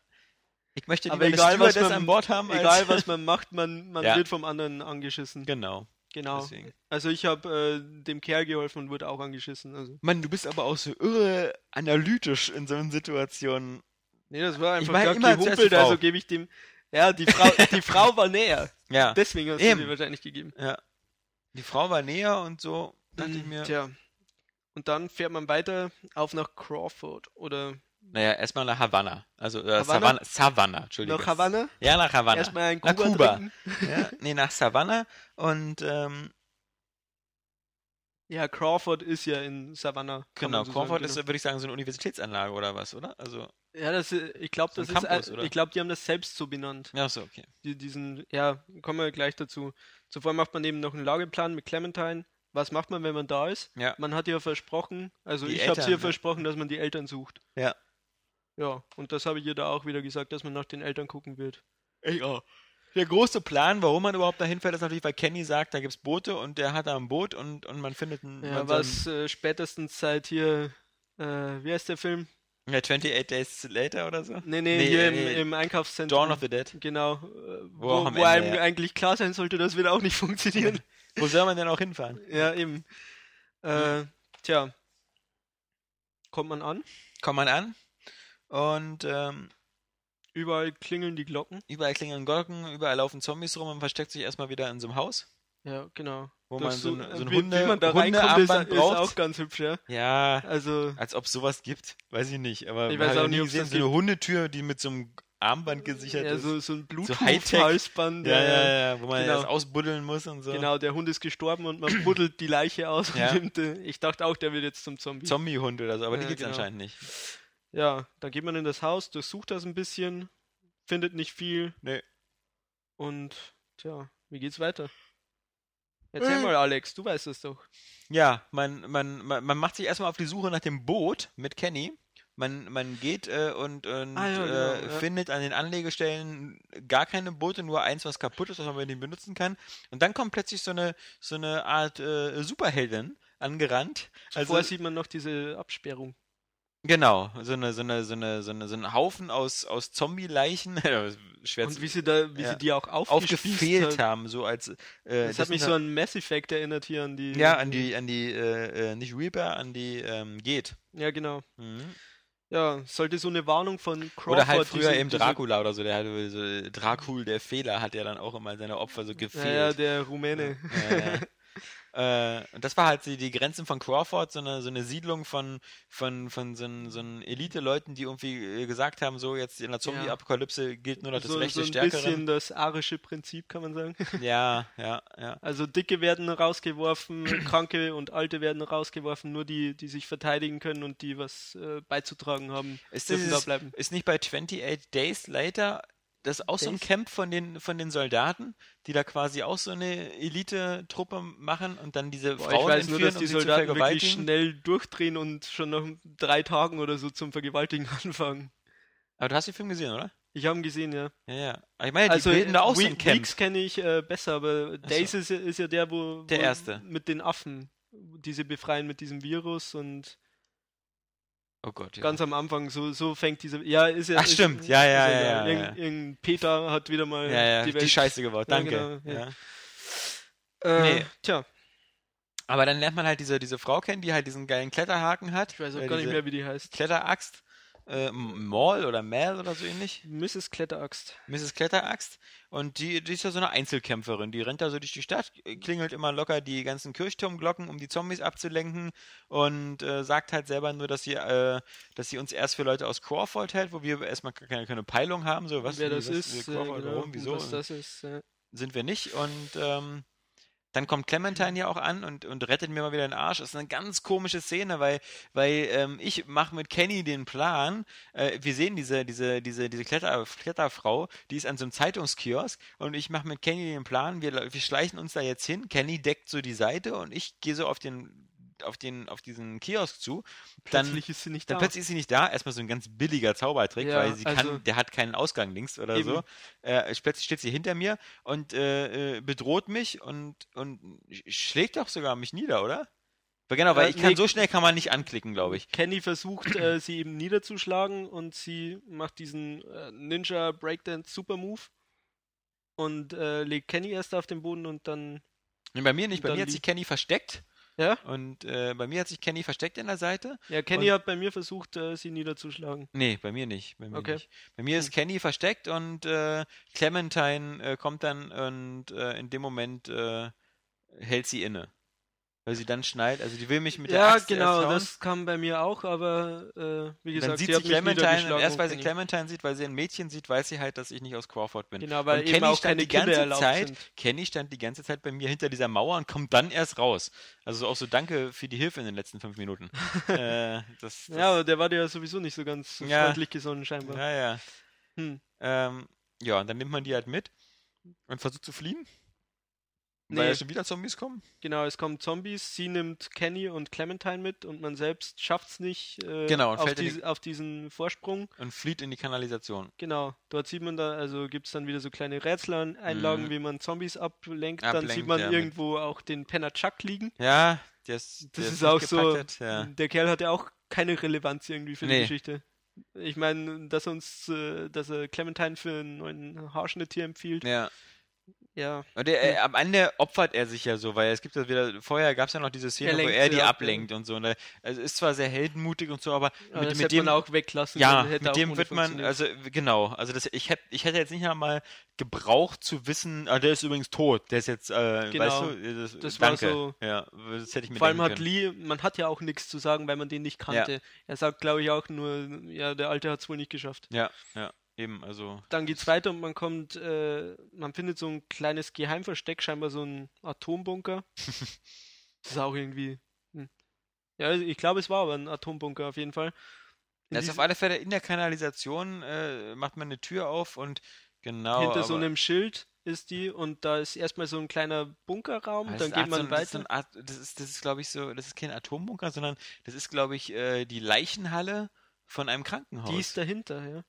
Speaker 3: ich möchte lieber
Speaker 4: Aber
Speaker 3: eine
Speaker 4: egal was,
Speaker 3: Stewardess
Speaker 4: man,
Speaker 3: an Bord haben.
Speaker 4: egal
Speaker 3: als,
Speaker 4: was man macht, man, man
Speaker 3: Ja.
Speaker 4: wird vom anderen angeschissen.
Speaker 3: Genau.
Speaker 4: Genau.
Speaker 3: Deswegen.
Speaker 4: Also ich habe äh, dem Kerl geholfen und wurde auch angeschissen. Also.
Speaker 3: Mann, du bist aber auch so irre analytisch in so einer Situation.
Speaker 4: Nee, das war
Speaker 3: Ich
Speaker 4: einfach
Speaker 3: meine
Speaker 4: gar
Speaker 3: immer zuerst die
Speaker 4: gehumpelt, also
Speaker 3: Frau.
Speaker 4: gebe ich dem. Ja, die Frau, die Frau war näher.
Speaker 3: Ja.
Speaker 4: Deswegen hast
Speaker 3: Eben.
Speaker 4: du die wahrscheinlich gegeben.
Speaker 3: ja. Die Frau war näher und so dachte ich
Speaker 4: Mm,
Speaker 3: mir.
Speaker 4: Tja. Und dann fährt man weiter auf nach Crawford oder
Speaker 3: Naja, erstmal nach Havanna. Also äh,
Speaker 4: Havanna?
Speaker 3: Savannah, Savannah, Entschuldigung.
Speaker 4: nach Havanna.
Speaker 3: Ja, nach Havanna.
Speaker 4: Erstmal ein
Speaker 3: nach
Speaker 4: Kuba
Speaker 3: Kuba.
Speaker 4: trinken.
Speaker 3: Ja, nee, nach Savannah und ähm,
Speaker 4: Ja, Crawford ist ja in Savannah. kann
Speaker 3: genau,
Speaker 4: man so
Speaker 3: Crawford
Speaker 4: sagen,
Speaker 3: ist, würde ich sagen, so eine Universitätsanlage oder was, oder? Also,
Speaker 4: Ja, das, äh, ich glaube,
Speaker 3: So
Speaker 4: das
Speaker 3: ein
Speaker 4: ist,
Speaker 3: Campus,
Speaker 4: äh,
Speaker 3: oder?
Speaker 4: ich glaube, die haben das selbst so benannt.
Speaker 3: ja, so, okay.
Speaker 4: Die, diesen, ja, kommen wir gleich dazu. Zuvor macht man eben noch einen Lageplan mit Clementine. Was macht man, wenn man da ist?
Speaker 3: Ja.
Speaker 4: Man hat ihr versprochen, also
Speaker 3: Die
Speaker 4: ich habe
Speaker 3: Eltern,
Speaker 4: ihr
Speaker 3: ne?
Speaker 4: versprochen, dass man die Eltern sucht.
Speaker 3: Ja.
Speaker 4: Ja, und das habe ich ihr da auch wieder gesagt, dass man nach den Eltern gucken wird.
Speaker 3: Ja. oh. Der große Plan, warum man überhaupt dahin fährt, ist natürlich, weil Kenny sagt, da gibt's Boote und der hat da ein Boot und, und man findet einen,
Speaker 4: Ja,
Speaker 3: man
Speaker 4: was äh, spätestens seit hier, äh, wie heißt der Film?
Speaker 3: So einen, ja, 28 Days Later oder so.
Speaker 4: Nee, nee,
Speaker 3: Nee,
Speaker 4: hier
Speaker 3: äh,
Speaker 4: im, im Einkaufszentrum.
Speaker 3: Dawn of the Dead.
Speaker 4: Genau. äh,
Speaker 3: Wo auch
Speaker 4: Wo,
Speaker 3: am
Speaker 4: wo
Speaker 3: Ende,
Speaker 4: einem
Speaker 3: ja.
Speaker 4: eigentlich klar sein sollte, das wird auch nicht funktionieren.
Speaker 3: Wo soll man denn auch hinfahren?
Speaker 4: ja, eben. Äh, tja. Kommt man an,
Speaker 3: Kommt man an und ähm,
Speaker 4: überall klingeln die Glocken.
Speaker 3: überall klingeln Glocken, überall laufen Zombies rum und versteckt sich erstmal wieder in so einem Haus,
Speaker 4: Ja, genau.
Speaker 3: wo
Speaker 4: Das
Speaker 3: man so, ein- so ein
Speaker 4: wie,
Speaker 3: Hunde,
Speaker 4: wie man da reinkommt, ist,
Speaker 3: Hundearmband
Speaker 4: ist
Speaker 3: braucht.
Speaker 4: auch ganz hübsch, ja.
Speaker 3: Ja,
Speaker 4: Also,
Speaker 3: Als ob es sowas gibt, weiß ich nicht. Aber
Speaker 4: Ich
Speaker 3: man hat
Speaker 4: weiß
Speaker 3: ja
Speaker 4: auch nicht, ob's
Speaker 3: gesehen,
Speaker 4: das
Speaker 3: so eine Hundetür, die mit so einem Armband gesichert
Speaker 4: ja,
Speaker 3: ist.
Speaker 4: so, so ein
Speaker 3: Hightech.
Speaker 4: Bluetooth-Halsband.
Speaker 3: ja, ja, ja, wo man
Speaker 4: Genau.
Speaker 3: das ausbuddeln muss und so.
Speaker 4: Genau, der Hund ist gestorben und man buddelt die Leiche aus
Speaker 3: Ja.
Speaker 4: und nimmt, äh, ich dachte auch, der wird jetzt zum Zombie.
Speaker 3: Zombie-Hund oder so, aber die
Speaker 4: Ja,
Speaker 3: gibt's
Speaker 4: genau.
Speaker 3: anscheinend nicht.
Speaker 4: Ja, dann geht man in das Haus, durchsucht das ein bisschen, findet nicht viel.
Speaker 3: Nee.
Speaker 4: Und tja, wie geht's weiter?
Speaker 3: Äh.
Speaker 4: Erzähl mal, Alex, du weißt es doch.
Speaker 3: Ja, man, man, man, man macht sich erstmal auf die Suche nach dem Boot mit Kenny. Man, man geht äh, und, und
Speaker 4: Ah, ja,
Speaker 3: äh,
Speaker 4: genau, ja.
Speaker 3: findet an den Anlegestellen gar keine Boote, nur eins, was kaputt ist, was man nicht benutzen kann. Und dann kommt plötzlich so eine, so eine Art äh, Superheldin angerannt.
Speaker 4: Also, Vorher sieht man noch diese Absperrung.
Speaker 3: Genau, so eine, so eine, so eine, so eine, so ein Haufen aus, aus Zombie-Leichen, äh, schwer
Speaker 4: Und
Speaker 3: zu-
Speaker 4: wie sie da, wie
Speaker 3: ja.
Speaker 4: sie die auch
Speaker 3: aufgefehlt
Speaker 4: aufgespießt hat.
Speaker 3: haben, so als äh,
Speaker 4: Das hat mich
Speaker 3: sind
Speaker 4: so an Mass Effect erinnert hier an die.
Speaker 3: ja an die, an die, äh, äh, nicht Reaper, an die ähm, geht.
Speaker 4: Ja, genau.
Speaker 3: Mhm.
Speaker 4: Ja, sollte so eine Warnung von Crawford.
Speaker 3: Oder halt früher
Speaker 4: diese-
Speaker 3: eben
Speaker 4: diese-
Speaker 3: Dracula oder so, der hatte so äh, Dracul, der Fehler hat ja dann auch immer seine Opfer so gefehlt.
Speaker 4: Ja, ja, der Rumäne.
Speaker 3: Ja, ja. Äh, und das war halt die, die Grenzen von Crawford, so eine, so eine Siedlung von, von, von so, n- so n Elite-Leuten, die irgendwie äh, gesagt haben, so jetzt in der Zombie-Apokalypse gilt nur noch das
Speaker 4: so,
Speaker 3: Recht
Speaker 4: so
Speaker 3: des
Speaker 4: ein
Speaker 3: Stärkeren.
Speaker 4: bisschen das arische Prinzip, kann man sagen.
Speaker 3: Ja, ja, ja.
Speaker 4: Also Dicke werden rausgeworfen, Kranke und Alte werden rausgeworfen, nur die, die sich verteidigen können und die was äh, beizutragen haben,
Speaker 3: Ist,
Speaker 4: dürfen da
Speaker 3: dieses,
Speaker 4: bleiben.
Speaker 3: ist nicht bei 28 Days Later das auch so ein
Speaker 4: Days?
Speaker 3: Camp von den, von den Soldaten, die da quasi auch so eine Elite-Truppe machen und dann diese
Speaker 4: Boah,
Speaker 3: Frauen
Speaker 4: ich weiß nur,
Speaker 3: entführen,
Speaker 4: dass
Speaker 3: um
Speaker 4: die
Speaker 3: sie zu
Speaker 4: Soldaten wirklich
Speaker 3: vergewaltigen?
Speaker 4: schnell durchdrehen und schon nach drei Tagen oder so zum Vergewaltigen anfangen.
Speaker 3: Aber du hast den Film gesehen, oder?
Speaker 4: Ich habe ihn gesehen, ja.
Speaker 3: Ja, ja. Aber Ich meine, die
Speaker 4: also
Speaker 3: bilden da auch so
Speaker 4: We-
Speaker 3: ein Camp.
Speaker 4: Weeks kenne ich äh, besser, aber Days ist, ja- ist ja der, wo, wo
Speaker 3: Der erste.
Speaker 4: mit den Affen, die sie befreien mit diesem Virus und
Speaker 3: Oh Gott, ja.
Speaker 4: ganz am Anfang, so, so fängt diese. Ja, ist ja.
Speaker 3: Ach,
Speaker 4: ist,
Speaker 3: stimmt. Ja, ja,
Speaker 4: ist
Speaker 3: ja, ja,
Speaker 4: egal.
Speaker 3: ja.
Speaker 4: Irgend, irgendein Peter hat wieder mal
Speaker 3: ja, ja, die,
Speaker 4: die Welt
Speaker 3: Scheiße gebaut,
Speaker 4: Ja,
Speaker 3: danke.
Speaker 4: genau, ja.
Speaker 3: ja.
Speaker 4: Äh,
Speaker 3: Nee.
Speaker 4: Tja,
Speaker 3: Aber dann lernt man halt diese, diese Frau kennen, die halt diesen geilen Kletterhaken hat.
Speaker 4: ich weiß auch
Speaker 3: äh,
Speaker 4: gar nicht
Speaker 3: diese
Speaker 4: mehr, wie die heißt.
Speaker 3: Kletteraxt. Äh, M- Maul oder Mal oder so ähnlich.
Speaker 4: Mrs. Kletteraxt.
Speaker 3: Mrs. Kletteraxt. Und die, die ist ja so eine Einzelkämpferin. Die rennt da so durch die Stadt, äh, klingelt immer locker die ganzen Kirchturmglocken, um die Zombies abzulenken. Und äh, sagt halt selber nur, dass sie, äh, dass sie uns erst für Leute aus Crawford hält, wo wir erstmal keine, keine Peilung haben. So, was
Speaker 4: Wer
Speaker 3: wie-
Speaker 4: das
Speaker 3: was,
Speaker 4: ist,
Speaker 3: wie
Speaker 4: äh,
Speaker 3: Crawford,
Speaker 4: genau,
Speaker 3: warum,
Speaker 4: und
Speaker 3: wieso.
Speaker 4: was
Speaker 3: und-
Speaker 4: das ist. Äh,
Speaker 3: sind wir nicht. Und ähm, dann kommt Clementine ja auch an und, und rettet mir mal wieder den Arsch. Das ist eine ganz komische Szene, weil, weil ähm, ich mache mit Kenny den Plan. Äh, wir sehen diese, diese, diese, diese Kletter, Kletterfrau, die ist an so einem Zeitungskiosk und ich mache mit Kenny den Plan. Wir, lau- wir schleichen uns da jetzt hin. Kenny deckt so die Seite und ich gehe so auf den auf den auf diesen Kiosk zu, dann,
Speaker 4: plötzlich ist sie nicht
Speaker 3: dann
Speaker 4: da.
Speaker 3: plötzlich ist sie nicht da. Erstmal so ein ganz billiger Zaubertrick,
Speaker 4: Genau. Ja,
Speaker 3: weil sie
Speaker 4: also-
Speaker 3: kann, der hat keinen Ausgang links oder
Speaker 4: Eben.
Speaker 3: so. Äh, plötzlich steht sie hinter mir und äh, äh, bedroht mich und, und sch- schlägt doch sogar mich nieder, oder? Weil genau, weil
Speaker 4: Äh,
Speaker 3: ich kann
Speaker 4: nee.
Speaker 3: so schnell kann man nicht anklicken, glaube ich.
Speaker 4: Kenny versucht, äh, sie eben niederzuschlagen und sie macht diesen äh, Ninja Breakdance Super Move und äh, legt Kenny erst auf den Boden und dann
Speaker 3: Nee, bei mir nicht. Bei
Speaker 4: Dann
Speaker 3: mir hat
Speaker 4: liegt-
Speaker 3: sich Kenny versteckt.
Speaker 4: Ja?
Speaker 3: Und äh, bei mir hat sich Kenny versteckt an der Seite.
Speaker 4: Ja, Kenny
Speaker 3: Und-
Speaker 4: hat bei mir versucht, äh, sie niederzuschlagen.
Speaker 3: Nee, bei mir nicht. Bei mir,
Speaker 4: Okay. Hm.
Speaker 3: nicht. Bei mir ist Kenny versteckt und äh, Clementine äh, kommt dann und äh, in dem Moment äh, hält sie inne. Weil sie dann schneit. Also die will mich mit der
Speaker 4: Ja,
Speaker 3: Axt erst
Speaker 4: genau,
Speaker 3: hauen.
Speaker 4: das kam bei mir auch, aber äh, wie
Speaker 3: Und
Speaker 4: gesagt,
Speaker 3: dann sieht
Speaker 4: sie
Speaker 3: sie
Speaker 4: hat mich
Speaker 3: Clementine und
Speaker 4: niedergeschlagen
Speaker 3: erst weil sie
Speaker 4: Kenny.
Speaker 3: Clementine sieht, weil sie ein Mädchen sieht, weiß sie halt, dass ich nicht aus Crawford bin.
Speaker 4: Genau, weil
Speaker 3: und
Speaker 4: eben
Speaker 3: Kenny
Speaker 4: auch
Speaker 3: stand
Speaker 4: keine
Speaker 3: die ganze
Speaker 4: Kinder erlaubt
Speaker 3: Zeit,
Speaker 4: sind.
Speaker 3: Kenny stand die ganze Zeit bei mir hinter dieser Mauer und kommt dann erst raus. Also so- auch so danke für die Hilfe in den letzten fünf Minuten. äh, das, das,
Speaker 4: Ja, aber der war dir ja sowieso nicht so ganz
Speaker 3: Ja.
Speaker 4: freundlich gesonnen scheinbar.
Speaker 3: ja, ja.
Speaker 4: Hm.
Speaker 3: Ähm, ja, und dann nimmt man die halt mit und versucht zu fliehen. Weil
Speaker 4: Nee.
Speaker 3: ja schon wieder Zombies kommen.
Speaker 4: Genau, es kommen Zombies, sie nimmt Kenny und Clementine mit und man selbst schafft's nicht äh,
Speaker 3: Genau, und
Speaker 4: auf,
Speaker 3: fällt in die-
Speaker 4: diese- auf diesen Vorsprung.
Speaker 3: Und flieht in die Kanalisation.
Speaker 4: Genau, dort sieht man da, also gibt's dann wieder so kleine Rätsel, Einlagen,
Speaker 3: Mhm.
Speaker 4: wie man Zombies ablenkt. dann sieht
Speaker 3: Ablenkt,
Speaker 4: man
Speaker 3: ja, mit-
Speaker 4: irgendwo auch den Penner Chuck liegen.
Speaker 3: Ja, der ist, der
Speaker 4: Das
Speaker 3: es
Speaker 4: ist
Speaker 3: nicht
Speaker 4: auch so, Mhm.
Speaker 3: gepackt Hat, ja.
Speaker 4: der Kerl hat ja auch keine Relevanz irgendwie für
Speaker 3: Nee.
Speaker 4: die Geschichte. Ich meine, dass uns, äh, dass er Clementine für einen neuen Haarschnitt hier empfiehlt.
Speaker 3: ja.
Speaker 4: Ja,
Speaker 3: Und er, er, am Ende opfert er sich ja so, weil es gibt ja wieder, vorher gab es ja noch diese Szene,
Speaker 4: Er
Speaker 3: wo
Speaker 4: lenkt
Speaker 3: er
Speaker 4: sie
Speaker 3: die
Speaker 4: ab, ja.
Speaker 3: ablenkt und so. Und er, also ist zwar sehr heldenmutig und so, aber
Speaker 4: aber
Speaker 3: mit,
Speaker 4: äh, das
Speaker 3: mit
Speaker 4: hätte
Speaker 3: dem,
Speaker 4: man auch weglassen
Speaker 3: ja,
Speaker 4: können, hätte
Speaker 3: mit
Speaker 4: auch
Speaker 3: dem
Speaker 4: ohne
Speaker 3: wird man,
Speaker 4: funktioniert.
Speaker 3: also genau, also das, ich, hätt, ich hätte jetzt nicht einmal gebraucht zu wissen, ah, der ist übrigens tot, der ist jetzt, äh, weißt
Speaker 4: Genau.
Speaker 3: du, das,
Speaker 4: Das war
Speaker 3: danke.
Speaker 4: so-
Speaker 3: ja, das hätte ich mir
Speaker 4: Vor allem
Speaker 3: denken
Speaker 4: hat
Speaker 3: können.
Speaker 4: Lee, man hat ja auch nichts zu sagen, weil man den nicht kannte. Er sagt, glaube ich, auch nur, ja, der Alte hat es wohl nicht geschafft.
Speaker 3: Ja, ja, eben, also,
Speaker 4: Dann geht's weiter und man kommt, äh, man findet so ein kleines Geheimversteck, scheinbar so ein Atombunker. das ist auch irgendwie. Hm. Ja, also ich glaube, es war aber ein Atombunker auf jeden Fall. In
Speaker 3: das ist auf
Speaker 4: diesem-
Speaker 3: alle Fälle in der Kanalisation, äh, macht man eine Tür auf und genau,
Speaker 4: hinter so
Speaker 3: aber-
Speaker 4: einem Schild ist die und da ist erstmal so ein kleiner Bunkerraum,
Speaker 3: Aber
Speaker 4: dann
Speaker 3: das ist
Speaker 4: geht
Speaker 3: Art- so
Speaker 4: man
Speaker 3: ein- Das ist, so
Speaker 4: weiter.
Speaker 3: ein Art, das ist, das ist glaube ich, so, das ist kein Atombunker, sondern das ist, glaube ich, äh, die Leichenhalle von einem Krankenhaus.
Speaker 4: Die ist dahinter, ja.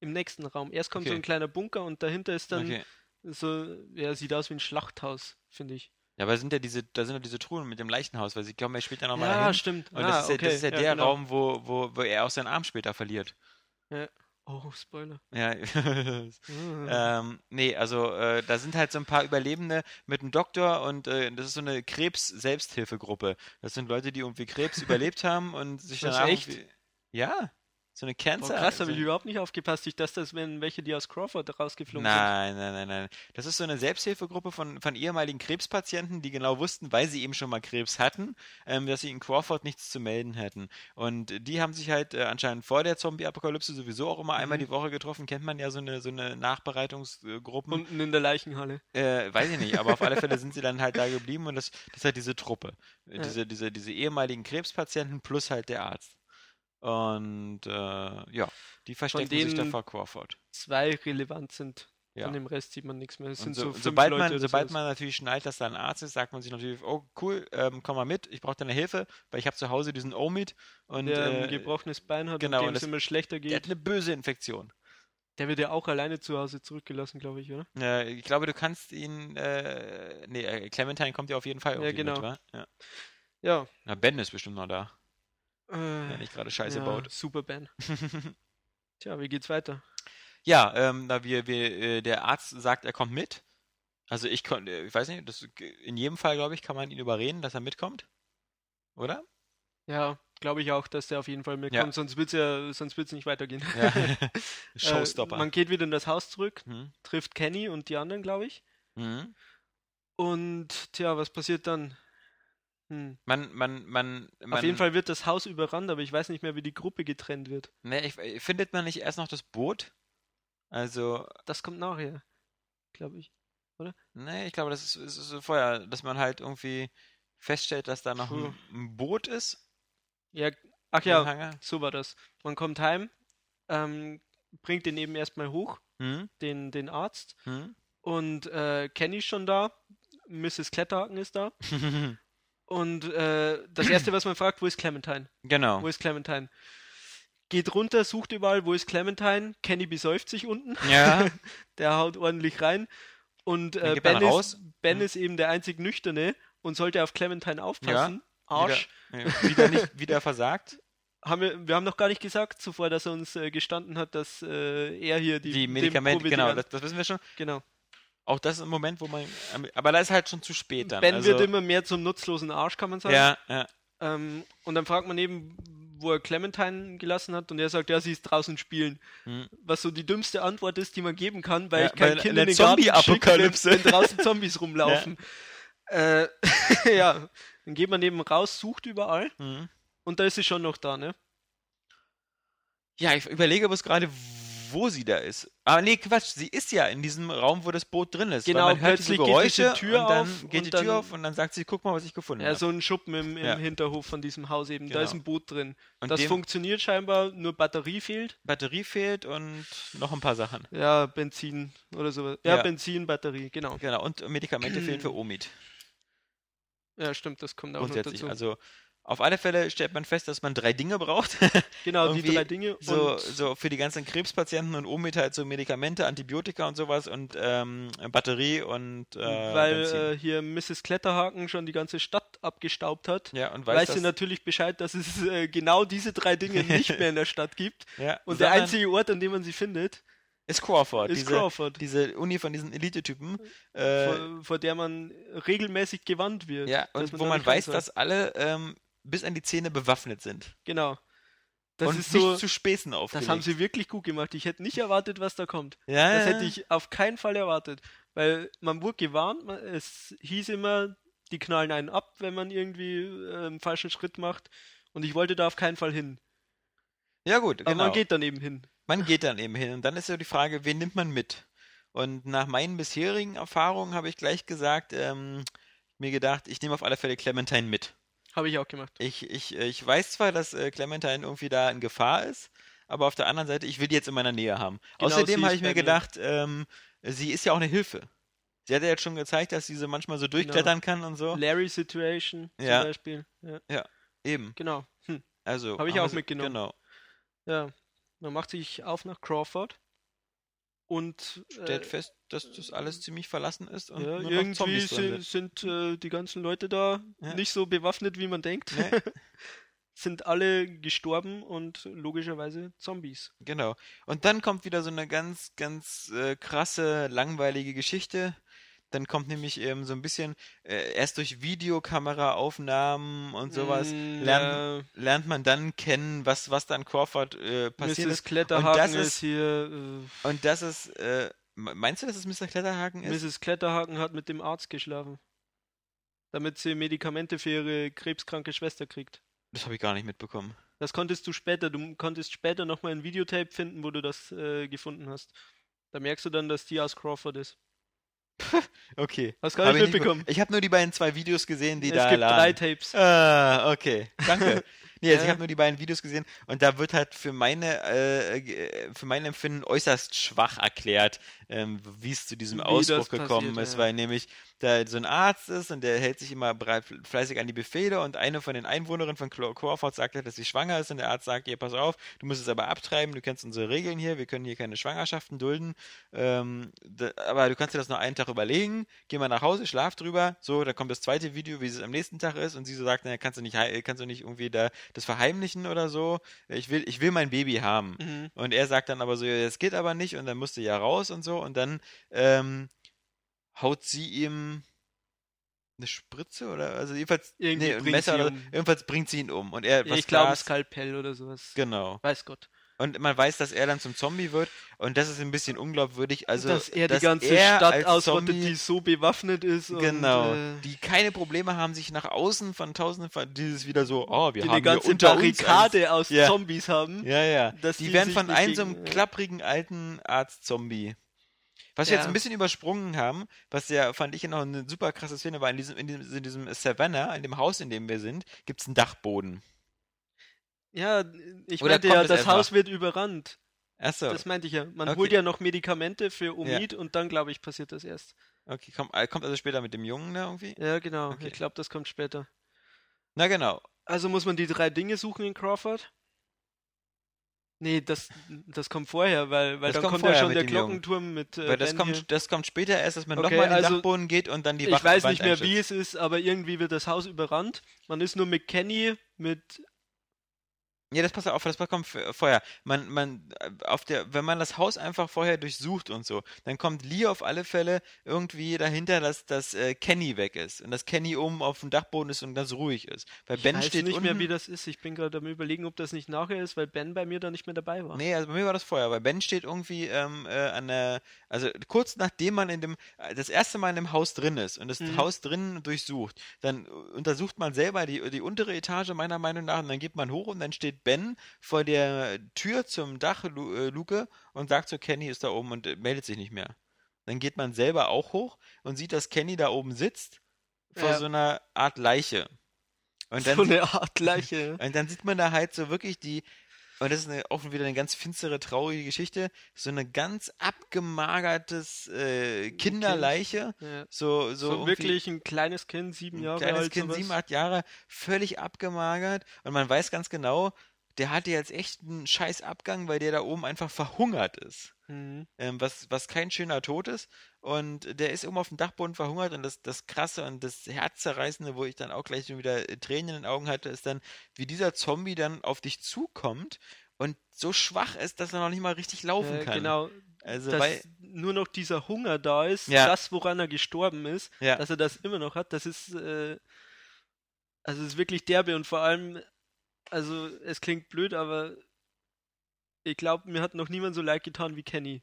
Speaker 4: Im nächsten Raum. Erst kommt so
Speaker 3: Okay.
Speaker 4: ein kleiner Bunker und dahinter ist dann
Speaker 3: okay.
Speaker 4: so, ja, sieht aus wie ein Schlachthaus, finde ich.
Speaker 3: Ja, aber sind ja diese, da sind ja diese Truhen mit dem Leichenhaus, weil sie kommen ja später nochmal
Speaker 4: ja,
Speaker 3: dahin.
Speaker 4: stimmt.
Speaker 3: Und
Speaker 4: ah,
Speaker 3: das, ist ja,
Speaker 4: okay.
Speaker 3: das ist ja, der
Speaker 4: genau.
Speaker 3: Raum, wo, wo, wo er auch seinen Arm später verliert.
Speaker 4: Oh, Spoiler.
Speaker 3: Ja.
Speaker 4: Ah.
Speaker 3: ähm, nee, also äh, da sind halt so ein paar Überlebende mit einem Doktor und äh, das ist so eine Krebs-Selbsthilfegruppe. Das sind Leute, die irgendwie Krebs überlebt haben und sich
Speaker 4: Was,
Speaker 3: danach
Speaker 4: echt?
Speaker 3: irgendwie- Ja, so eine
Speaker 4: Oh,
Speaker 3: Cancer. also
Speaker 4: krass, habe
Speaker 3: so
Speaker 4: ich überhaupt nicht aufgepasst. Ich dachte, das wären welche, die aus Crawford rausgeflogen
Speaker 3: Nein, nein, nein, nein. Das ist so eine Selbsthilfegruppe von, von ehemaligen Krebspatienten, die genau wussten, weil sie eben schon mal Krebs hatten, ähm, dass sie in Crawford nichts zu melden hätten. Und die haben sich halt äh, anscheinend vor der Zombie-Apokalypse sowieso auch immer einmal
Speaker 4: Mhm.
Speaker 3: die Woche getroffen. Kennt man ja so eine, so eine
Speaker 4: sind.
Speaker 3: Nachbereitungsgruppen.
Speaker 4: Unten in der Leichenhalle.
Speaker 3: Äh, weiß ich nicht, aber auf alle Fälle sind sie dann halt da geblieben und das, das ist halt diese Truppe. Äh,
Speaker 4: Ja.
Speaker 3: Diese, diese, diese ehemaligen Krebspatienten plus halt der Arzt. Und äh, ja, die verstecken sich da
Speaker 4: denen-
Speaker 3: vor Crawford.
Speaker 4: Zwei relevant sind.
Speaker 3: Ja.
Speaker 4: Von dem Rest sieht man nichts mehr. Es
Speaker 3: Und
Speaker 4: sind
Speaker 3: so,
Speaker 4: so, fünf
Speaker 3: sobald,
Speaker 4: Leute
Speaker 3: man,
Speaker 4: oder
Speaker 3: sobald
Speaker 4: sowas.
Speaker 3: man natürlich schneit, dass da ein Arzt ist, sagt man sich natürlich, oh cool, ähm, komm mal mit, ich brauche deine Hilfe, weil ich habe zu Hause diesen Omid und
Speaker 4: der
Speaker 3: äh,
Speaker 4: ein gebrochenes Bein hat,
Speaker 3: genau, und
Speaker 4: und dem es
Speaker 3: das-
Speaker 4: immer schlechter
Speaker 3: der hat
Speaker 4: geht.
Speaker 3: eine böse Infektion.
Speaker 4: Der wird ja auch alleine zu Hause zurückgelassen, glaube ich, oder?
Speaker 3: Äh, ich glaube, du kannst ihn, äh, nee, äh, Clementine kommt ja auf jeden Fall
Speaker 4: Ja,
Speaker 3: irgendwie mit,
Speaker 4: genau.
Speaker 3: wa? Ja.
Speaker 4: Ja.
Speaker 3: Na, Ben ist bestimmt noch da,
Speaker 4: Äh,
Speaker 3: wenn er nicht gerade Scheiße
Speaker 4: ja,
Speaker 3: baut.
Speaker 4: Super Ben. Tja, wie geht's weiter?
Speaker 3: Ja, ähm, da wir, wir, äh, der Arzt sagt, er kommt mit. Also ich konnte, ich weiß nicht, das, äh, in jedem Fall, glaube ich, kann man ihn überreden, dass er mitkommt. Oder?
Speaker 4: Ja, glaube ich auch, dass der auf jeden Fall mitkommt,
Speaker 3: Ja.
Speaker 4: sonst wird's ja, sonst wird's nicht weitergehen.
Speaker 3: Ja.
Speaker 4: Äh,
Speaker 3: Showstopper.
Speaker 4: man geht wieder in das Haus zurück,
Speaker 3: Hm?
Speaker 4: trifft Kenny und die anderen, glaube ich.
Speaker 3: Mhm.
Speaker 4: Und tja, was passiert dann? Hm.
Speaker 3: Man, man, man, man.
Speaker 4: Auf jeden Fall wird das Haus überrannt, aber ich weiß nicht mehr, wie die Gruppe getrennt wird.
Speaker 3: Ne, ich, findet man nicht erst noch das Boot? Also,
Speaker 4: Das kommt nachher, glaube ich.
Speaker 3: ne, ich glaube, das ist, ist, ist so vorher, dass man halt irgendwie feststellt, dass da noch ein, ein Boot ist.
Speaker 4: Ja, ach
Speaker 3: im
Speaker 4: ja,
Speaker 3: Hangar.
Speaker 4: so war das. Man kommt heim, ähm, bringt den eben erstmal hoch,
Speaker 3: Hm?
Speaker 4: den, den Arzt.
Speaker 3: Hm?
Speaker 4: Und äh, Kenny ist schon da, Mrs. Kletterhaken ist da.
Speaker 3: Hm?
Speaker 4: Und äh, das Erste, was man fragt, wo ist Clementine?
Speaker 3: Genau.
Speaker 4: Wo ist Clementine? Geht runter, sucht überall, wo ist Clementine? Kenny besäuft sich unten.
Speaker 3: Ja.
Speaker 4: der haut ordentlich rein. Und
Speaker 3: Dann
Speaker 4: äh,
Speaker 3: geht
Speaker 4: ben,
Speaker 3: man raus.
Speaker 4: ist, ben
Speaker 3: Mhm.
Speaker 4: ist eben der einzig Nüchterne und sollte auf Clementine aufpassen. Arsch.
Speaker 3: Wieder, äh, wieder nicht, wieder versagt.
Speaker 4: Haben wir, wir haben noch gar nicht gesagt zuvor, dass er uns äh, gestanden hat, dass äh, er hier die,
Speaker 3: Die
Speaker 4: dem
Speaker 3: Medikamente, genau,
Speaker 4: Providian-
Speaker 3: das, das wissen wir schon.
Speaker 4: genau.
Speaker 3: Auch das ist ein Moment, wo man. Aber da ist halt schon zu spät dann.
Speaker 4: Ben
Speaker 3: also,
Speaker 4: wird immer mehr zum nutzlosen Arsch, kann man sagen.
Speaker 3: ja, ja.
Speaker 4: Ähm, und dann fragt man eben, wo er Clementine gelassen hat, und er sagt, ja, sie ist draußen spielen. Was so die dümmste Antwort ist, die man geben kann, weil
Speaker 3: Hm. Ja,
Speaker 4: ich kein
Speaker 3: weil
Speaker 4: Kind
Speaker 3: eine
Speaker 4: in den Garten schicke, wenn,
Speaker 3: Zombie-Apokalypse.
Speaker 4: wenn draußen Zombies rumlaufen. Ja. Äh, ja, dann geht man eben raus, sucht überall,
Speaker 3: Mhm.
Speaker 4: und da ist sie schon noch da, ne?
Speaker 3: Ja, ich überlege bloß gerade, wo sie da ist. Aber nee, Quatsch, sie ist ja in diesem Raum, wo das Boot drin ist. weil
Speaker 4: Genau,
Speaker 3: man hört diese
Speaker 4: plötzlich geht diese
Speaker 3: Geräusche
Speaker 4: Tür
Speaker 3: und dann
Speaker 4: auf
Speaker 3: geht
Speaker 4: und
Speaker 3: die
Speaker 4: dann-
Speaker 3: Tür auf und dann sagt sie, guck mal, was ich gefunden
Speaker 4: Ja,
Speaker 3: habe.
Speaker 4: so ein Schuppen im, im
Speaker 3: Ja.
Speaker 4: Hinterhof von diesem Haus eben. Da
Speaker 3: Genau.
Speaker 4: ist ein Boot drin.
Speaker 3: Und
Speaker 4: das
Speaker 3: dem-
Speaker 4: funktioniert scheinbar, nur Batterie fehlt.
Speaker 3: Batterie fehlt und noch ein paar Sachen.
Speaker 4: Ja, Benzin oder sowas. Ja,
Speaker 3: Ja.
Speaker 4: Benzin, Batterie, genau.
Speaker 3: Genau, und Medikamente fehlen für Omid.
Speaker 4: Ja, stimmt, das kommt auch noch
Speaker 3: Grundsätzlich.
Speaker 4: dazu.
Speaker 3: Also auf alle Fälle stellt man fest, dass man drei Dinge braucht.
Speaker 4: genau, die
Speaker 3: irgendwie
Speaker 4: drei Dinge.
Speaker 3: so,
Speaker 4: und
Speaker 3: so für die ganzen Krebspatienten und Omid halt so Medikamente, Antibiotika und sowas und ähm, Batterie und äh,
Speaker 4: weil
Speaker 3: Benzin.
Speaker 4: äh, hier Mrs. Kletterhaken schon die ganze Stadt abgestaubt hat,
Speaker 3: ja, und
Speaker 4: weiß
Speaker 3: weiß,
Speaker 4: sie
Speaker 3: dass,
Speaker 4: natürlich Bescheid, dass es äh, genau diese drei Dinge nicht mehr in der Stadt gibt.
Speaker 3: ja,
Speaker 4: Und der
Speaker 3: sondern-
Speaker 4: einzige Ort, an dem man sie findet,
Speaker 3: ist Crawford.
Speaker 4: ist
Speaker 3: diese,
Speaker 4: Crawford,
Speaker 3: diese Uni von diesen Elite-Typen. Äh,
Speaker 4: vor, vor der man regelmäßig gewandt wird.
Speaker 3: ja, und
Speaker 4: dass
Speaker 3: wo
Speaker 4: da
Speaker 3: man
Speaker 4: nicht rein
Speaker 3: weiß,
Speaker 4: soll.
Speaker 3: dass alle ähm, bis an die Zähne bewaffnet sind.
Speaker 4: Genau. Das
Speaker 3: und
Speaker 4: ist
Speaker 3: nicht
Speaker 4: so.
Speaker 3: zu Späßen aufgelegt.
Speaker 4: Das haben sie wirklich gut gemacht. Ich hätte nicht erwartet, was da kommt.
Speaker 3: ja,
Speaker 4: Das
Speaker 3: ja.
Speaker 4: hätte ich auf keinen Fall erwartet. Weil man wurde gewarnt, man, es hieß immer, die knallen einen ab, wenn man irgendwie äh, einen falschen Schritt macht. Und ich wollte da auf keinen Fall hin.
Speaker 3: Ja, gut,
Speaker 4: Aber
Speaker 3: genau.
Speaker 4: man geht dann eben hin.
Speaker 3: man geht dann eben hin. Und dann ist ja die Frage, wen nimmt man mit? Und nach meinen bisherigen Erfahrungen habe ich gleich gesagt, ähm, mir gedacht, ich nehme auf alle Fälle Clementine mit.
Speaker 4: Habe ich auch gemacht.
Speaker 3: Ich, ich, äh, ich weiß zwar, dass äh, Clementine irgendwie da in Gefahr ist, aber auf der anderen Seite, ich will die jetzt in meiner Nähe haben.
Speaker 4: Genau,
Speaker 3: Außerdem
Speaker 4: sie
Speaker 3: habe
Speaker 4: ist
Speaker 3: ich mir
Speaker 4: bei mir.
Speaker 3: gedacht, ähm, sie ist ja auch eine Hilfe. Sie hat ja jetzt schon gezeigt, dass sie so manchmal
Speaker 4: Genau.
Speaker 3: so durchklettern kann und so.
Speaker 4: Larry-Situation zum
Speaker 3: Ja.
Speaker 4: Beispiel. Ja,
Speaker 3: Eben.
Speaker 4: genau. Hm.
Speaker 3: Also.
Speaker 4: Habe ich
Speaker 3: haben
Speaker 4: auch
Speaker 3: wir sie-
Speaker 4: mitgenommen.
Speaker 3: Genau.
Speaker 4: Ja. Man macht sich auf nach Crawford. Und äh,
Speaker 3: Stellt fest, dass das alles ziemlich verlassen ist und
Speaker 4: ja,
Speaker 3: nur noch
Speaker 4: irgendwie
Speaker 3: Zombies drin
Speaker 4: sind,
Speaker 3: sind.
Speaker 4: sind äh, die ganzen Leute da
Speaker 3: Ja.
Speaker 4: nicht so bewaffnet, wie man denkt.
Speaker 3: Nee.
Speaker 4: sind alle gestorben und logischerweise Zombies.
Speaker 3: Genau. Und dann kommt wieder so eine ganz, ganz äh, krasse, langweilige Geschichte. Dann kommt nämlich eben so ein bisschen, äh, erst durch Videokameraaufnahmen und sowas
Speaker 4: Mm,
Speaker 3: lernt, lernt man dann kennen, was, was dann Crawford äh,
Speaker 4: ja,
Speaker 3: passiert
Speaker 4: Mrs.
Speaker 3: ist.
Speaker 4: Kletterhaken
Speaker 3: Und das
Speaker 4: ist,
Speaker 3: ist-
Speaker 4: hier.
Speaker 3: Und das ist, äh, me- meinst du, dass es Mr. Kletterhaken
Speaker 4: Äh,
Speaker 3: ist?
Speaker 4: Mrs. Kletterhaken hat mit dem Arzt geschlafen. Damit sie Medikamente für ihre krebskranke Schwester kriegt.
Speaker 3: Das habe ich gar nicht mitbekommen.
Speaker 4: Das konntest du später. Du konntest später nochmal ein Videotape finden, wo du das äh, gefunden hast. Da merkst du dann, dass die aus Crawford ist.
Speaker 3: Okay.
Speaker 4: Hast gar nicht mitbekommen.
Speaker 3: Ich habe nur die beiden zwei Videos gesehen, die
Speaker 4: es
Speaker 3: da
Speaker 4: gibt
Speaker 3: lagen.
Speaker 4: drei Tapes.
Speaker 3: Ah, okay. Danke. Nee, also ich
Speaker 4: Ja.
Speaker 3: habe nur die beiden Videos gesehen und da wird halt für meine, äh, ge- äh, für mein Empfinden äußerst schwach erklärt, ähm, wie es zu diesem
Speaker 4: Wie das
Speaker 3: Ausbruch
Speaker 4: passiert,
Speaker 3: gekommen ist,
Speaker 4: ja.
Speaker 3: weil nämlich da halt so ein Arzt ist und der hält sich immer brei- fleißig an die Befehle und eine von den Einwohnerinnen von Cla- Crawford sagt halt, dass sie schwanger ist und der Arzt sagt, ihr pass auf, du musst es aber abtreiben, du kennst unsere Regeln hier, wir können hier keine Schwangerschaften dulden, ähm, da, aber du kannst dir das noch einen Tag überlegen, geh mal nach Hause, schlaf drüber, so, dann kommt das zweite Video, wie es am nächsten Tag ist und sie so sagt, naja, kannst du nicht, hei- kannst du nicht irgendwie da das verheimlichen oder so, ich will, ich will mein Baby haben.
Speaker 4: Mhm.
Speaker 3: Und er sagt dann aber so, ja, das geht aber nicht und dann musst du ja raus und so und dann ähm, haut sie ihm eine Spritze oder, also jedenfalls,
Speaker 4: Irgendwie
Speaker 3: ein
Speaker 4: bringt
Speaker 3: Messer
Speaker 4: sie
Speaker 3: oder
Speaker 4: um.
Speaker 3: jedenfalls bringt sie ihn um und er,
Speaker 4: Ich glaube,
Speaker 3: Glas-
Speaker 4: Skalpell oder sowas.
Speaker 3: Genau.
Speaker 4: Weiß Gott.
Speaker 3: Und man weiß, dass er dann zum Zombie wird. Und das ist ein bisschen unglaubwürdig. Also,
Speaker 4: dass er die
Speaker 3: dass
Speaker 4: ganze
Speaker 3: er
Speaker 4: Stadt
Speaker 3: als
Speaker 4: ausrottet,
Speaker 3: Zombie-
Speaker 4: die so bewaffnet ist.
Speaker 3: Genau.
Speaker 4: Und, äh,
Speaker 3: die keine Probleme haben, sich nach außen von Tausenden von. Dieses wieder so, oh, wir
Speaker 4: die
Speaker 3: haben
Speaker 4: eine ganze
Speaker 3: hier unter Uns
Speaker 4: Barrikade aus
Speaker 3: Ja.
Speaker 4: Zombies haben.
Speaker 3: ein, ja, ja.
Speaker 4: dass
Speaker 3: die,
Speaker 4: die
Speaker 3: werden
Speaker 4: sich
Speaker 3: von
Speaker 4: nicht
Speaker 3: einem so einem
Speaker 4: gegen- äh, ja.
Speaker 3: klapprigen alten Arzt-Zombie. Was wir
Speaker 4: Ja.
Speaker 3: jetzt ein bisschen übersprungen haben, was ja, fand ich, noch eine super krasse Szene war, in diesem, in diesem, in diesem Savannah, in dem Haus, in dem wir sind, gibt es einen Dachboden.
Speaker 4: Ja, ich
Speaker 3: Oder
Speaker 4: meinte
Speaker 3: kommt
Speaker 4: ja,
Speaker 3: es
Speaker 4: das
Speaker 3: erst
Speaker 4: Haus wird überrannt.
Speaker 3: Achso,
Speaker 4: Das meinte ich ja. Man
Speaker 3: Okay.
Speaker 4: holt ja noch Medikamente für Omid und dann, glaube ich, passiert das erst.
Speaker 3: okay, komm, äh, kommt also später mit dem Jungen da irgendwie?
Speaker 4: Ja, genau.
Speaker 3: Okay.
Speaker 4: Ich glaube, das kommt später.
Speaker 3: Na genau.
Speaker 4: Also muss man die drei Dinge suchen in Crawford? Nee, das, das kommt vorher, weil, weil
Speaker 3: Das
Speaker 4: dann
Speaker 3: kommt
Speaker 4: kommt,
Speaker 3: vorher
Speaker 4: ja schon
Speaker 3: mit
Speaker 4: der
Speaker 3: dem Jungen.
Speaker 4: Glockenturm mit. Äh,
Speaker 3: Weil das
Speaker 4: Ben hier.
Speaker 3: kommt, das kommt später erst, dass man
Speaker 4: Okay,
Speaker 3: nochmal in den
Speaker 4: also,
Speaker 3: Dachboden geht und dann die
Speaker 4: ich
Speaker 3: Wach-
Speaker 4: weiß
Speaker 3: Wand
Speaker 4: nicht mehr, wie
Speaker 3: einschützt.
Speaker 4: es ist, aber irgendwie wird das Haus überrannt. Man ist nur mit Kenny, mit
Speaker 3: Ja, das passt ja auf, das kommt f- vorher. Man, man, äh, auf der, wenn man das Haus einfach vorher durchsucht und so, dann kommt Lee auf alle Fälle irgendwie dahinter, dass, dass äh, Kenny weg ist und dass Kenny oben auf dem Dachboden ist und ganz ruhig ist. Weil Ben
Speaker 4: Weiß
Speaker 3: steht
Speaker 4: nicht
Speaker 3: unten,
Speaker 4: mehr, wie das ist. Ich bin gerade am überlegen, ob das nicht nachher ist, weil Ben bei mir da nicht mehr dabei war.
Speaker 3: Nee, also bei mir war das vorher, weil Ben steht irgendwie ähm, äh, an der, also kurz nachdem man in dem, äh, das erste Mal in dem Haus drin ist und das Haus drinnen durchsucht, dann äh, untersucht man selber die, die untere Etage meiner Meinung nach und dann geht man hoch und dann steht Ben vor der Tür zum Dach Lu- äh, Luke und sagt so, Kenny ist da oben und äh, meldet sich nicht mehr. Dann geht man selber auch hoch und sieht, dass Kenny da oben sitzt vor
Speaker 4: Ja.
Speaker 3: so einer Art Leiche. Und dann
Speaker 4: so
Speaker 3: sieht-
Speaker 4: eine Art Leiche.
Speaker 3: und dann sieht man da halt so wirklich die, und das ist eine, auch wieder eine ganz finstere, traurige Geschichte, so eine ganz abgemagertes äh, Kinderleiche.
Speaker 4: ja.
Speaker 3: So,
Speaker 4: So,
Speaker 3: so, irgendwie
Speaker 4: wirklich ein kleines Kind, sieben
Speaker 3: ein
Speaker 4: Jahre
Speaker 3: kleines
Speaker 4: alt.
Speaker 3: Kind,
Speaker 4: sowas.
Speaker 3: sieben, acht Jahre, völlig abgemagert. Und man weiß ganz genau, der hatte jetzt echt einen scheiß Abgang, weil der da oben einfach verhungert ist
Speaker 4: Mhm.
Speaker 3: ähm, was, was kein schöner Tod ist. Und der ist oben auf dem Dachboden verhungert und das, das Krasse und das Herzzerreißende, wo ich dann auch gleich schon wieder äh, Tränen in den Augen hatte, ist dann, wie dieser Zombie dann auf dich zukommt und so schwach ist, dass er noch nicht mal richtig laufen
Speaker 4: Äh,
Speaker 3: kann.
Speaker 4: genau,
Speaker 3: Also,
Speaker 4: dass
Speaker 3: weil,
Speaker 4: nur noch dieser Hunger da ist,
Speaker 3: Ja.
Speaker 4: das, woran er gestorben ist,
Speaker 3: Ja.
Speaker 4: dass er das immer noch hat, das ist, äh, also es ist wirklich derbe und vor allem, also es klingt blöd, aber ich glaube, mir hat noch niemand so leid getan wie Kenny.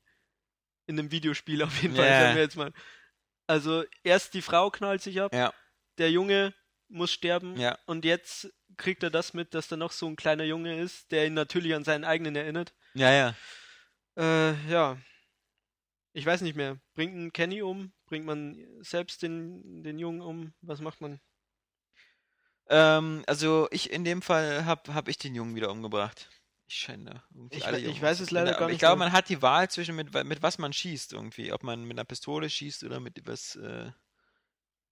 Speaker 4: In einem Videospiel auf jeden Fall,
Speaker 3: Ja.
Speaker 4: sagen wir jetzt mal. Also erst die Frau knallt sich ab,
Speaker 3: ja,
Speaker 4: der Junge muss sterben
Speaker 3: Ja.
Speaker 4: und jetzt kriegt er das mit, dass da noch so ein kleiner Junge ist, der ihn natürlich an seinen eigenen erinnert.
Speaker 3: ja, ja.
Speaker 4: Äh, ja. Ich weiß nicht mehr. Bringt man Kenny um? Bringt man selbst den, den Jungen um? Was macht man?
Speaker 3: Ähm, also, ich in dem Fall habe hab ich den Jungen wieder umgebracht. Ich scheine irgendwie
Speaker 4: Ich
Speaker 3: alle
Speaker 4: we- ich
Speaker 3: Jungen
Speaker 4: weiß es leider
Speaker 3: umzubringen.
Speaker 4: gar
Speaker 3: Aber Ich
Speaker 4: nicht
Speaker 3: glaube,
Speaker 4: mehr.
Speaker 3: man hat die Wahl zwischen, mit, mit was man schießt irgendwie. Ob man mit einer Pistole schießt oder mit was. Äh,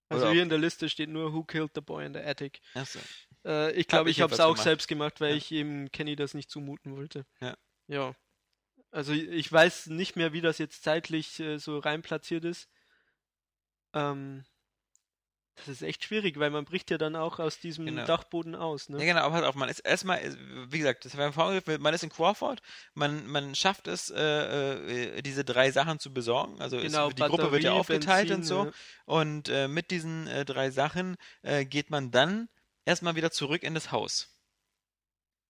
Speaker 4: Also
Speaker 3: Oder
Speaker 4: hier in der Liste steht nur Who killed the boy in the attic.
Speaker 3: achso.
Speaker 4: Äh, ich glaube,
Speaker 3: ich
Speaker 4: ich habe es
Speaker 3: jedenfalls
Speaker 4: auch
Speaker 3: gemacht.
Speaker 4: selbst gemacht, weil
Speaker 3: Ja.
Speaker 4: ich eben Kenny das nicht zumuten wollte.
Speaker 3: Ja.
Speaker 4: Ja. Also ich- ich weiß nicht mehr, wie das jetzt zeitlich äh, so rein platziert ist. Ähm, das ist echt schwierig, weil man bricht ja dann auch aus diesem
Speaker 3: Genau.
Speaker 4: Dachboden aus, ne?
Speaker 3: Ja, genau, aber pass auf, man ist erstmal, ist- wie gesagt, das war im Vorgriff, man ist in Crawford, man, man schafft es, äh, äh, diese drei Sachen zu besorgen. Also
Speaker 4: Genau,
Speaker 3: es, die Gruppe wird ja
Speaker 4: Batterie,
Speaker 3: aufgeteilt und so.
Speaker 4: Benzin, ne?
Speaker 3: Und äh, mit diesen äh, drei Sachen äh, geht man dann erstmal wieder zurück in das Haus.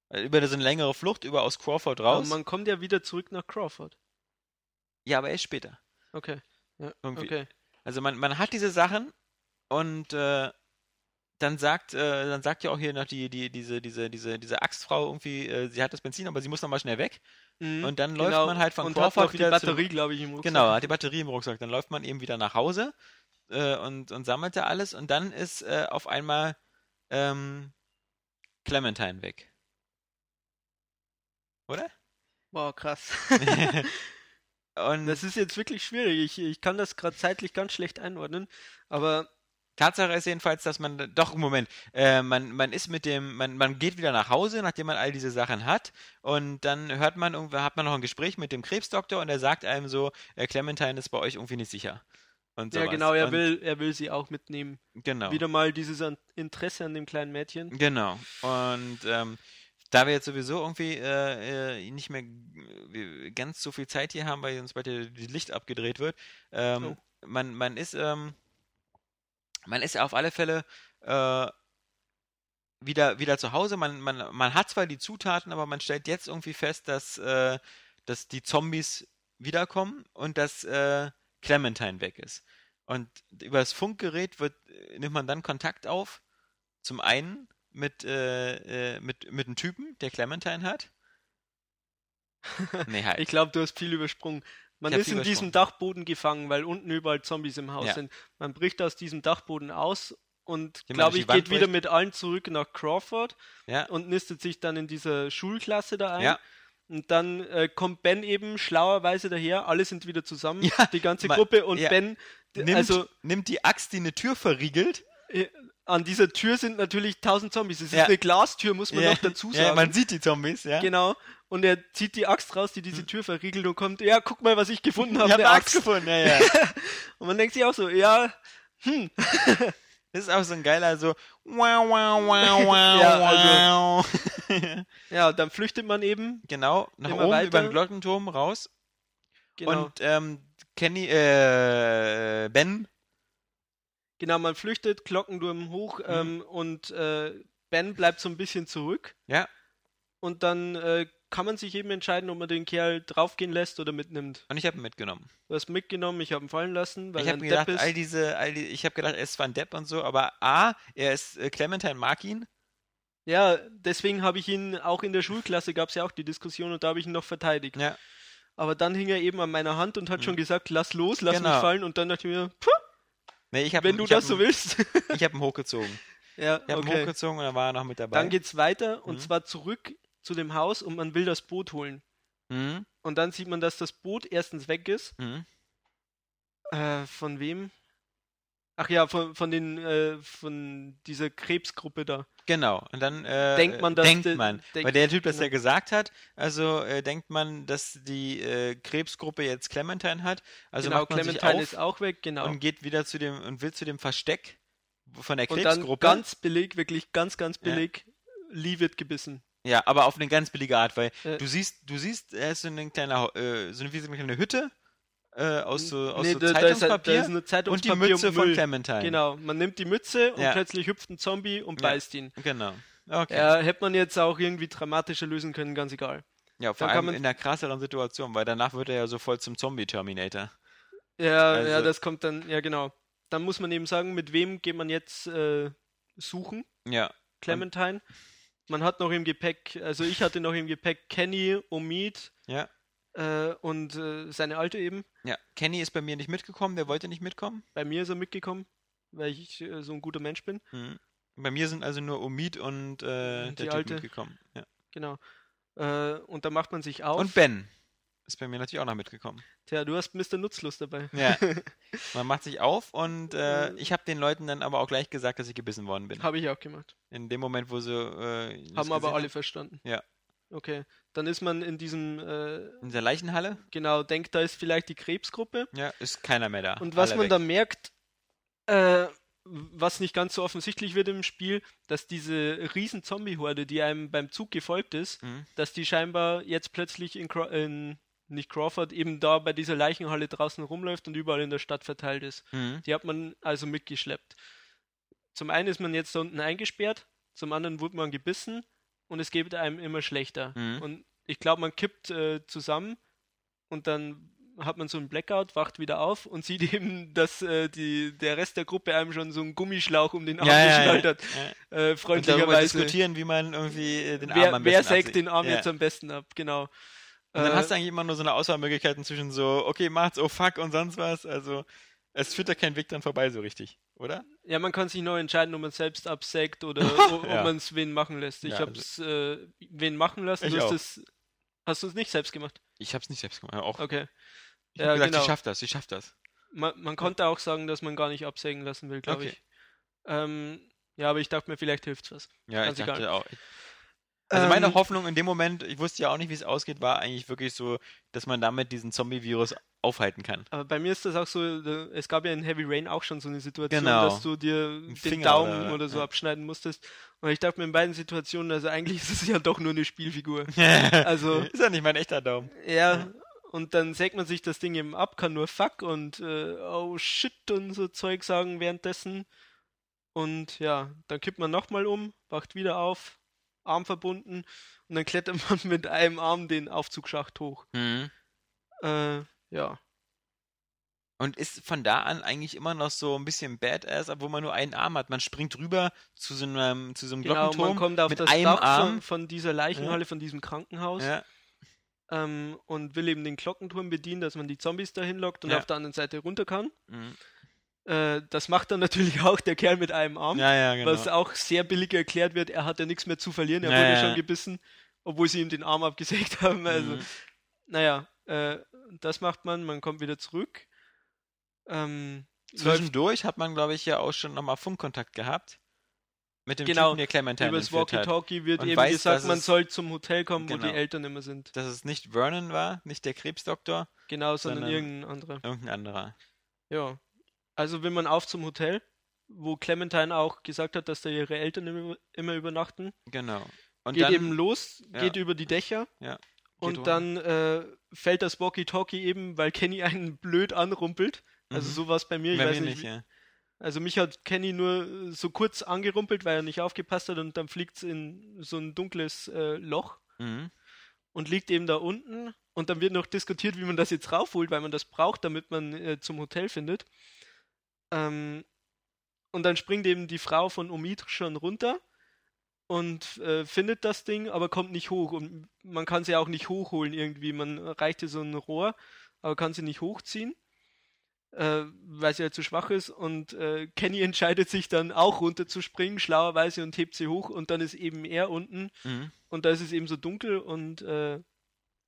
Speaker 3: Äh, Über so eine längere Flucht, über aus Crawford
Speaker 4: Aber
Speaker 3: raus.
Speaker 4: man kommt ja wieder zurück nach Crawford.
Speaker 3: ja, aber erst später.
Speaker 4: Okay. Ja,
Speaker 3: Irgendwie.
Speaker 4: okay.
Speaker 3: Also man, man hat diese Sachen und äh, dann sagt, äh, dann sagt ja auch hier noch die, die, diese, diese, diese, diese Axtfrau irgendwie, äh, sie hat das Benzin, aber sie muss nochmal schnell weg. Und dann läuft man halt von
Speaker 4: Mhm, genau. und
Speaker 3: Crawford
Speaker 4: hat noch
Speaker 3: wieder
Speaker 4: die
Speaker 3: zu-
Speaker 4: Batterie, glaube ich, im Rucksack.
Speaker 3: Genau, hat die Batterie im Rucksack. Dann läuft man eben wieder nach Hause äh, und, und sammelt da alles und dann ist äh, auf einmal ähm, Clementine weg. Oder?
Speaker 4: Boah, krass.
Speaker 3: und
Speaker 4: das ist jetzt wirklich schwierig. Ich, ich kann das gerade zeitlich ganz schlecht einordnen, aber
Speaker 3: Tatsache ist jedenfalls, dass man doch Moment, äh, man man ist mit dem, man man geht wieder nach Hause, nachdem man all diese Sachen hat und dann hört man irgendwann hat man noch ein Gespräch mit dem Krebsdoktor und er sagt einem so, äh, Clementine ist bei euch irgendwie nicht sicher und
Speaker 4: ja
Speaker 3: sowas.
Speaker 4: genau, er
Speaker 3: und,
Speaker 4: will, er will sie auch mitnehmen.
Speaker 3: genau
Speaker 4: Wieder mal dieses an, Interesse an dem kleinen Mädchen.
Speaker 3: genau und ähm, da wir jetzt sowieso irgendwie äh, äh, nicht mehr g- ganz so viel Zeit hier haben, weil uns bald hier das Licht abgedreht wird, ähm, man man ist ähm, man ist auf alle Fälle äh, wieder, wieder zu Hause. Man, man, man hat zwar die Zutaten, aber man stellt jetzt irgendwie fest, dass, äh, dass die Zombies wiederkommen und dass äh, Clementine weg ist. Und über das Funkgerät wird, äh, nimmt man dann Kontakt auf. Zum einen mit, äh, äh, mit, mit einem Typen, der Clementine hat. Nee, halt.
Speaker 4: Ich glaube, du hast viel übersprungen. Man
Speaker 3: Ich hab
Speaker 4: ist
Speaker 3: viel
Speaker 4: in diesem Dachboden gefangen, weil unten überall Zombies im Haus
Speaker 3: Ja.
Speaker 4: sind. Man bricht aus diesem Dachboden aus und,
Speaker 3: Wenn man Genau,
Speaker 4: glaube
Speaker 3: durch die
Speaker 4: ich,
Speaker 3: Wand
Speaker 4: geht wieder
Speaker 3: bricht.
Speaker 4: mit allen zurück nach Crawford.
Speaker 3: ja,
Speaker 4: und nistet sich dann in dieser Schulklasse da ein.
Speaker 3: Ja.
Speaker 4: Und dann äh, kommt Ben eben schlauerweise daher, alle sind wieder zusammen,
Speaker 3: Ja,
Speaker 4: die ganze
Speaker 3: man-
Speaker 4: Gruppe und
Speaker 3: ja.
Speaker 4: Ben, d-
Speaker 3: nimmt,
Speaker 4: also
Speaker 3: nimmt die Axt, die eine Tür verriegelt.
Speaker 4: äh, an dieser Tür sind natürlich tausend Zombies. Es ist
Speaker 3: Ja.
Speaker 4: eine Glastür, muss man noch dazu sagen.
Speaker 3: Ja, man sieht die Zombies, ja. Hm.
Speaker 4: genau. Und er zieht die Axt raus, die diese Tür verriegelt und kommt, ja, guck mal, was ich gefunden habe,
Speaker 3: Ich hab
Speaker 4: eine
Speaker 3: eine Axt
Speaker 4: Axt.
Speaker 3: gefunden, ja, ja.
Speaker 4: Und man denkt sich auch so, ja,
Speaker 3: Das ist auch so ein geiler, so. Wow, wow, wow, wow,
Speaker 4: Ja, also-
Speaker 3: wow.
Speaker 4: Ja, dann flüchtet man eben.
Speaker 3: genau, nach
Speaker 4: Immer
Speaker 3: oben
Speaker 4: weiter.
Speaker 3: über den Glockenturm raus.
Speaker 4: Genau,
Speaker 3: Und ähm, Kenny, äh, Ben,
Speaker 4: genau man flüchtet, Glockenturm hoch
Speaker 3: Hm.
Speaker 4: ähm, und äh, Ben bleibt so ein bisschen zurück.
Speaker 3: ja,
Speaker 4: Und dann äh, kann man sich eben entscheiden, ob man den Kerl draufgehen lässt oder mitnimmt.
Speaker 3: und ich habe ihn mitgenommen.
Speaker 4: Du hast mitgenommen, ich habe ihn fallen lassen, weil
Speaker 3: ich
Speaker 4: er
Speaker 3: habe
Speaker 4: ein
Speaker 3: mir
Speaker 4: Depp
Speaker 3: gedacht,
Speaker 4: ist.
Speaker 3: all diese, all die, ich habe gedacht, er ist zwar ein Depp und so, aber A, er ist, äh, Clementine mag ihn.
Speaker 4: Ja, deswegen habe ich ihn, auch in der Schulklasse gab es ja auch die Diskussion und da habe ich ihn noch verteidigt.
Speaker 3: Ja. Mhm.
Speaker 4: Aber dann hing er eben an meiner Hand und hat schon gesagt, lass los, lass
Speaker 3: Genau.
Speaker 4: mich fallen. Und dann dachte ich mir, puh,
Speaker 3: Nee, ich hab
Speaker 4: wenn
Speaker 3: ihn-
Speaker 4: du
Speaker 3: ich hab
Speaker 4: das so
Speaker 3: ihn-
Speaker 4: willst.
Speaker 3: Ich habe ihn hochgezogen.
Speaker 4: ja,
Speaker 3: Ich habe ihn
Speaker 4: okay.
Speaker 3: hochgezogen und dann war er noch mit dabei.
Speaker 4: Dann geht's weiter und
Speaker 3: Mhm.
Speaker 4: zwar zurück zu dem Haus und man will das Boot holen.
Speaker 3: mhm.
Speaker 4: Und dann sieht man, dass das Boot erstens weg ist.
Speaker 3: Mhm.
Speaker 4: Äh, von wem? Ach ja, von, von den, äh, von dieser Krebsgruppe da.
Speaker 3: Genau. Und dann äh,
Speaker 4: Denkt man, dass
Speaker 3: denkt
Speaker 4: de-
Speaker 3: man,
Speaker 4: denkt-
Speaker 3: weil der Typ das ja
Speaker 4: genau.
Speaker 3: gesagt hat, also äh, denkt man, dass die äh, Krebsgruppe jetzt Clementine hat. Also
Speaker 4: genau,
Speaker 3: macht man
Speaker 4: Clementine
Speaker 3: sich
Speaker 4: ist
Speaker 3: auf
Speaker 4: auch weg, genau.
Speaker 3: und geht wieder zu dem und will zu dem Versteck von der
Speaker 4: Und dann
Speaker 3: Krebsgruppe.
Speaker 4: ganz billig, wirklich ganz, ganz
Speaker 3: Ja.
Speaker 4: billig, Lee wird gebissen.
Speaker 3: ja, aber auf eine ganz billige Art, weil
Speaker 4: Äh.
Speaker 3: du siehst, du siehst, er ist so eine kleine, Hau- äh, so eine, wie so eine kleine Hütte äh, aus so, aus so
Speaker 4: da, da, ist, halt, da
Speaker 3: Zeitungspapier
Speaker 4: ist eine
Speaker 3: und
Speaker 4: Zeitungspapier
Speaker 3: die Mütze
Speaker 4: und
Speaker 3: von
Speaker 4: Müll.
Speaker 3: Clementine.
Speaker 4: Genau, man nimmt die Mütze und
Speaker 3: Ja.
Speaker 4: plötzlich hüpft ein Zombie und
Speaker 3: Ja.
Speaker 4: beißt ihn.
Speaker 3: Genau. Okay.
Speaker 4: Ja, hätte man jetzt auch irgendwie dramatischer lösen können, ganz egal.
Speaker 3: Ja, vor
Speaker 4: Dann kann
Speaker 3: allem
Speaker 4: man-
Speaker 3: in einer krasseren Situation, weil danach wird er ja so voll zum Zombie-Terminator.
Speaker 4: Ja,
Speaker 3: Also-
Speaker 4: ja, das kommt dann, ja genau. Dann muss man eben sagen, mit wem geht man jetzt äh, suchen,
Speaker 3: Ja.
Speaker 4: Clementine. Man hat noch im Gepäck, also ich hatte noch im Gepäck Kenny, Omid
Speaker 3: Ja.
Speaker 4: äh, und äh, seine Alte eben.
Speaker 3: Ja. Kenny ist bei mir nicht mitgekommen, der wollte nicht mitkommen.
Speaker 4: Bei mir ist er mitgekommen, weil ich äh, so ein guter Mensch bin.
Speaker 3: Mhm. Bei mir sind also nur Omid und äh,
Speaker 4: Und
Speaker 3: der
Speaker 4: die
Speaker 3: Typ
Speaker 4: Alte.
Speaker 3: mitgekommen. Ja.
Speaker 4: Genau. Äh, und da macht man sich auf.
Speaker 3: Und Ben ist bei mir natürlich auch noch mitgekommen.
Speaker 4: Tja, du hast Mr. Nutzlos dabei.
Speaker 3: Ja. Man macht sich auf und äh, ich habe den Leuten dann aber auch gleich gesagt, dass ich gebissen worden bin.
Speaker 4: Habe ich auch gemacht.
Speaker 3: In dem Moment, wo sie. Äh, das
Speaker 4: Haben aber
Speaker 3: gesehen
Speaker 4: alle verstanden.
Speaker 3: Ja.
Speaker 4: Okay. Dann ist man in diesem, äh,
Speaker 3: In der Leichenhalle?
Speaker 4: genau, denkt, da ist vielleicht die Krebsgruppe.
Speaker 3: Ja, ist keiner mehr da.
Speaker 4: Und was
Speaker 3: Alle
Speaker 4: man
Speaker 3: weg.
Speaker 4: da merkt, äh, was nicht ganz so offensichtlich wird im Spiel, dass diese riesen Zombie-Horde, die einem beim Zug gefolgt ist,
Speaker 3: Mhm.
Speaker 4: dass die scheinbar jetzt plötzlich in, Craw in nicht Crawford, eben da bei dieser Leichenhalle draußen rumläuft und überall in der Stadt verteilt ist.
Speaker 3: Mhm.
Speaker 4: Die hat man also mitgeschleppt. Zum einen ist man jetzt da unten eingesperrt, zum anderen wurde man gebissen und es geht einem immer schlechter.
Speaker 3: Mhm.
Speaker 4: Und ich glaube, man kippt äh, zusammen und dann hat man so einen Blackout, wacht wieder auf und sieht eben, dass äh, die, der Rest der Gruppe einem schon so einen Gummischlauch um den Arm
Speaker 3: Ja, ja, ja.
Speaker 4: geschnallt hat.
Speaker 3: Ja.
Speaker 4: Äh,
Speaker 3: Und darüber
Speaker 4: freundlicherweise.
Speaker 3: diskutieren, wie man irgendwie äh, den Arm
Speaker 4: wer
Speaker 3: am besten
Speaker 4: wer sägt
Speaker 3: absägt.
Speaker 4: den Arm
Speaker 3: ja.
Speaker 4: jetzt am besten ab? Genau.
Speaker 3: Und dann
Speaker 4: Äh,
Speaker 3: hast du eigentlich immer nur so eine Auswahlmöglichkeiten zwischen so, okay, macht's, oh fuck und sonst was. Also, es führt da kein Weg dran vorbei so richtig, oder?
Speaker 4: Ja, man kann sich neu entscheiden, ob man selbst absägt oder o- ob
Speaker 3: Ja.
Speaker 4: man es wen machen lässt. Ich
Speaker 3: Ja, also
Speaker 4: habe es äh, wen machen lassen.
Speaker 3: Ich
Speaker 4: Du hast
Speaker 3: auch.
Speaker 4: es hast du es nicht selbst gemacht?
Speaker 3: Ich hab's nicht selbst gemacht. Auch.
Speaker 4: Okay.
Speaker 3: Ich hab
Speaker 4: ja,
Speaker 3: gesagt,
Speaker 4: genau.
Speaker 3: ich schaff das, ich schaff das.
Speaker 4: Man, man konnte auch sagen, dass man gar nicht absägen lassen will, glaube
Speaker 3: Okay.
Speaker 4: ich. Ähm, ja, aber ich dachte mir, vielleicht hilft's was.
Speaker 3: Ja,
Speaker 4: Ganz
Speaker 3: ich dachte
Speaker 4: egal.
Speaker 3: auch. Also
Speaker 4: Ähm,
Speaker 3: meine Hoffnung in dem Moment, ich wusste ja auch nicht, wie es ausgeht, war eigentlich wirklich so, dass man damit diesen Zombie-Virus aufhalten kann.
Speaker 4: Aber bei mir ist das auch so, da- es gab ja in Heavy Rain auch schon so eine Situation,
Speaker 3: Genau.
Speaker 4: dass du dir den
Speaker 3: Finger
Speaker 4: Daumen
Speaker 3: oder-
Speaker 4: oder, so
Speaker 3: ja.
Speaker 4: abschneiden musstest. Und ich dachte mir in beiden Situationen, also eigentlich ist es ja doch nur eine Spielfigur. Also-
Speaker 3: ist ja nicht mein echter Daumen.
Speaker 4: Ja, und dann sägt man sich das Ding eben ab, kann nur fuck und äh, oh shit und so Zeug sagen währenddessen. Und ja, dann kippt man nochmal um, wacht wieder auf, Arm verbunden und dann klettert man mit einem Arm den Aufzugsschacht hoch.
Speaker 3: Hm.
Speaker 4: Äh, ja.
Speaker 3: Und ist von da an eigentlich immer noch so ein bisschen Badass, obwohl man nur einen Arm hat. Man springt rüber zu so einem, zu so einem
Speaker 4: Genau,
Speaker 3: Glockenturm
Speaker 4: man kommt auf
Speaker 3: mit
Speaker 4: das
Speaker 3: einem
Speaker 4: Dach
Speaker 3: Arm.
Speaker 4: Von, von dieser Leichenhalle, von diesem Krankenhaus
Speaker 3: Ja,
Speaker 4: ähm, und will eben den Glockenturm bedienen, dass man die Zombies dahin lockt und
Speaker 3: Ja.
Speaker 4: auf der anderen Seite runter kann.
Speaker 3: mhm.
Speaker 4: Äh, das macht dann natürlich auch der Kerl mit einem Arm.
Speaker 3: ja, ja, genau.
Speaker 4: Was auch sehr billig erklärt wird, er hat ja nichts mehr zu verlieren, er
Speaker 3: Ja,
Speaker 4: wurde
Speaker 3: ja, ja.
Speaker 4: schon gebissen, obwohl sie ihm den Arm abgesägt haben. Also,
Speaker 3: Mhm.
Speaker 4: naja, äh, das macht man, man kommt wieder zurück. Ähm, läuft
Speaker 3: Zwischendurch hat man, glaube ich, ja auch schon nochmal Funkkontakt gehabt. Mit dem
Speaker 4: Genau,
Speaker 3: Typen, der Clementine
Speaker 4: übers
Speaker 3: entführt hat.
Speaker 4: Walkie-Talkie wird
Speaker 3: Und
Speaker 4: eben
Speaker 3: weiß, dass
Speaker 4: gesagt, man
Speaker 3: es-
Speaker 4: soll zum Hotel kommen, wo
Speaker 3: Genau.
Speaker 4: die Eltern immer sind.
Speaker 3: Dass es nicht Vernon war, nicht der Krebsdoktor,
Speaker 4: Genau, sondern
Speaker 3: Sondern-
Speaker 4: irgendein anderer.
Speaker 3: irgendein anderer.
Speaker 4: Ja. Also will man auf zum Hotel, wo Clementine auch gesagt hat, dass da ihre Eltern immer, immer übernachten.
Speaker 3: Genau. Und
Speaker 4: geht
Speaker 3: dann
Speaker 4: eben los,
Speaker 3: Ja.
Speaker 4: geht über die Dächer
Speaker 3: Ja.
Speaker 4: und
Speaker 3: runter.
Speaker 4: dann äh, fällt das Walkie-Talkie eben, weil Kenny einen blöd anrumpelt. Also
Speaker 3: Mhm.
Speaker 4: so war es bei mir, ich
Speaker 3: bei
Speaker 4: weiß
Speaker 3: mir
Speaker 4: nicht.
Speaker 3: nicht,
Speaker 4: wie-
Speaker 3: ja.
Speaker 4: Also mich hat Kenny nur äh, so kurz angerumpelt, weil er nicht aufgepasst hat und dann fliegt es in so ein dunkles äh, Loch
Speaker 3: Mhm.
Speaker 4: und liegt eben da unten. Und dann wird noch diskutiert, wie man das jetzt raufholt, weil man das braucht, damit man äh, zum Hotel findet. Ähm, und dann springt eben die Frau von Omid schon runter und äh, findet das Ding, aber kommt nicht hoch. Und man kann sie auch nicht hochholen irgendwie. Man reicht ihr so ein Rohr, aber kann sie nicht hochziehen, äh, weil sie ja zu schwach ist. Und äh, Kenny entscheidet sich dann auch runter zu springen, schlauerweise, und hebt sie hoch. Und dann ist eben er unten
Speaker 3: Mhm.
Speaker 4: und da ist es eben so dunkel und äh,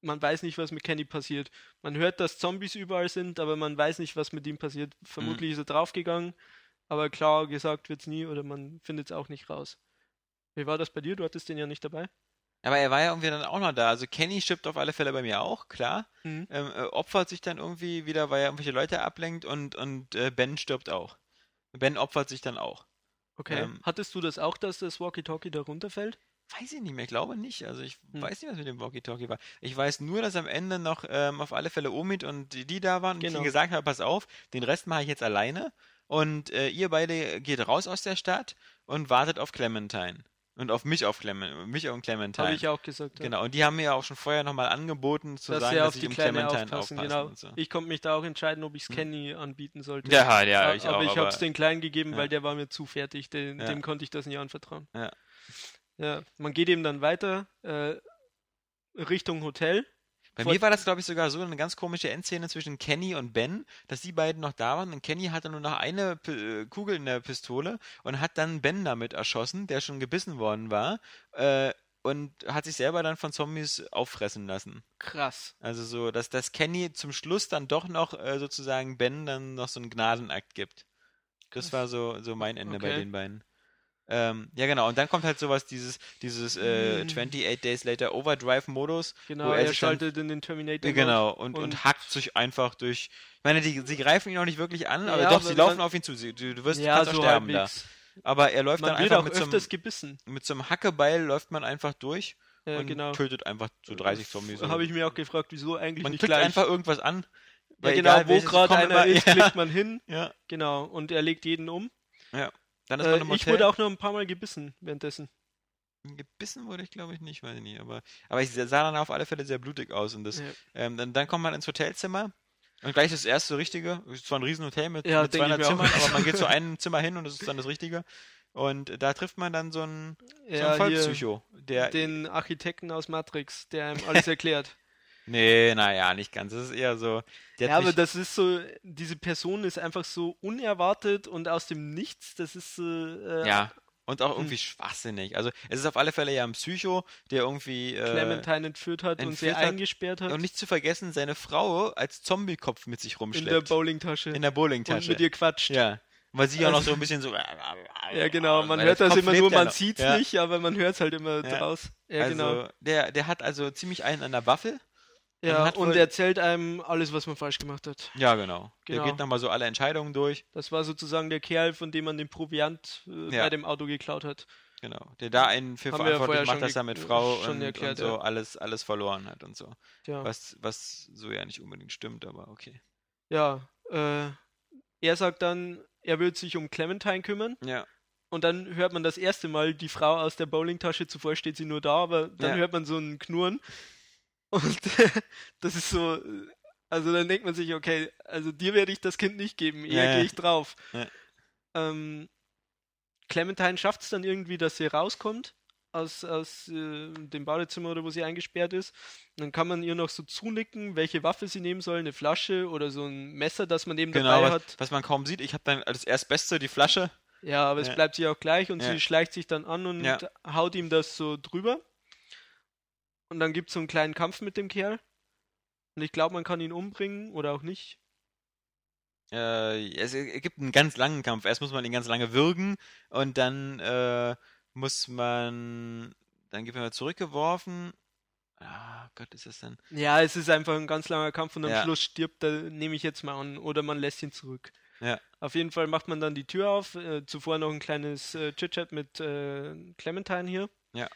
Speaker 4: man weiß nicht, was mit Kenny passiert. Man hört, dass Zombies überall sind, aber man weiß nicht, was mit ihm passiert. Vermutlich ist er draufgegangen, aber klar gesagt wird es nie oder man findet es auch nicht raus. Wie war das bei dir? Du hattest den ja nicht dabei.
Speaker 3: Aber er war ja irgendwie dann auch noch da. Also Kenny stirbt auf alle Fälle bei mir auch, klar.
Speaker 4: Mhm.
Speaker 3: Ähm, äh, opfert sich dann irgendwie wieder, weil er irgendwelche Leute ablenkt und, und äh, Ben stirbt auch. Ben opfert sich dann auch.
Speaker 4: Okay.
Speaker 3: Ähm.
Speaker 4: hattest du das auch, dass das Walkie-Talkie da runterfällt?
Speaker 3: Weiß ich nicht mehr, ich glaube nicht. Also ich
Speaker 4: Hm.
Speaker 3: weiß nicht, was mit dem Walkie-Talkie war. Ich weiß nur, dass am Ende noch ähm, auf alle Fälle Omid und die, die da waren und
Speaker 4: Genau.
Speaker 3: ihnen gesagt haben, pass auf, den Rest mache ich jetzt alleine. Und äh, ihr beide geht raus aus der Stadt und wartet auf Clementine. Und auf mich auf Clemen mich und Clementine.
Speaker 4: Habe ich auch gesagt. ja.
Speaker 3: Genau, und die haben mir ja auch schon vorher nochmal angeboten, zu
Speaker 4: Dass
Speaker 3: sagen,
Speaker 4: sie
Speaker 3: dass
Speaker 4: auf
Speaker 3: ich
Speaker 4: die
Speaker 3: um
Speaker 4: Kleine
Speaker 3: Clementine
Speaker 4: aufpassen,
Speaker 3: aufpassen
Speaker 4: genau.
Speaker 3: und so.
Speaker 4: Ich konnte mich da auch entscheiden, ob ich es Kenny anbieten sollte.
Speaker 3: Ja, ja,
Speaker 4: A-
Speaker 3: ich
Speaker 4: aber
Speaker 3: auch,
Speaker 4: ich habe es
Speaker 3: aber-
Speaker 4: den Kleinen gegeben,
Speaker 3: ja.
Speaker 4: weil der war mir zu fertig. Den,
Speaker 3: Ja.
Speaker 4: Dem konnte ich das nicht anvertrauen.
Speaker 3: Ja.
Speaker 4: Ja, man geht eben dann weiter äh, Richtung Hotel.
Speaker 3: Bei
Speaker 4: Voll-
Speaker 3: mir war das, glaube ich, sogar so eine ganz komische Endszene zwischen Kenny und Ben, dass die beiden noch da waren und Kenny hatte nur noch eine P äh, Kugel in der Pistole und hat dann Ben damit erschossen, der schon gebissen worden war, äh, und hat sich selber dann von Zombies auffressen lassen.
Speaker 4: Krass.
Speaker 3: Also so, dass, dass Kenny zum Schluss dann doch noch äh, sozusagen Ben dann noch so einen Gnadenakt gibt. Das
Speaker 4: Krass.
Speaker 3: war so, so mein Ende bei
Speaker 4: Okay.
Speaker 3: den beiden. Ähm, ja, genau. Und dann kommt halt sowas, dieses, dieses äh,
Speaker 4: Hm.
Speaker 3: 28 Days Later Overdrive-Modus,
Speaker 4: Genau,
Speaker 3: wo er
Speaker 4: er
Speaker 3: sich dann
Speaker 4: schaltet in den Terminator.
Speaker 3: ja, Genau, und, und,
Speaker 4: und-
Speaker 3: hackt sich einfach durch. Ich meine, die, sie greifen ihn auch nicht wirklich an, aber
Speaker 4: Ja,
Speaker 3: doch,
Speaker 4: aber
Speaker 3: sie
Speaker 4: wenn
Speaker 3: laufen
Speaker 4: man-
Speaker 3: auf ihn zu. Sie, du, du wirst
Speaker 4: Mode. Ja,
Speaker 3: kannst auch
Speaker 4: so
Speaker 3: sterben
Speaker 4: halbwegs.
Speaker 3: da. Aber er läuft
Speaker 4: Man
Speaker 3: dann
Speaker 4: wird
Speaker 3: einfach
Speaker 4: auch
Speaker 3: mit so,
Speaker 4: öfters
Speaker 3: einem,
Speaker 4: gebissen.
Speaker 3: mit so einem Hackebeil läuft man einfach durch
Speaker 4: Ja,
Speaker 3: und
Speaker 4: genau.
Speaker 3: tötet einfach so 30 Zombies.
Speaker 4: Habe ich mir auch gefragt, wieso eigentlich
Speaker 3: man
Speaker 4: nicht
Speaker 3: klickt
Speaker 4: gleich.
Speaker 3: einfach irgendwas an.
Speaker 4: ja,
Speaker 3: weil
Speaker 4: genau,
Speaker 3: egal
Speaker 4: wo
Speaker 3: welches,
Speaker 4: gerade
Speaker 3: kommen immer-
Speaker 4: einer ist,
Speaker 3: ja,
Speaker 4: klickt man hin.
Speaker 3: ja,
Speaker 4: Genau, und er legt jeden um.
Speaker 3: dann ist man
Speaker 4: Äh,
Speaker 3: im
Speaker 4: ich
Speaker 3: Hotel.
Speaker 4: wurde auch noch ein paar Mal gebissen währenddessen.
Speaker 3: Gebissen wurde ich, glaube ich, nicht, weiß ich nicht. Aber, aber ich sah dann auf alle Fälle sehr blutig aus. Und das,
Speaker 4: Ja.
Speaker 3: ähm, dann, dann kommt man ins Hotelzimmer und gleich das erste richtige. Ist zwar ein Riesenhotel mit,
Speaker 4: Ja,
Speaker 3: mit
Speaker 4: denke ich
Speaker 3: 200
Speaker 4: mir auch.
Speaker 3: Zimmern, aber man geht zu einem Zimmer hin und das ist dann das Richtige. Und da trifft man dann so einen, so einen
Speaker 4: hier-
Speaker 3: Vollpsycho. Der,
Speaker 4: den Architekten aus Matrix, der einem alles erklärt.
Speaker 3: nee, naja, nicht ganz. Das ist eher so. Der
Speaker 4: ja,
Speaker 3: hat
Speaker 4: aber
Speaker 3: mich,
Speaker 4: das ist so, diese Person ist einfach so unerwartet und aus dem Nichts, das ist äh, äh, hm.
Speaker 3: ja. Und auch irgendwie schwachsinnig. Also, es ist auf alle Fälle ja ein Psycho, der irgendwie. Äh,
Speaker 4: Clementine entführt hat und
Speaker 3: entführt
Speaker 4: sehr
Speaker 3: hat
Speaker 4: eingesperrt hat
Speaker 3: Und nicht zu vergessen, seine Frau als Zombiekopf mit sich
Speaker 4: in der
Speaker 3: rumschleppt.
Speaker 4: Bowlingtasche
Speaker 3: In der Bowlingtasche.
Speaker 4: und mit ihr quatscht.
Speaker 3: Ja. Weil sie ja noch
Speaker 4: Also-
Speaker 3: so ein bisschen so.
Speaker 4: Ja,
Speaker 3: Ja,
Speaker 4: genau, man hört das immer nur, man sieht's
Speaker 3: ja.
Speaker 4: nicht, aber man hört's halt immer
Speaker 3: Ja.
Speaker 4: draus. Ja,
Speaker 3: also,
Speaker 4: genau.
Speaker 3: der, der hat also ziemlich einen an der Waffel. man
Speaker 4: Ja,
Speaker 3: hat
Speaker 4: und
Speaker 3: wohl-
Speaker 4: erzählt einem alles, was man falsch gemacht hat.
Speaker 3: Ja, genau. Der
Speaker 4: Genau.
Speaker 3: geht nochmal so alle Entscheidungen durch.
Speaker 4: Das war sozusagen der Kerl, von dem man den Proviant äh,
Speaker 3: Ja.
Speaker 4: bei dem Auto geklaut hat.
Speaker 3: Genau. Der da einen für
Speaker 4: Haben wir ja
Speaker 3: verantwortlich
Speaker 4: vorher
Speaker 3: macht,
Speaker 4: schon
Speaker 3: dass er
Speaker 4: ge-
Speaker 3: mit Frau
Speaker 4: schon
Speaker 3: und,
Speaker 4: erklärt,
Speaker 3: und so
Speaker 4: ja.
Speaker 3: alles, alles verloren hat und so.
Speaker 4: Ja.
Speaker 3: Was, was so ja nicht unbedingt stimmt, aber okay.
Speaker 4: Ja, äh, er sagt dann, er wird sich um Clementine kümmern.
Speaker 3: Ja.
Speaker 4: Und dann hört man das erste Mal die Frau aus der Bowlingtasche. Zuvor steht sie nur da, aber dann
Speaker 3: Ja.
Speaker 4: hört man so ein Knurren. Und das ist so. äh, Also dann denkt man sich, okay, also dir werde ich das Kind nicht geben, eher
Speaker 3: Ja, ja.
Speaker 4: gehe ich drauf.
Speaker 3: Ja.
Speaker 4: Ähm, Clementine schafft es dann irgendwie, dass sie rauskommt aus, aus äh, dem Badezimmer oder wo sie eingesperrt ist. Und dann kann man ihr noch so zunicken, welche Waffe sie nehmen soll, eine Flasche oder so ein Messer, das man eben
Speaker 3: Genau,
Speaker 4: dabei
Speaker 3: was,
Speaker 4: hat.
Speaker 3: was man kaum sieht. Ich habe dann als erstbeste die Flasche.
Speaker 4: Ja, aber es
Speaker 3: Ja.
Speaker 4: bleibt sich auch gleich und
Speaker 3: Ja.
Speaker 4: sie schleicht sich dann an und
Speaker 3: Ja.
Speaker 4: haut ihm das so drüber. Und dann gibt es so einen kleinen Kampf mit dem Kerl. Und ich glaube, man kann ihn umbringen oder auch nicht.
Speaker 3: Äh, es es gibt einen ganz langen Kampf. Erst muss man ihn ganz lange würgen und dann äh, muss man. Dann wird man zurückgeworfen. Ah, Gott, ist das denn?
Speaker 4: Ja, es ist einfach ein ganz langer Kampf und am
Speaker 3: Ja.
Speaker 4: Schluss stirbt er, nehme ich jetzt mal an. Oder man lässt ihn zurück.
Speaker 3: Ja.
Speaker 4: Auf jeden Fall macht man dann die Tür auf. Äh, zuvor noch ein kleines äh, Chit-Chat mit äh, Clementine hier.
Speaker 3: Ja.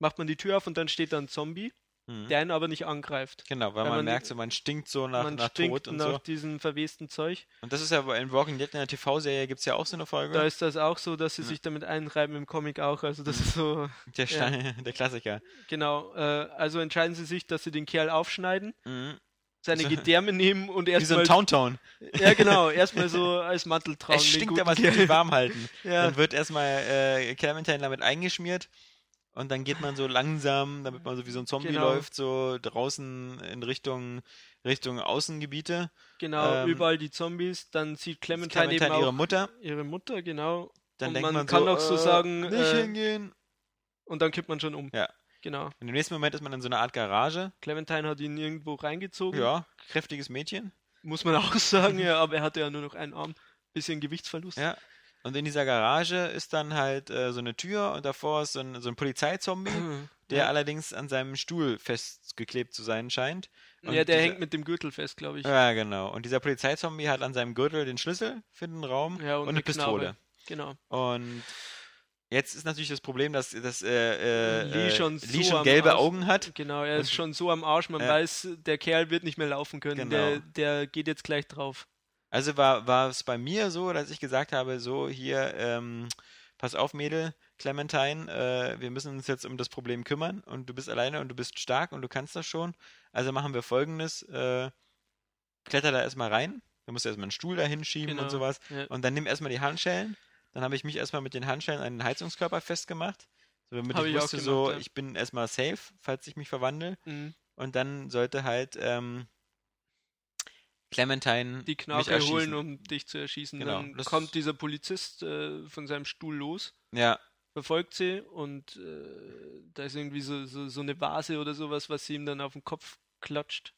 Speaker 4: macht man die Tür auf und dann steht da ein Zombie,
Speaker 3: Mhm.
Speaker 4: der einen aber nicht angreift.
Speaker 3: Genau, weil
Speaker 4: Wenn
Speaker 3: man,
Speaker 4: man-
Speaker 3: merkt, so, man stinkt so nach,
Speaker 4: man
Speaker 3: nach
Speaker 4: stinkt
Speaker 3: Tod und
Speaker 4: nach
Speaker 3: so.
Speaker 4: diesem verwesten Zeug.
Speaker 3: Und das ist ja bei- in Walking Dead in der TV-Serie gibt es ja auch so eine Folge.
Speaker 4: Da ist das auch so, dass sie sich damit einreiben im Comic auch. Also das ist so,
Speaker 3: der, Stein, der Klassiker.
Speaker 4: genau. Äh, also entscheiden sie sich, dass sie den Kerl aufschneiden,
Speaker 3: Mhm.
Speaker 4: seine
Speaker 3: So-
Speaker 4: Gedärme nehmen und
Speaker 3: Wie so
Speaker 4: erstmal...
Speaker 3: ein Towntown.
Speaker 4: ja genau, erstmal so als Mantel tragen.
Speaker 3: Es
Speaker 4: den
Speaker 3: stinkt
Speaker 4: guten
Speaker 3: aber es
Speaker 4: Kerl.
Speaker 3: muss sich warm halten.
Speaker 4: Ja.
Speaker 3: Dann wird erstmal äh, Clementine damit eingeschmiert und dann geht man so langsam, damit man so wie so ein Zombie
Speaker 4: Genau.
Speaker 3: läuft, so draußen in Richtung, Richtung Außengebiete.
Speaker 4: Genau,
Speaker 3: Ähm,
Speaker 4: überall die Zombies. Dann sieht Clementine,
Speaker 3: Clementine
Speaker 4: eben auch
Speaker 3: ihre Mutter.
Speaker 4: ihre Mutter, genau.
Speaker 3: Dann
Speaker 4: Und
Speaker 3: denkt
Speaker 4: man
Speaker 3: man,
Speaker 4: kann
Speaker 3: so,
Speaker 4: auch so
Speaker 3: äh,
Speaker 4: sagen,
Speaker 3: nicht
Speaker 4: äh,
Speaker 3: hingehen.
Speaker 4: Und dann kippt man schon um.
Speaker 3: Ja.
Speaker 4: Genau.
Speaker 3: Und im nächsten Moment ist man in so einer Art Garage.
Speaker 4: Clementine hat ihn irgendwo reingezogen.
Speaker 3: Ja, kräftiges Mädchen.
Speaker 4: Muss man auch sagen, ja, aber er hatte ja nur noch einen Arm. Bisschen Gewichtsverlust.
Speaker 3: Ja. Und in dieser Garage ist dann halt äh, so eine Tür und davor ist so ein, so ein Polizeizombie, der
Speaker 4: Ja.
Speaker 3: allerdings an seinem Stuhl festgeklebt zu sein scheint. Und
Speaker 4: ja, der
Speaker 3: dieser-
Speaker 4: hängt mit dem Gürtel fest, glaube ich.
Speaker 3: Ja, genau. Und dieser Polizeizombie hat an seinem Gürtel den Schlüssel für den Raum
Speaker 4: Ja,
Speaker 3: und, eine Pistole.
Speaker 4: Knabe. Genau.
Speaker 3: Und jetzt ist natürlich das Problem, dass, dass äh, äh,
Speaker 4: Lee
Speaker 3: äh,
Speaker 4: schon
Speaker 3: Lee
Speaker 4: so
Speaker 3: schon
Speaker 4: am
Speaker 3: gelbe
Speaker 4: Aus-
Speaker 3: Augen hat.
Speaker 4: Genau, er ist
Speaker 3: Und-
Speaker 4: schon so am Arsch, man
Speaker 3: Ja.
Speaker 4: weiß, der Kerl wird nicht mehr laufen können. Der,
Speaker 3: Genau.
Speaker 4: der geht jetzt gleich drauf.
Speaker 3: Also war, war es bei mir so, dass ich gesagt habe, so hier, ähm, pass auf, Mädel, Clementine, äh, wir müssen uns jetzt um das Problem kümmern und du bist alleine und du bist stark und du kannst das schon. Also machen wir folgendes, äh, kletter da erstmal rein, du musst erstmal einen Stuhl da hinschieben
Speaker 4: Genau.
Speaker 3: und sowas
Speaker 4: Ja.
Speaker 3: und dann nimm erstmal die Handschellen. Dann habe ich mich erstmal mit den Handschellen an den Heizungskörper festgemacht, so damit
Speaker 4: Habe
Speaker 3: ich
Speaker 4: ich auch
Speaker 3: wusste
Speaker 4: gemacht,
Speaker 3: so,
Speaker 4: ja.
Speaker 3: ich bin erstmal safe, falls ich mich verwandle.
Speaker 4: Mhm.
Speaker 3: Und dann sollte halt ähm, Clementine
Speaker 4: Die
Speaker 3: mich
Speaker 4: Knarre
Speaker 3: erschießen.
Speaker 4: holen, um dich zu erschießen.
Speaker 3: Genau,
Speaker 4: Dann
Speaker 3: das-
Speaker 4: kommt dieser Polizist äh, von seinem Stuhl los.
Speaker 3: Ja,
Speaker 4: verfolgt sie und äh, da ist irgendwie so, so, so eine Vase oder sowas, was sie ihm dann auf den Kopf klatscht.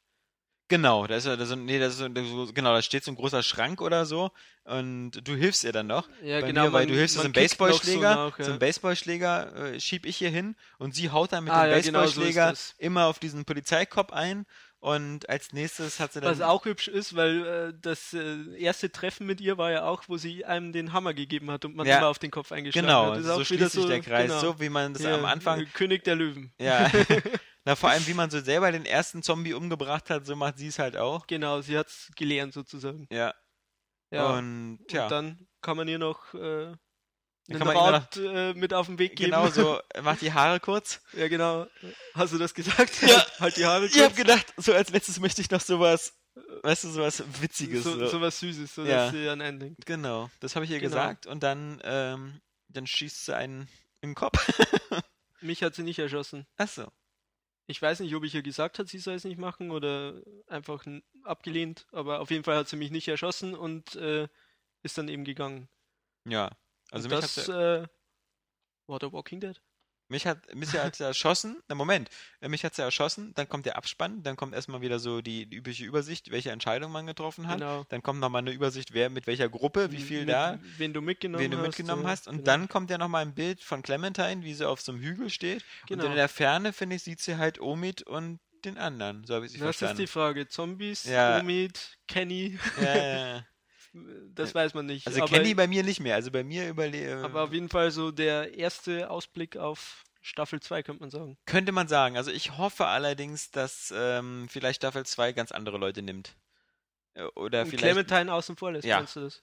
Speaker 3: genau. Da ist ja da so, nee, das ist so, da so, genau, da steht so ein großer Schrank oder so und du hilfst ihr dann noch.
Speaker 4: Ja,
Speaker 3: Bei
Speaker 4: genau,
Speaker 3: mir, weil
Speaker 4: man-
Speaker 3: du hilfst, ist
Speaker 4: man
Speaker 3: ein
Speaker 4: kickt noch so
Speaker 3: Baseballschläger,
Speaker 4: nach, ja.
Speaker 3: so ein Baseballschläger äh, schieb ich hier hin und sie haut dann mit
Speaker 4: Ah,
Speaker 3: dem
Speaker 4: ja, genau, so ist
Speaker 3: Baseballschläger
Speaker 4: das.
Speaker 3: immer auf diesen Polizeikopf ein und als nächstes hat sie dann
Speaker 4: Was auch hübsch ist, weil äh, das äh, erste Treffen mit ihr war ja auch, wo sie einem den Hammer gegeben hat und man
Speaker 3: Ja.
Speaker 4: immer auf den Kopf eingeschlagen
Speaker 3: genau,
Speaker 4: hat. Das ist
Speaker 3: so
Speaker 4: auch
Speaker 3: schließt
Speaker 4: wieder
Speaker 3: sich
Speaker 4: so,
Speaker 3: der Kreis,
Speaker 4: genau.
Speaker 3: so wie man das
Speaker 4: Ja,
Speaker 3: am Anfang
Speaker 4: äh, König der Löwen.
Speaker 3: Ja. Na, vor allem, wie man so selber den ersten Zombie umgebracht hat, so macht sie es halt auch.
Speaker 4: Genau, sie hat's gelernt sozusagen.
Speaker 3: Ja.
Speaker 4: Ja. Und,
Speaker 3: Und ja,
Speaker 4: dann kann man ihr noch äh, einen
Speaker 3: kann man ihr noch-
Speaker 4: Rat äh, mit auf den Weg geben.
Speaker 3: genau so, macht die Haare kurz.
Speaker 4: Ja, genau. Hast du das gesagt?
Speaker 3: Ja.
Speaker 4: halt die Haare
Speaker 3: Ich habe gedacht, so als letztes möchte ich noch sowas, weißt du, sowas Witziges.
Speaker 4: so,
Speaker 3: So,
Speaker 4: so was Süßes, so
Speaker 3: Ja.
Speaker 4: dass sie an einen denkt.
Speaker 3: Genau, das habe ich ihr
Speaker 4: Genau.
Speaker 3: gesagt und dann, ähm, dann schießt sie einen im Kopf.
Speaker 4: Mich hat sie nicht erschossen.
Speaker 3: Achso.
Speaker 4: Ich weiß nicht, ob ich ihr gesagt hat, sie soll es nicht machen oder einfach n- abgelehnt, aber auf jeden Fall hat sie mich nicht erschossen und äh, ist dann eben gegangen.
Speaker 3: Ja. Also
Speaker 4: und
Speaker 3: mich,
Speaker 4: das
Speaker 3: hat,
Speaker 4: äh, war der Walking Dead.
Speaker 3: mich hat mich hat sie erschossen. Na, Moment, äh, mich hat sie erschossen, dann kommt der Abspann, dann kommt erstmal wieder so die, die übliche Übersicht, welche Entscheidung man getroffen hat.
Speaker 4: Genau.
Speaker 3: Dann kommt nochmal eine Übersicht, wer mit welcher Gruppe, wie viel
Speaker 4: Mit-
Speaker 3: da,
Speaker 4: Wen du mitgenommen
Speaker 3: wen du
Speaker 4: hast.
Speaker 3: mitgenommen
Speaker 4: äh,
Speaker 3: hast. Und
Speaker 4: genau.
Speaker 3: dann kommt ja nochmal ein Bild von Clementine, wie sie auf so einem Hügel steht. Und
Speaker 4: Genau.
Speaker 3: in der Ferne, finde ich, sieht sie halt Omid und den anderen. So habe ich sie
Speaker 4: Das ist die
Speaker 3: verstanden.
Speaker 4: Frage. Zombies,
Speaker 3: Ja.
Speaker 4: Omid, Kenny,
Speaker 3: ja, ja, ja.
Speaker 4: das weiß man nicht.
Speaker 3: Also
Speaker 4: aber,
Speaker 3: Kenny bei mir nicht mehr. Also bei mir überlebe.
Speaker 4: aber auf jeden Fall so der erste Ausblick auf Staffel 2, könnte man sagen.
Speaker 3: Könnte man sagen. Also ich hoffe allerdings, dass ähm, vielleicht Staffel 2 ganz andere Leute nimmt. Äh, Oder
Speaker 4: Und
Speaker 3: vielleicht.
Speaker 4: Clementine außen vor lässt,
Speaker 3: Ja.
Speaker 4: meinst du das?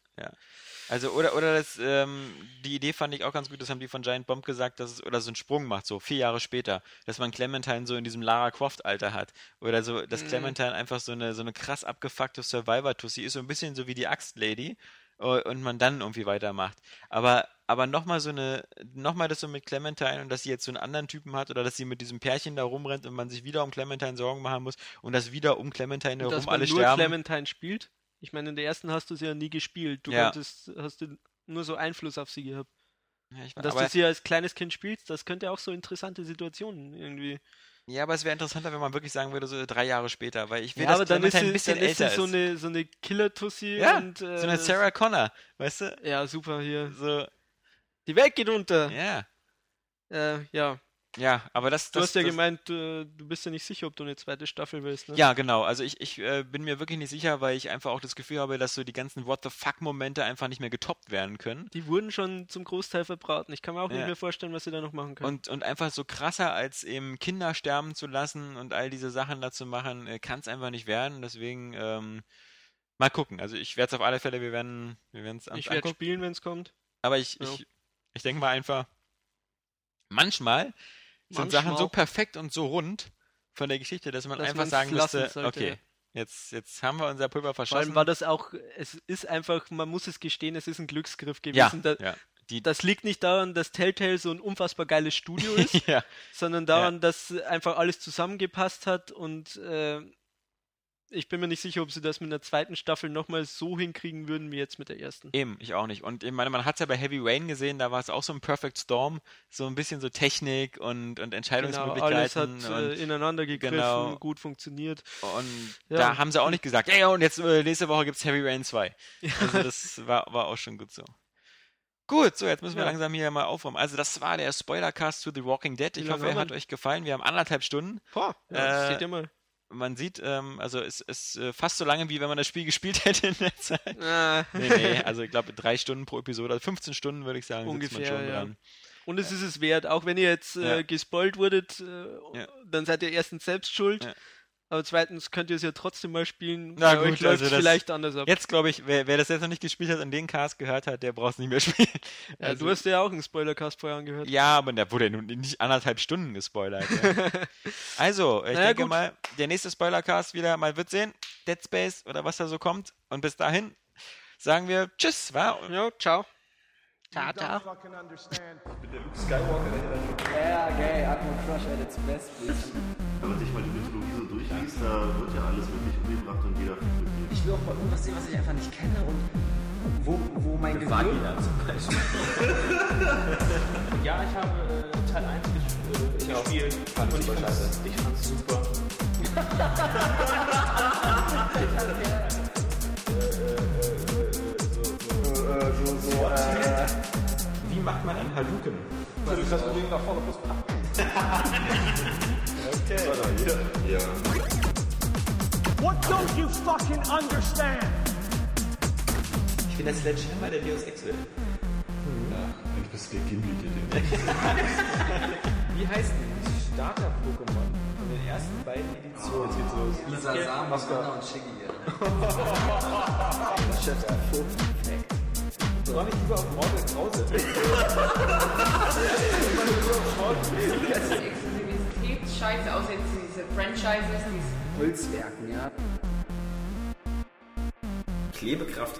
Speaker 3: Also, oder, oder das, ähm, die Idee fand ich auch ganz gut, das haben die von Giant Bomb gesagt, dass es, oder so einen Sprung macht, so vier Jahre später, dass man Clementine so in diesem Lara Croft-Alter hat. Oder so, dass
Speaker 4: Mhm.
Speaker 3: Clementine einfach so eine, so eine krass abgefuckte Survivor-Tussi ist, so ein bisschen so wie die Axt-Lady äh, und man dann irgendwie weitermacht. Aber, aber nochmal so eine, nochmal das so mit Clementine und dass sie jetzt so einen anderen Typen hat oder dass sie mit diesem Pärchen da rumrennt und man sich wieder um Clementine Sorgen machen muss und dass wieder um Clementine
Speaker 4: Und dass
Speaker 3: herum
Speaker 4: man
Speaker 3: alle
Speaker 4: nur
Speaker 3: sterben.
Speaker 4: Clementine spielt. Ich meine, in der ersten hast du sie ja nie gespielt. Du
Speaker 3: Ja.
Speaker 4: konntest, hast du nur so Einfluss auf sie gehabt.
Speaker 3: Ja, ich-
Speaker 4: Und dass
Speaker 3: aber-
Speaker 4: du sie als kleines Kind spielst, das könnte auch so interessante Situationen irgendwie.
Speaker 3: Ja, aber es wäre interessanter, wenn man wirklich sagen würde, so drei Jahre später, weil ich will,
Speaker 4: ja,
Speaker 3: dass
Speaker 4: aber dann ist
Speaker 3: Clementine
Speaker 4: sie,
Speaker 3: ein bisschen
Speaker 4: dann ist sie
Speaker 3: älter
Speaker 4: so eine, so eine Killer-Tussi
Speaker 3: ja,
Speaker 4: und äh,
Speaker 3: so eine Sarah Connor, weißt du?
Speaker 4: Ja, super hier.
Speaker 3: So,
Speaker 4: Die Welt geht unter.
Speaker 3: ja.
Speaker 4: Äh, ja.
Speaker 3: Ja, aber das.
Speaker 4: Du
Speaker 3: das,
Speaker 4: hast ja
Speaker 3: das,
Speaker 4: gemeint, äh, du bist ja nicht sicher, ob du eine zweite Staffel willst, ne?
Speaker 3: Ja, genau. Also ich, ich äh, bin mir wirklich nicht sicher, weil ich einfach auch das Gefühl habe, dass so die ganzen What the fuck-Momente einfach nicht mehr getoppt werden können.
Speaker 4: Die wurden schon zum Großteil verbraten. Ich kann mir auch
Speaker 3: Ja.
Speaker 4: nicht mehr vorstellen, was sie da noch machen können.
Speaker 3: Und, und einfach so krasser als eben Kinder sterben zu lassen und all diese Sachen da zu machen, äh, kann es einfach nicht werden. Deswegen ähm, mal gucken. Also ich werde es auf alle Fälle, wir werden wir es
Speaker 4: ich werde
Speaker 3: angucken.
Speaker 4: spielen, wenn es kommt.
Speaker 3: Aber ich,
Speaker 4: Ja.
Speaker 3: ich, ich denke mal einfach, manchmal sind Sachen so
Speaker 4: Manchmal.
Speaker 3: perfekt und so rund von der Geschichte, dass man
Speaker 4: Dass
Speaker 3: einfach
Speaker 4: man's
Speaker 3: sagen
Speaker 4: lassen
Speaker 3: müsste,
Speaker 4: sollte,
Speaker 3: okay,
Speaker 4: ja.
Speaker 3: jetzt, jetzt haben wir unser Pulver
Speaker 4: Vor
Speaker 3: verschossen.
Speaker 4: allem war das auch, es ist einfach, man muss es gestehen, es ist ein Glücksgriff
Speaker 3: ja,
Speaker 4: gewesen. Da,
Speaker 3: ja. Die,
Speaker 4: Das liegt nicht daran, dass Telltale so ein unfassbar geiles Studio ist,
Speaker 3: ja,
Speaker 4: sondern daran, dass einfach alles zusammengepasst hat und äh, ich bin mir nicht sicher, ob sie das mit einer zweiten Staffel nochmal so hinkriegen würden wie jetzt mit der ersten.
Speaker 3: eben, ich auch nicht. Und ich meine, man hat es ja bei Heavy Rain gesehen, da war es auch so ein Perfect Storm, so ein bisschen so Technik und, und
Speaker 4: Genau, alles hat
Speaker 3: Entscheidungsmöglichkeiten.
Speaker 4: äh, ineinander gegriffen,
Speaker 3: Genau.
Speaker 4: gut funktioniert.
Speaker 3: und und
Speaker 4: ja.
Speaker 3: da haben sie auch nicht gesagt, ja, ja, und jetzt äh, nächste Woche gibt es Heavy Rain 2. Also das war, war auch schon gut so. Gut, so jetzt müssen wir
Speaker 4: Ja.
Speaker 3: langsam hier mal aufräumen. Also das war der Spoilercast zu The Walking Dead.
Speaker 4: Wie
Speaker 3: Ich
Speaker 4: lange
Speaker 3: hoffe, er
Speaker 4: haben wir
Speaker 3: hat
Speaker 4: denn?
Speaker 3: euch gefallen. Wir haben anderthalb Stunden.
Speaker 4: Boah, ja, das
Speaker 3: Äh,
Speaker 4: steht ja mal.
Speaker 3: Man sieht, ähm, also es ist äh, fast so lange, wie wenn man das Spiel gespielt hätte in der Zeit. Nee, nee, also ich glaube drei Stunden pro Episode, also 15 Stunden würde ich sagen, sitzt
Speaker 4: Ungefähr,
Speaker 3: man schon
Speaker 4: ja.
Speaker 3: dran.
Speaker 4: Und es ist es wert, auch wenn ihr jetzt äh,
Speaker 3: Ja.
Speaker 4: gespoilt wurdet, äh,
Speaker 3: Ja.
Speaker 4: dann seid ihr erstens selbst schuld,
Speaker 3: Ja.
Speaker 4: aber zweitens könnt ihr es ja trotzdem mal spielen,
Speaker 3: Na
Speaker 4: bei
Speaker 3: gut,
Speaker 4: euch läuft
Speaker 3: also
Speaker 4: es
Speaker 3: das-
Speaker 4: vielleicht anders ab.
Speaker 3: Jetzt glaube ich, wer, wer das jetzt noch nicht gespielt hat und den Cast gehört hat, der braucht es nicht mehr spielen. Also
Speaker 4: ja, du hast ja auch einen Spoilercast vorher angehört.
Speaker 3: Ja, aber da wurde ja nun nicht anderthalb Stunden gespoilert. Ja. Also, ich
Speaker 4: Naja,
Speaker 3: denke
Speaker 4: gut.
Speaker 3: mal, der nächste Spoilercast wieder mal wird sehen. Dead Space oder was da so kommt. Und bis dahin sagen wir Tschüss, war
Speaker 4: Ja, ciao.
Speaker 5: Tata. Fucking understand.
Speaker 6: Yeah, okay, Admiral Crush at its best, bitch.
Speaker 7: Wenn man sich mal die Mythologie so durchliest, da wird ja alles wirklich umgebracht und jeder verfügt.
Speaker 6: Ich will auch mal irgendwas sehen, was ich einfach nicht kenne und wo, wo mein Gewinn... zum Beispiel.
Speaker 8: Ja, ich habe äh, Teil 1 ges äh, gespielt. und ich fand's, ich fand's super.
Speaker 3: Wie macht man einen Haluken?
Speaker 5: What don't you fucking understand?
Speaker 3: Ich bin der Sledgehammer der Deus Ex will.
Speaker 7: Eigentlich bist du der Gimli, der den
Speaker 6: Wie heißt denn das Starter-Pokémon von den ersten beiden Editionen? Lisa, Samus, Anna und Shiggy. Chef, Vogt-Effekt. Freue mich lieber auf Morbel Krause.
Speaker 9: Exklusivitätsscheiße, außer jetzt diese Franchises, diese
Speaker 6: Holzwerken, ja. Klebekraft